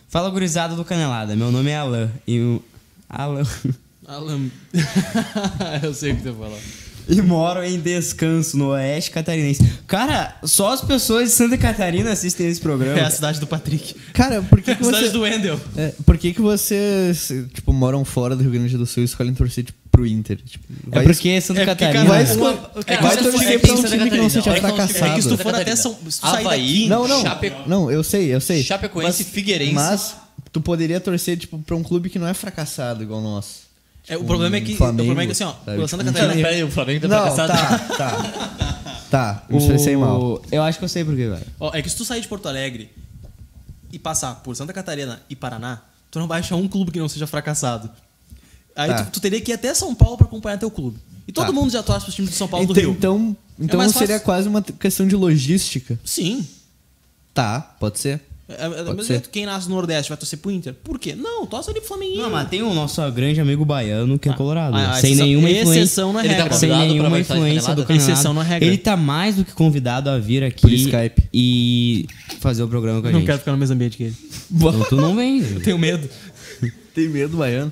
Speaker 1: Fala gurizada do Canelada. Meu nome é Alan. E o. Alan.
Speaker 2: Alan. eu sei o que tu vai falar.
Speaker 1: E moro em descanso no Oeste Catarinense. Cara, só as pessoas de Santa Catarina assistem esse programa.
Speaker 2: É a cidade do Patrick.
Speaker 6: Cara, por que,
Speaker 2: É a
Speaker 6: que
Speaker 2: cidade
Speaker 6: você.
Speaker 2: do Wendel.
Speaker 6: É, por que, que vocês, tipo, moram fora do Rio Grande do Sul e escolhem torcer tipo, pro Inter? Tipo,
Speaker 1: É
Speaker 6: vai-
Speaker 1: porque Santa Catarina.
Speaker 6: vai
Speaker 2: um
Speaker 1: né?
Speaker 6: escolher-
Speaker 5: É que
Speaker 6: vai
Speaker 5: se
Speaker 6: torcer
Speaker 5: tu for- é
Speaker 6: pra
Speaker 5: que
Speaker 6: um
Speaker 5: Santa
Speaker 6: time que não
Speaker 5: Catarina,
Speaker 6: seja
Speaker 5: é que não-
Speaker 6: fracassado.
Speaker 2: É que se tu for
Speaker 5: Santa
Speaker 2: até São.
Speaker 5: Catarina.
Speaker 2: Se tu sair
Speaker 5: Havaí.
Speaker 2: daqui.
Speaker 6: Não, não.
Speaker 5: Chape-
Speaker 6: Não, eu sei, eu sei.
Speaker 5: Chapecoense e Figueirense.
Speaker 6: Mas tu poderia torcer, tipo, pra um clube que não é fracassado igual nós. Tipo, um
Speaker 2: É, o problema é que.
Speaker 6: Flamengo,
Speaker 2: o problema é que assim, ó.
Speaker 6: sabe?
Speaker 2: O é Santa Catarina.
Speaker 5: Pera aí, o Flamengo tá
Speaker 6: Não,
Speaker 5: fracassado.
Speaker 6: tá, tá. Tá, me estressei mal.
Speaker 1: Eu acho que eu sei por quê, velho.
Speaker 2: Ó, é que se tu sair de Porto Alegre e passar por Santa Catarina e Paraná, tu não vai achar um clube que não seja fracassado. Aí
Speaker 6: Tá.
Speaker 2: tu, tu teria que ir até São Paulo pra acompanhar teu clube. E todo
Speaker 6: Tá.
Speaker 2: mundo já torce pros times de São Paulo do
Speaker 6: Então,
Speaker 2: Rio. É
Speaker 6: então, então
Speaker 2: mais
Speaker 6: seria
Speaker 2: fácil.
Speaker 6: quase uma t- questão de logística.
Speaker 2: Sim.
Speaker 6: Tá, pode ser.
Speaker 2: É, é, é do mesmo
Speaker 6: ser.
Speaker 2: jeito, quem nasce no Nordeste vai torcer pro Inter. Por quê? Não, torce ali pro Flamenguinho.
Speaker 1: Não, mas tem o nosso grande amigo baiano que é colorado.
Speaker 2: Ah,
Speaker 1: sem
Speaker 2: exceção-
Speaker 1: nenhuma influência.
Speaker 2: exceção na
Speaker 5: Ele tá
Speaker 2: regra.
Speaker 5: com-
Speaker 1: Sem
Speaker 5: Convidado pra
Speaker 1: nenhuma
Speaker 5: participar de
Speaker 1: influência do
Speaker 5: Canelada?
Speaker 1: canal.
Speaker 2: Exceção na regra.
Speaker 1: Ele tá mais do que convidado a vir aqui
Speaker 6: Por Skype.
Speaker 1: e fazer o programa com a
Speaker 2: Não
Speaker 1: gente.
Speaker 2: quero ficar no mesmo ambiente que ele.
Speaker 1: Então tu não vem.
Speaker 2: Tenho medo.
Speaker 6: Tem medo, baiano.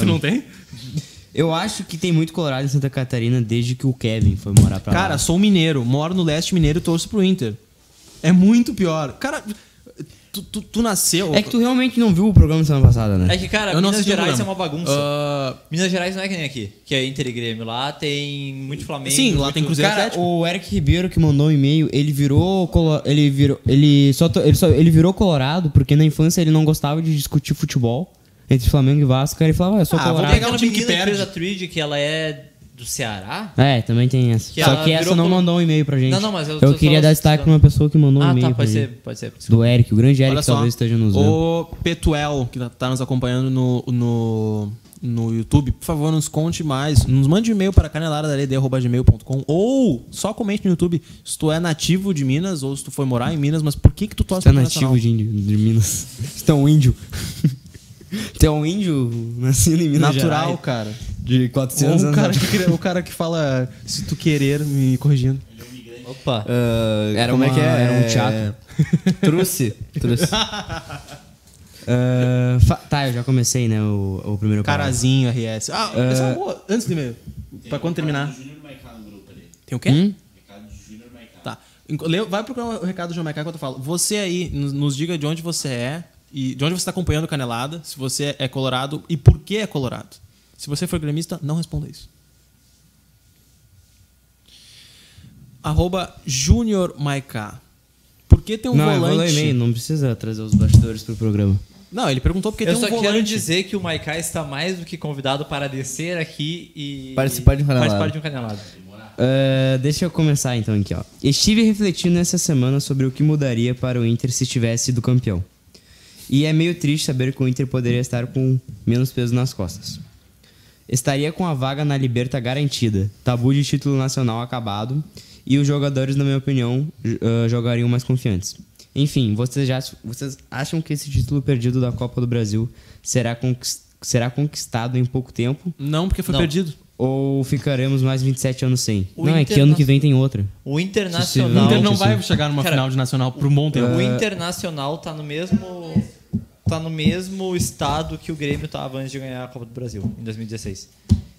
Speaker 2: Tu não tem?
Speaker 1: Eu acho que tem muito colorado em Santa Catarina desde que o Kevin foi morar pra
Speaker 2: Cara,
Speaker 1: lá.
Speaker 2: sou um mineiro, moro no leste mineiro e torço pro Inter. É muito pior. Cara, tu, tu- tu nasceu.
Speaker 1: É que tu realmente não viu o programa semana passada, né?
Speaker 5: É que, cara,
Speaker 2: Eu não
Speaker 5: Minas
Speaker 2: assisti o
Speaker 5: Gerais é
Speaker 2: programa.
Speaker 5: uma bagunça.
Speaker 2: Ah,
Speaker 5: Minas Gerais não é que nem aqui, que é Inter e Grêmio. Lá tem muito Flamengo.
Speaker 2: Sim, lá
Speaker 5: muito-
Speaker 2: tem Cruzeiro é
Speaker 1: Cara,
Speaker 2: Atlético.
Speaker 1: o Eric Ribeiro que mandou um e-mail, ele virou colo- ele virou ele só, to- ele só ele virou colorado porque na infância ele não gostava de discutir futebol entre Flamengo e Vasco, Aí ele falava, ah, eu sou
Speaker 2: Ah, vou
Speaker 1: colorado.
Speaker 5: Tem
Speaker 2: pegar
Speaker 5: aquela
Speaker 2: um time que
Speaker 5: menina que
Speaker 2: perde.
Speaker 5: fez a Tweed, que ela é do Ceará?
Speaker 1: É, também tem essa.
Speaker 5: Que
Speaker 1: só
Speaker 5: ela
Speaker 1: que essa
Speaker 5: virou
Speaker 1: não
Speaker 5: colo-
Speaker 1: mandou um e-mail pra gente.
Speaker 5: Não, não, mas eu
Speaker 1: eu
Speaker 5: tô só
Speaker 1: queria dar destaque pra uma pessoa que mandou um
Speaker 5: ah,
Speaker 1: e-mail
Speaker 5: tá,
Speaker 1: pra
Speaker 5: pode
Speaker 1: gente.
Speaker 5: ser, pode ser.
Speaker 1: Do Eric, o grande Eric
Speaker 2: Olha
Speaker 1: que
Speaker 2: só.
Speaker 1: talvez esteja nos vendo.
Speaker 2: O Petuel, que tá nos acompanhando no, no, no YouTube, por favor, nos conte mais. Nos mande um e-mail para caneladadd.gmail.com ou só comente no YouTube se tu é nativo de Minas ou se tu foi morar em Minas, mas por que que tu torce
Speaker 1: Tá
Speaker 2: pro
Speaker 1: nativo
Speaker 2: Nacional?
Speaker 1: de, índio, de Minas. Você é um índio. Você é um índio nascido em Minas Um
Speaker 2: Natural,
Speaker 1: Gerais.
Speaker 2: cara.
Speaker 1: De
Speaker 2: Ou
Speaker 1: 400
Speaker 2: o
Speaker 1: anos.
Speaker 2: cara, que, cre- o cara que fala se tu querer, me corrigindo.
Speaker 1: É.
Speaker 5: Opa.
Speaker 6: Ah,
Speaker 1: Era
Speaker 6: como
Speaker 1: uma-
Speaker 6: é que é?
Speaker 1: era um
Speaker 6: É,
Speaker 1: teatro.
Speaker 6: Truce. Truce.
Speaker 1: Ah, fa- tá, eu já comecei, né, o, o primeiro parágrafo.
Speaker 2: Carazinho, RS. Ah, essa é uma boa. Antes do e-mail. Pra quando terminar. Tem o quê? Tá. Enqu- leu- Vai procurar o recado do João Maicá enquanto eu falo. Você aí, nos, nos diga de onde você é e de onde você está acompanhando o Canelada, se você é colorado e por que é colorado. Se você for gremista, não responda isso. Arroba Junior Maicá. Por que tem um
Speaker 1: não, eu vou ler
Speaker 2: volante?
Speaker 1: e-mail, não precisa trazer os bastidores pro programa.
Speaker 2: não, ele perguntou por que
Speaker 5: Eu
Speaker 2: tem um
Speaker 5: só
Speaker 2: volante.
Speaker 5: quero dizer que o Maikai está mais do que convidado para descer aqui e.
Speaker 6: Participar de um canelado.
Speaker 5: Participar de um canelado.
Speaker 1: Ah, deixa eu começar então aqui, ó. Estive refletindo essa semana sobre o que mudaria para o Inter se tivesse sido campeão. E é meio triste saber que o Inter poderia estar com menos peso nas costas. Estaria com a vaga na Liberta garantida, tabu de título nacional acabado, e os jogadores, na minha opinião, j- ah, jogariam mais confiantes. Enfim, vocês, já, vocês acham que esse título perdido da Copa do Brasil será, conquis- será conquistado em pouco tempo?
Speaker 2: Não, porque foi
Speaker 5: Não.
Speaker 2: perdido.
Speaker 1: Ou ficaremos mais 27 anos sem?
Speaker 5: O
Speaker 1: não, é que
Speaker 5: Inter
Speaker 1: ano
Speaker 5: não-
Speaker 1: que vem tem outra.
Speaker 5: O
Speaker 2: O
Speaker 5: Internacional.
Speaker 2: Inter não
Speaker 1: Sim.
Speaker 2: vai chegar numa
Speaker 5: Cara,
Speaker 2: final de nacional por um bom tempo.
Speaker 5: O Internacional tá no mesmo. Tá no mesmo estado que o Grêmio tava antes de ganhar a Copa do Brasil, em 2016.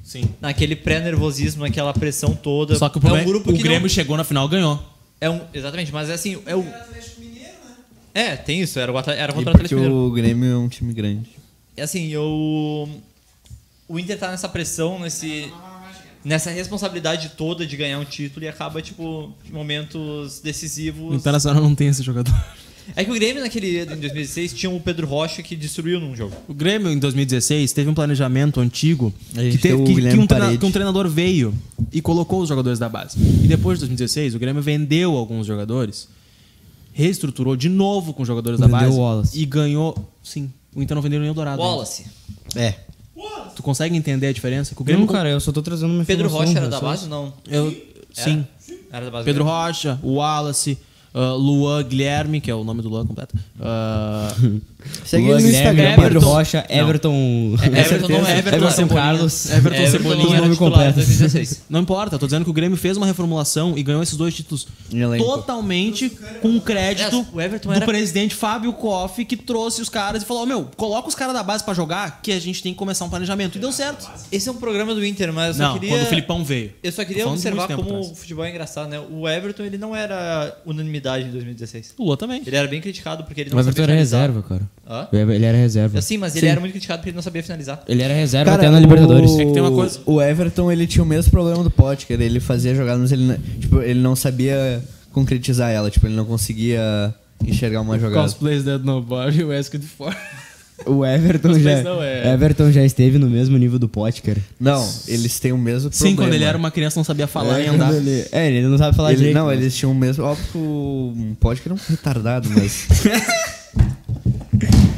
Speaker 2: Sim.
Speaker 5: Naquele pré-nervosismo, aquela pressão toda.
Speaker 2: Só que o,
Speaker 5: é
Speaker 2: problema,
Speaker 5: um grupo
Speaker 2: o
Speaker 5: que não-
Speaker 2: Grêmio chegou na final e ganhou.
Speaker 5: é um, exatamente, mas é assim, é o É, tem isso, era o Atlético, era
Speaker 6: E
Speaker 5: contra o
Speaker 6: porque
Speaker 5: Atlético Mineiro.
Speaker 6: o Grêmio é um time grande.
Speaker 5: É assim, eu o Inter tá nessa pressão, nesse nessa responsabilidade toda de ganhar um título e acaba tipo em momentos
Speaker 2: O Então,
Speaker 5: decisivos.
Speaker 2: Internacional não tem esse jogador.
Speaker 5: É que o Grêmio naquele em 2016 tinha o Pedro Rocha que destruiu num jogo.
Speaker 2: O Grêmio, em 2016, teve um planejamento antigo
Speaker 6: A gente
Speaker 2: que, teve,
Speaker 6: tem o
Speaker 2: que,
Speaker 6: Guilherme
Speaker 2: que um treina-
Speaker 6: Parede.
Speaker 2: que um treinador veio e colocou os jogadores da base. E depois de 2016, o Grêmio vendeu alguns jogadores, reestruturou de novo com os jogadores da
Speaker 1: Vendeu
Speaker 2: base
Speaker 1: o Wallace.
Speaker 2: e ganhou. Sim, o Inter não vendeu nem o Dourado. ainda.
Speaker 5: Wallace.
Speaker 6: É.
Speaker 2: Tu consegue entender a diferença? Que o Grêmio
Speaker 1: Não, cara, eu só tô trazendo uma
Speaker 5: Pedro
Speaker 1: informação,
Speaker 5: Rocha era
Speaker 1: eu
Speaker 5: da
Speaker 1: só-
Speaker 5: base não?
Speaker 2: Eu, sim.
Speaker 5: Era da base.
Speaker 2: Tá Pedro
Speaker 5: do
Speaker 2: Rocha, o Wallace, Ah, Luan Guilherme, que é o nome do Luan completo. Ah,
Speaker 6: Segue
Speaker 1: Luan
Speaker 6: ele no
Speaker 1: Guilherme,
Speaker 6: Instagram,
Speaker 1: Everton
Speaker 6: parça.
Speaker 1: Rocha, Everton.
Speaker 5: Everton não é Everton,
Speaker 1: Everton
Speaker 5: Cebolinha.
Speaker 1: Carlos.
Speaker 2: É, Everton Cebolinha.
Speaker 5: era
Speaker 1: nome
Speaker 5: titular em
Speaker 1: completo.
Speaker 5: 2016.
Speaker 2: não importa, eu tô dizendo que o Grêmio fez uma reformulação e ganhou esses dois títulos
Speaker 6: Em elenco.
Speaker 2: totalmente com crédito
Speaker 5: É, o Everton
Speaker 2: do
Speaker 5: era-
Speaker 2: presidente Fábio Koff, que trouxe os caras e falou: meu, coloca os caras da base pra jogar, que a gente tem que começar um planejamento. E deu certo.
Speaker 5: Esse é um programa do Inter, mas eu
Speaker 2: Não,
Speaker 5: só queria...
Speaker 2: quando o Filipão veio.
Speaker 5: Eu só
Speaker 2: Tô
Speaker 5: queria
Speaker 2: falando de muito
Speaker 5: observar
Speaker 2: tempo
Speaker 5: como
Speaker 2: atrás.
Speaker 5: o futebol é engraçado, né? O Everton, ele não era unanimidade em 2016.
Speaker 2: O Luan também.
Speaker 5: Ele era bem criticado porque ele não
Speaker 1: O Everton era
Speaker 5: sabia finalizar.
Speaker 1: reserva, cara.
Speaker 5: Hã?
Speaker 1: Ele era reserva.
Speaker 5: Eu, sim, mas ele era muito criticado porque ele não sabia finalizar.
Speaker 1: Ele era reserva
Speaker 6: Cara,
Speaker 1: até na Libertadores.
Speaker 6: O,
Speaker 2: É que tem uma coisa-
Speaker 6: o Everton, ele tinha o mesmo problema do Potker. Ele fazia jogada, mas ele, não- tipo, ele não sabia concretizar ela. Tipo, ele não conseguia enxergar uma jogada.
Speaker 3: Cosplays Dead Nobody e o Ask de Fora.
Speaker 1: O Everton
Speaker 3: Mas
Speaker 1: já,
Speaker 3: não, é-
Speaker 1: Everton já esteve no mesmo nível do Potker.
Speaker 6: Não, eles têm o mesmo problema.
Speaker 2: Sim, quando ele era uma né? criança, não sabia falar
Speaker 1: É,
Speaker 2: e andar.
Speaker 1: quando Ele, é, ele não sabe falar
Speaker 6: Ele-
Speaker 1: direito.
Speaker 6: não,
Speaker 1: mas-
Speaker 6: eles tinham o mesmo. Óbvio que o Potker era um retardado, mas.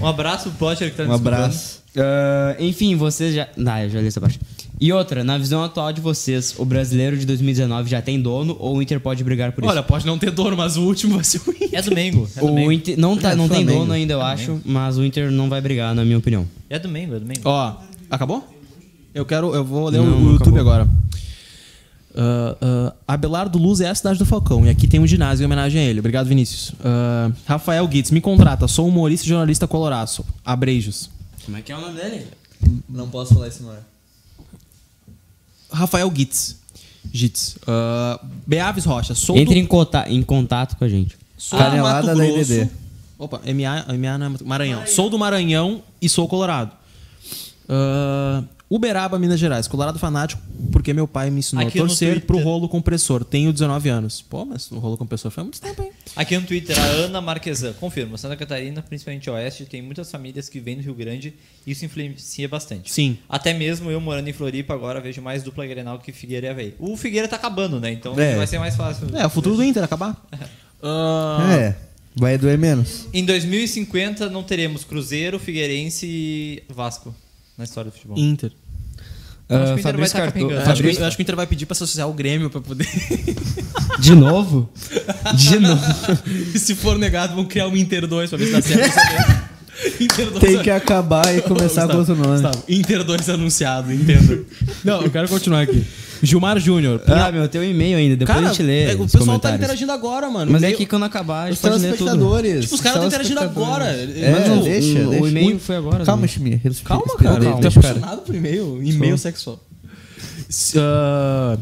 Speaker 5: Um abraço pro Potter que tá
Speaker 6: um
Speaker 5: nos escutando.
Speaker 6: abraço.
Speaker 1: Ah, enfim, vocês já... Não, eu já li essa parte. E outra, na visão atual de vocês, o brasileiro de 2019 já tem dono ou o Inter pode brigar por
Speaker 2: Olha, pode não ter dono, mas o último vai ser o Inter.
Speaker 5: É do Mengo. É
Speaker 1: isso?
Speaker 5: do
Speaker 1: O
Speaker 5: Mengo.
Speaker 1: Inter não, tá,
Speaker 6: É,
Speaker 1: não tem
Speaker 6: Flamengo.
Speaker 1: dono ainda, eu acho, mas o Inter não vai brigar, na minha opinião.
Speaker 5: É do Mengo, é do Mengo.
Speaker 2: Ó, acabou? Eu quero, eu vou ler
Speaker 1: Não,
Speaker 2: o,
Speaker 1: não
Speaker 2: o YouTube
Speaker 1: acabou.
Speaker 2: agora. Ah, ah, Abelardo Luz é a cidade do Falcão e aqui tem um ginásio em homenagem a ele. Obrigado, Vinícius. Ah, Rafael Guides, me contrata, sou humorista e jornalista coloraço. Abreijos.
Speaker 1: Como é que é o nome dele?
Speaker 6: Não posso falar isso, não é.
Speaker 2: Rafael Guides. Gitz. Ah, Beavis Rocha, sou
Speaker 1: Entre
Speaker 2: do
Speaker 1: em, cota- em contato com a gente.
Speaker 2: sou
Speaker 6: Canelada da
Speaker 2: do Mato Grosso.
Speaker 6: IDD.
Speaker 2: Opa, MA, MA não é Mato- Maranhão. Sou do Maranhão e sou colorado. Ah, Uberaba, Minas Gerais. Colorado fanático, porque meu pai me ensinou
Speaker 5: Aqui
Speaker 2: a
Speaker 5: no
Speaker 2: torcer
Speaker 5: Twitter.
Speaker 2: pro rolo compressor. Tenho 19 anos. Pô, mas o rolo compressor foi há muito tempo, hein?
Speaker 5: Aqui no Twitter, a Ana Marquesan. Confirma, Santa Catarina, principalmente Oeste, tem muitas famílias que vêm do Rio Grande e isso influencia bastante.
Speaker 2: Sim.
Speaker 5: Até mesmo eu morando em Floripa agora vejo mais dupla Grenal que Figueira e Avaí. O Figueira tá acabando, né? Então
Speaker 6: É.
Speaker 5: vai ser mais fácil.
Speaker 2: É, o futuro do Inter acabar. Ah,
Speaker 6: É, vai doer menos.
Speaker 5: Em 2050 não teremos Cruzeiro, Figueirense e Vasco na história do futebol.
Speaker 2: Inter.
Speaker 5: Eu acho que o
Speaker 1: Ah,
Speaker 5: Inter
Speaker 1: Fabrício
Speaker 5: vai tá
Speaker 1: Carto-
Speaker 5: capengando.
Speaker 2: Eu acho, que,
Speaker 1: Fabrício-
Speaker 2: eu acho que o Inter vai pedir pra se associar ao Grêmio pra poder.
Speaker 1: De novo? De novo?
Speaker 2: e se for negado, vão criar um Inter 2 pra ver se dá certo. Inter 2
Speaker 6: Tem que acabar e começar com outro nome.
Speaker 2: Gustavo, Inter 2 anunciado, entendo. Não, eu quero continuar aqui. Gilmar Júnior.
Speaker 1: Ah, meu, tem um e-mail ainda, depois
Speaker 2: Cara,
Speaker 1: a gente lê.
Speaker 2: é, o
Speaker 1: os
Speaker 2: pessoal tá
Speaker 1: comentários.
Speaker 2: interagindo agora, mano.
Speaker 1: Mas é
Speaker 2: Meio-
Speaker 1: que quando acabar, a
Speaker 6: Os
Speaker 1: gente pode ler tudo.
Speaker 6: telespectadores.
Speaker 2: Tipo, os caras estão interagindo agora.
Speaker 6: É,
Speaker 2: Mas
Speaker 3: um,
Speaker 2: o-
Speaker 6: deixa,
Speaker 1: o- o
Speaker 6: deixa.
Speaker 1: e-mail foi agora,
Speaker 6: Calma,
Speaker 1: né?
Speaker 6: Chimia. respira-
Speaker 2: Calma,
Speaker 6: respira,
Speaker 2: cara.
Speaker 6: deixa,
Speaker 2: Ele tá
Speaker 6: deixa,
Speaker 2: apaixonado por e-mail.
Speaker 1: um
Speaker 2: E-mail sexual. S- ah,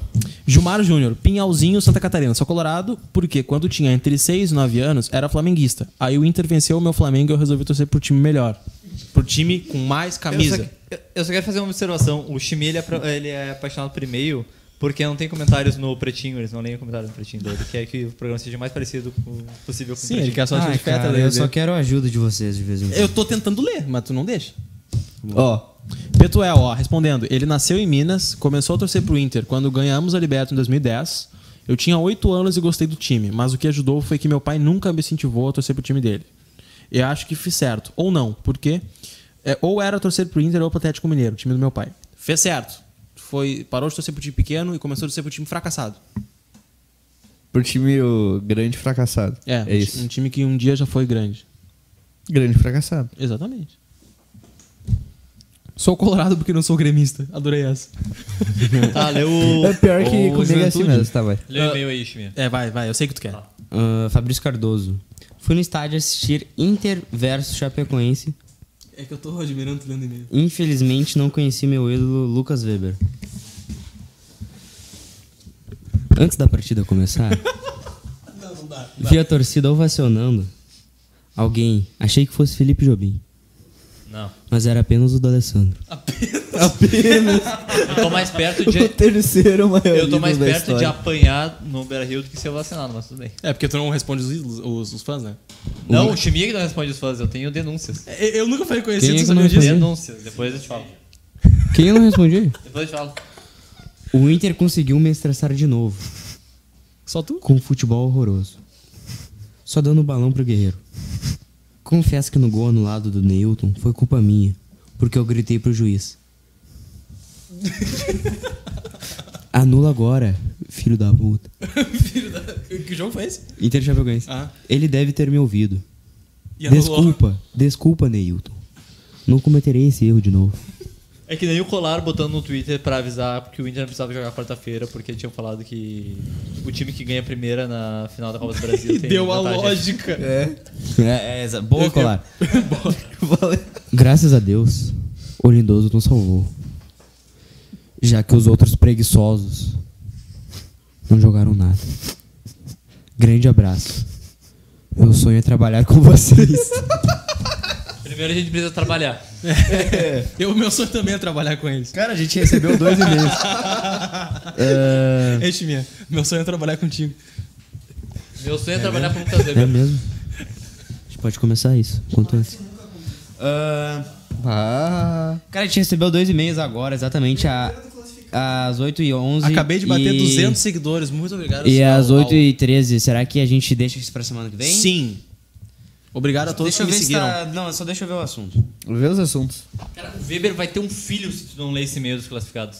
Speaker 2: Gilmar Júnior, Pinhalzinho, Santa Catarina. Sou colorado porque quando tinha entre 6 e 9 anos, era flamenguista. Aí o Inter venceu o meu Flamengo e eu resolvi torcer pro time melhor. Pro time com mais
Speaker 5: Eu
Speaker 2: camisa.
Speaker 5: só, eu- eu só quero fazer uma observação. O Chimê, ele é, pra- ele é apaixonado por e-mail porque não tem comentários no pretinho, eles não leem o comentário do pretinho dele. Quer que o programa seja o mais parecido com- possível com o
Speaker 2: Sim, ele
Speaker 5: pretinho.
Speaker 2: quer só
Speaker 1: Ai,
Speaker 2: justificar
Speaker 1: Ah, cara, eu só quero a ajuda de vocês de vez em quando.
Speaker 2: Eu tô tentando ler, mas tu não deixa.
Speaker 6: Ó,
Speaker 2: Betuel, ó, respondendo. Ele nasceu em Minas, começou a torcer pro Inter quando ganhamos a Liberta em 2010. Eu tinha 8 anos e gostei do time, mas o que ajudou foi que meu pai nunca me incentivou a torcer pro time dele. Eu acho que fiz certo, ou não, porque é, ou era torcer pro Inter ou pro Atlético Mineiro, time do meu pai. Fez certo. Foi, parou de torcer pro time pequeno e começou a torcer pro time fracassado.
Speaker 6: pro time o grande fracassado.
Speaker 2: É,
Speaker 6: é
Speaker 2: um,
Speaker 6: isso.
Speaker 2: time que um dia já foi grande.
Speaker 6: Grande fracassado.
Speaker 2: Exatamente. Sou colorado porque não sou gremista. Adorei essa.
Speaker 5: Tá, leu o... Ah.
Speaker 6: É pior que
Speaker 2: Ou
Speaker 6: comigo é assim
Speaker 2: juventude.
Speaker 6: mesmo, tá, vai.
Speaker 5: Leu o e-mail aí, Chimê.
Speaker 2: É, vai, vai, eu sei que tu quer.
Speaker 1: Ah, Fabrício Cardoso. Fui no estádio assistir Inter versus Chapecoense.
Speaker 2: É que eu tô admirando lendo e-mail.
Speaker 1: Infelizmente não conheci meu ídolo Lucas Weber. Antes da partida começar, vi a torcida ovacionando alguém. Achei que fosse Felipe Jobim,
Speaker 5: Não.
Speaker 1: mas era apenas o do Alessandro.
Speaker 5: Eu tô mais perto de...
Speaker 6: terceiro é maior
Speaker 5: Eu tô mais
Speaker 6: ídolo da
Speaker 5: perto de
Speaker 6: história.
Speaker 5: apanhar no Beira-Rio do que ser vacinado, mas tudo bem.
Speaker 2: É, porque tu não responde os ídolos, os, os fãs, né?
Speaker 5: Não, o Chimê que não responde os fãs, eu tenho denúncias.
Speaker 2: Eu, nunca fui reconhecido,
Speaker 1: Quem é que
Speaker 2: você
Speaker 1: não
Speaker 2: sabia disso?
Speaker 1: Sim.
Speaker 5: Denúncias, depois eu te falo.
Speaker 1: Quem eu não respondi?
Speaker 5: Depois eu te falo.
Speaker 1: O Inter conseguiu me estressar de novo,
Speaker 2: Só tu?
Speaker 1: com um futebol horroroso. Só dando um balão pro guerreiro. Confesso que no gol anulado do Neilton foi culpa minha, porque eu gritei pro juiz. Anula agora, Filho da puta.
Speaker 5: Que jogo foi esse?
Speaker 1: Inter Chapecoense.
Speaker 5: Ah.
Speaker 1: Ele deve ter me ouvido.
Speaker 5: E anulou.
Speaker 1: Desculpa, desculpa, Neilton. Não cometerei esse erro de novo.
Speaker 5: É que nem o Colar botando no Twitter pra avisar que o Inter não precisava jogar quarta-feira, porque tinham falado que o time que ganha a primeira na final da Copa do Brasil tem
Speaker 2: Deu a
Speaker 5: vantagem.
Speaker 2: lógica.
Speaker 1: É, é boa, Colar. Graças a Deus, o Lindoso nos salvou. Já que os outros preguiçosos não jogaram nada. Grande abraço. Meu sonho é trabalhar com vocês.
Speaker 5: Primeiro a gente precisa trabalhar.
Speaker 2: Eu, meu sonho também é trabalhar com eles.
Speaker 6: Cara, a gente recebeu dois e-mails.
Speaker 2: Este minha. Meu sonho é trabalhar contigo.
Speaker 5: Meu sonho é, trabalhar pro Lucas
Speaker 1: é
Speaker 5: Weber.
Speaker 1: mesmo? A gente pode começar isso, quanto antes.
Speaker 6: Ah,
Speaker 1: Cara, a gente recebeu dois e-mails agora, exatamente a- às 8 e 11
Speaker 2: Acabei de bater
Speaker 1: e-
Speaker 2: 200 seguidores. Muito obrigado.
Speaker 1: E
Speaker 2: ao-
Speaker 1: às
Speaker 2: ao-
Speaker 1: 8 e 13 será que a gente deixa isso pra semana que vem?
Speaker 2: Sim. Obrigado a todos
Speaker 1: Deixa eu
Speaker 2: que
Speaker 1: ver
Speaker 2: me
Speaker 1: se
Speaker 2: seguiram.
Speaker 1: tá- Não, só deixa eu ver o assunto.
Speaker 6: vê os assuntos.
Speaker 5: Cara, o Weber vai ter um filho se tu não ler esse e-mail dos classificados.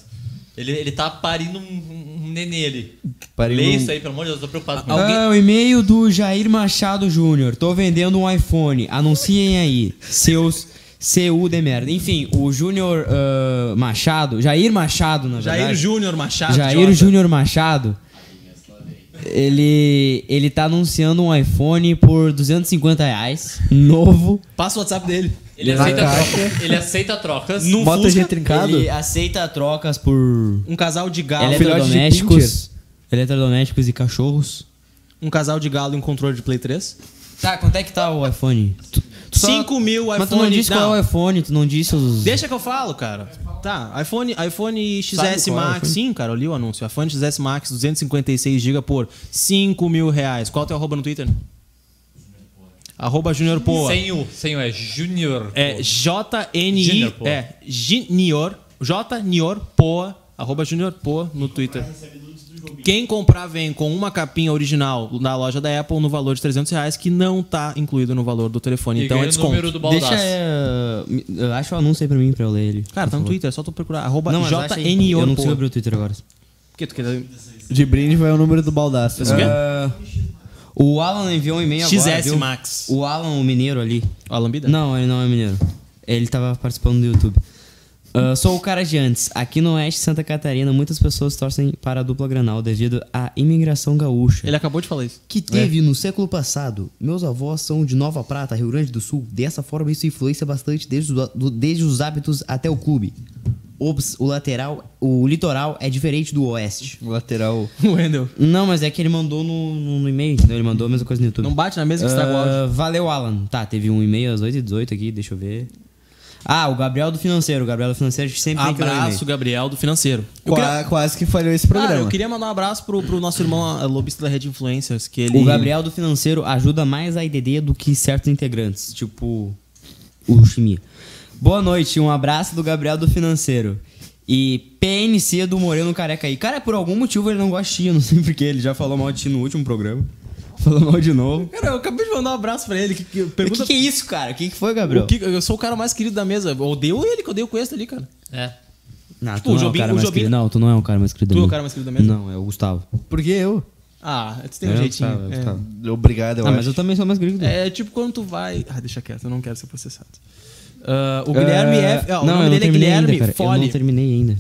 Speaker 5: Ele, ele tá parindo um, um- um nenê ali.
Speaker 6: Pariu
Speaker 5: Lê
Speaker 6: um-
Speaker 5: isso aí, pelo amor de Deus, eu tô preocupado com
Speaker 1: Ah, o e-mail do Jair Machado Júnior. Tô vendendo um iPhone. Anunciem aí. Seus CU de merda. Enfim, o Júnior ah, Machado, Jair Machado, na verdade.
Speaker 2: Jair Júnior Machado.
Speaker 1: Jair
Speaker 2: idiota.
Speaker 1: Júnior Machado. Ele, ele tá anunciando um iPhone por 250 reais, novo.
Speaker 2: Passa o WhatsApp dele.
Speaker 5: Ele
Speaker 6: Na
Speaker 5: aceita,
Speaker 6: caixa.
Speaker 5: troca- ele aceita trocas.
Speaker 2: Num
Speaker 6: Bota
Speaker 2: Fusca,
Speaker 6: retrincado?
Speaker 1: Ele aceita trocas por
Speaker 2: Um casal de galo.
Speaker 1: é eletrodomésticos, eletrodomésticos e cachorros.
Speaker 2: Um casal de galo e um controle de Play 3.
Speaker 1: Tá, quanto é que tá o iPhone? Tu, tu só-
Speaker 2: 5 mil iPhone.
Speaker 1: Mas tu não disse qual é o iPhone, tu não disse os...
Speaker 2: Deixa que eu falo, cara. Tá, iPhone, iPhone XS
Speaker 1: qual é o
Speaker 2: Max.
Speaker 1: iPhone?
Speaker 2: Sim, cara, eu li o anúncio. iPhone XS Max, 256 GB por 5 mil reais. Qual é o teu arroba no Twitter? Arroba Junior Poa.
Speaker 5: Sem o, sem o, é Júnior.
Speaker 2: É
Speaker 5: Junior
Speaker 2: JNI.
Speaker 5: Poa.
Speaker 2: É Junior. Junior Poa. Arroba Junior Poa no Twitter. Quem comprar vem com uma capinha original da loja da Apple no valor de 300 reais, que não tá incluído no valor do telefone.
Speaker 5: E
Speaker 2: então é
Speaker 5: ganha o
Speaker 2: desconto.
Speaker 5: número do baldaço.
Speaker 1: Deixa, eh, me- eu acho o anúncio aí pra mim, pra eu ler ele.
Speaker 2: Cara, tá no Twitter, é só tu procurar. Arroba
Speaker 1: Não, mas acha aí. Eu
Speaker 2: JNIO.
Speaker 1: não consigo abrir o Twitter agora.
Speaker 2: Porque tu quer-
Speaker 6: De brinde vai o número do baldaço. É,
Speaker 2: o quê?
Speaker 1: Ah, o Alan enviou um e-mail agora,
Speaker 2: XS
Speaker 1: viu?
Speaker 2: Max.
Speaker 1: O Alan, o mineiro ali.
Speaker 2: A lambida?
Speaker 1: Não, ele não é mineiro. Ele tava participando do YouTube. Ah, sou o cara de antes. Aqui no Oeste de Santa Catarina, muitas pessoas torcem para a dupla Granal devido à imigração gaúcha.
Speaker 2: Ele acabou de falar isso.
Speaker 1: que teve no século passado. Meus avós são de Nova Prata, Rio Grande do Sul. Dessa forma, isso influencia bastante desde, os- do- desde os hábitos até o clube. Ops, o lateral, o litoral é diferente do oeste.
Speaker 6: O lateral.
Speaker 2: O Wendel.
Speaker 1: Não, mas é que ele mandou no, no- no e-mail, entendeu? Ele mandou a mesma coisa no YouTube.
Speaker 2: Não bate na mesa que estraga o áudio.
Speaker 1: Ah, Valeu, Alan. Tá, teve um e-mail às 8h18 aqui, deixa eu ver. Ah, o Gabriel do Financeiro. O Gabriel do Financeiro a gente sempre tem que mandar um
Speaker 2: Abraço,
Speaker 1: e-mail.
Speaker 2: Gabriel, do financeiro. Eu
Speaker 6: Qua-
Speaker 2: queria-
Speaker 6: Quase que falhou
Speaker 3: Ah,
Speaker 6: esse programa.
Speaker 2: Cara, eu queria mandar um abraço pro, pro nosso irmão ah, lobista da Rede Influencers, que ele.
Speaker 1: O Gabriel do Financeiro ajuda mais a IDD do que certos integrantes, tipo o Chimia. Boa noite, um abraço do Gabriel do Financeiro. E PNC do Moreno Careca aí. Cara, por algum motivo ele não gosta de ti, eu não sei porquê. Ele já falou mal de ti no último programa. Falou mal de novo.
Speaker 2: Cara, eu acabei de mandar um abraço pra ele. Que, que-
Speaker 1: O que,
Speaker 2: pergunta.
Speaker 1: que é isso, cara? O que, que foi, Gabriel?
Speaker 2: o que- eu sou o cara mais querido da mesa. Eu odeio ele, que eu odeio com esse ali, cara.
Speaker 5: É.
Speaker 1: Não,
Speaker 2: Tipo, o Jobim- o Jobim-
Speaker 1: querido. Não, tu não é um cara mais querido
Speaker 2: Tu é o
Speaker 1: mim.
Speaker 2: cara mais querido da mesa?
Speaker 1: Não, é o Gustavo.
Speaker 6: Por que eu?
Speaker 2: Ah, tu tem um
Speaker 1: É,
Speaker 2: jeitinho.
Speaker 1: tá,
Speaker 2: é.
Speaker 1: tá.
Speaker 6: Obrigado, eu
Speaker 1: ah,
Speaker 6: acho.
Speaker 1: mas eu também sou mais querido. dele.
Speaker 2: É tipo quando tu vai. Ah, deixa quieto, eu não quero ser processado. Ah, o Guilherme
Speaker 1: É,
Speaker 2: F. Ah, o
Speaker 1: não,
Speaker 2: nome
Speaker 1: eu não
Speaker 2: dele é
Speaker 1: terminei
Speaker 2: Guilherme
Speaker 1: ainda, cara. Eu
Speaker 2: Fole.
Speaker 1: não terminei ainda.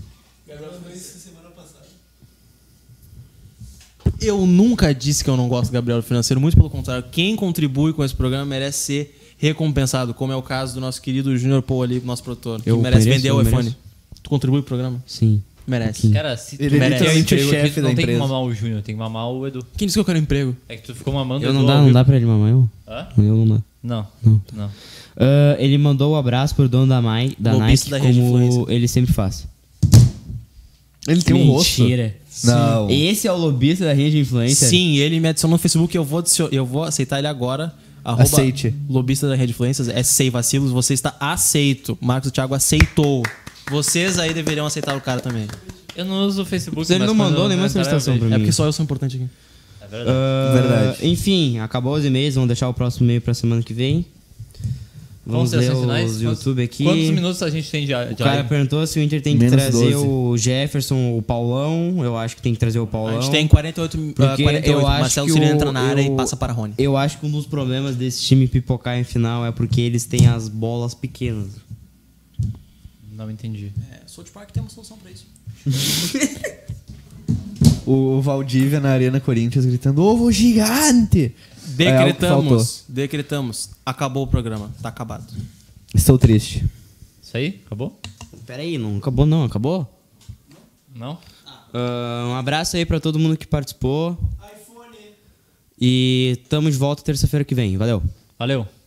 Speaker 2: Eu nunca disse que eu não gosto do Gabriel do Financeiro, muito pelo contrário. Quem contribui com esse programa merece ser recompensado, como é o caso do nosso querido Junior Paul ali, nosso produtor, que
Speaker 1: Eu
Speaker 2: merece
Speaker 1: mereço,
Speaker 2: vender
Speaker 1: eu
Speaker 2: o iPhone.
Speaker 1: mereço.
Speaker 2: Tu contribui pro programa?
Speaker 1: Sim.
Speaker 2: Merece.
Speaker 5: Cara, se tu
Speaker 6: Ele é
Speaker 5: merece um
Speaker 6: literalmente o
Speaker 5: emprego aqui,
Speaker 6: chefe
Speaker 5: tu
Speaker 6: da
Speaker 5: não tem que
Speaker 6: empresa.
Speaker 5: mamar o Júnior, tem que mamar o Edu.
Speaker 2: Quem disse que eu quero emprego?
Speaker 5: É que tu ficou mamando
Speaker 1: Eu
Speaker 5: o
Speaker 1: não
Speaker 5: Edu
Speaker 1: dá,
Speaker 5: ao
Speaker 1: não
Speaker 5: vivo.
Speaker 1: dá pra ele mamar eu?
Speaker 5: Hã?
Speaker 1: Eu não dá.
Speaker 5: Não, não.
Speaker 1: Ah, ele mandou um abraço pro dono da, Mai, da Nike,
Speaker 2: Lobista da Rede
Speaker 1: como
Speaker 2: Influencer.
Speaker 1: ele sempre faz.
Speaker 6: Ele tem um rosto.
Speaker 1: Mentira.
Speaker 6: Não.
Speaker 1: Esse é o lobista da rede influencer?
Speaker 2: Sim, ele me adicionou no Facebook, eu vou, adicion- eu vou aceitar ele agora. Arroba
Speaker 6: Aceite.
Speaker 2: Lobista da Rede Influências, é sem vacilos, você está aceito. Marcos Thiago aceitou. Vocês aí deveriam aceitar o cara também.
Speaker 5: Eu não uso o Facebook.
Speaker 1: Ele
Speaker 5: mas
Speaker 1: não
Speaker 5: quando
Speaker 1: mandou nenhuma
Speaker 5: entrar, eu
Speaker 1: solicitação
Speaker 5: vejo.
Speaker 1: pra
Speaker 2: É
Speaker 1: mim.
Speaker 2: porque só eu sou importante aqui.
Speaker 5: É verdade.
Speaker 1: Ah,
Speaker 6: Verdade.
Speaker 1: Enfim, acabou os e-mails, vamos deixar o próximo e-mail pra semana que vem. Vamos
Speaker 5: ser as
Speaker 1: ler
Speaker 5: semifinais?
Speaker 1: os YouTube aqui.
Speaker 5: Quantos minutos a gente tem de,
Speaker 1: O
Speaker 5: de
Speaker 1: cara é
Speaker 5: live?
Speaker 1: perguntou se o Inter tem que
Speaker 3: Menos
Speaker 1: trazer
Speaker 3: 12.
Speaker 1: o Jefferson, o Paulão. Eu acho que tem que trazer o
Speaker 2: A
Speaker 1: Paulão.
Speaker 2: gente tem 48, uh,
Speaker 1: Porque
Speaker 2: 48.
Speaker 1: eu acho
Speaker 2: Marcelo
Speaker 1: que
Speaker 2: Cirino
Speaker 1: o-
Speaker 2: entra na área
Speaker 1: eu-
Speaker 2: e passa para Rony.
Speaker 1: Eu acho que um dos problemas desse time pipocar em final é porque eles têm as bolas pequenas.
Speaker 5: Não entendi.
Speaker 2: É, South Park tem uma solução para isso.
Speaker 3: O Valdívia na Arena Corinthians gritando: Ovo gigante! É algo que faltou.
Speaker 2: Decretamos, decretamos. Acabou o programa, tá acabado.
Speaker 3: Estou triste.
Speaker 5: Isso aí? Acabou?
Speaker 1: Peraí, não acabou não, acabou?
Speaker 5: Não?
Speaker 1: Ah, um abraço aí pra todo mundo que participou. E tamo de volta terça-feira que vem. Valeu.
Speaker 5: Valeu.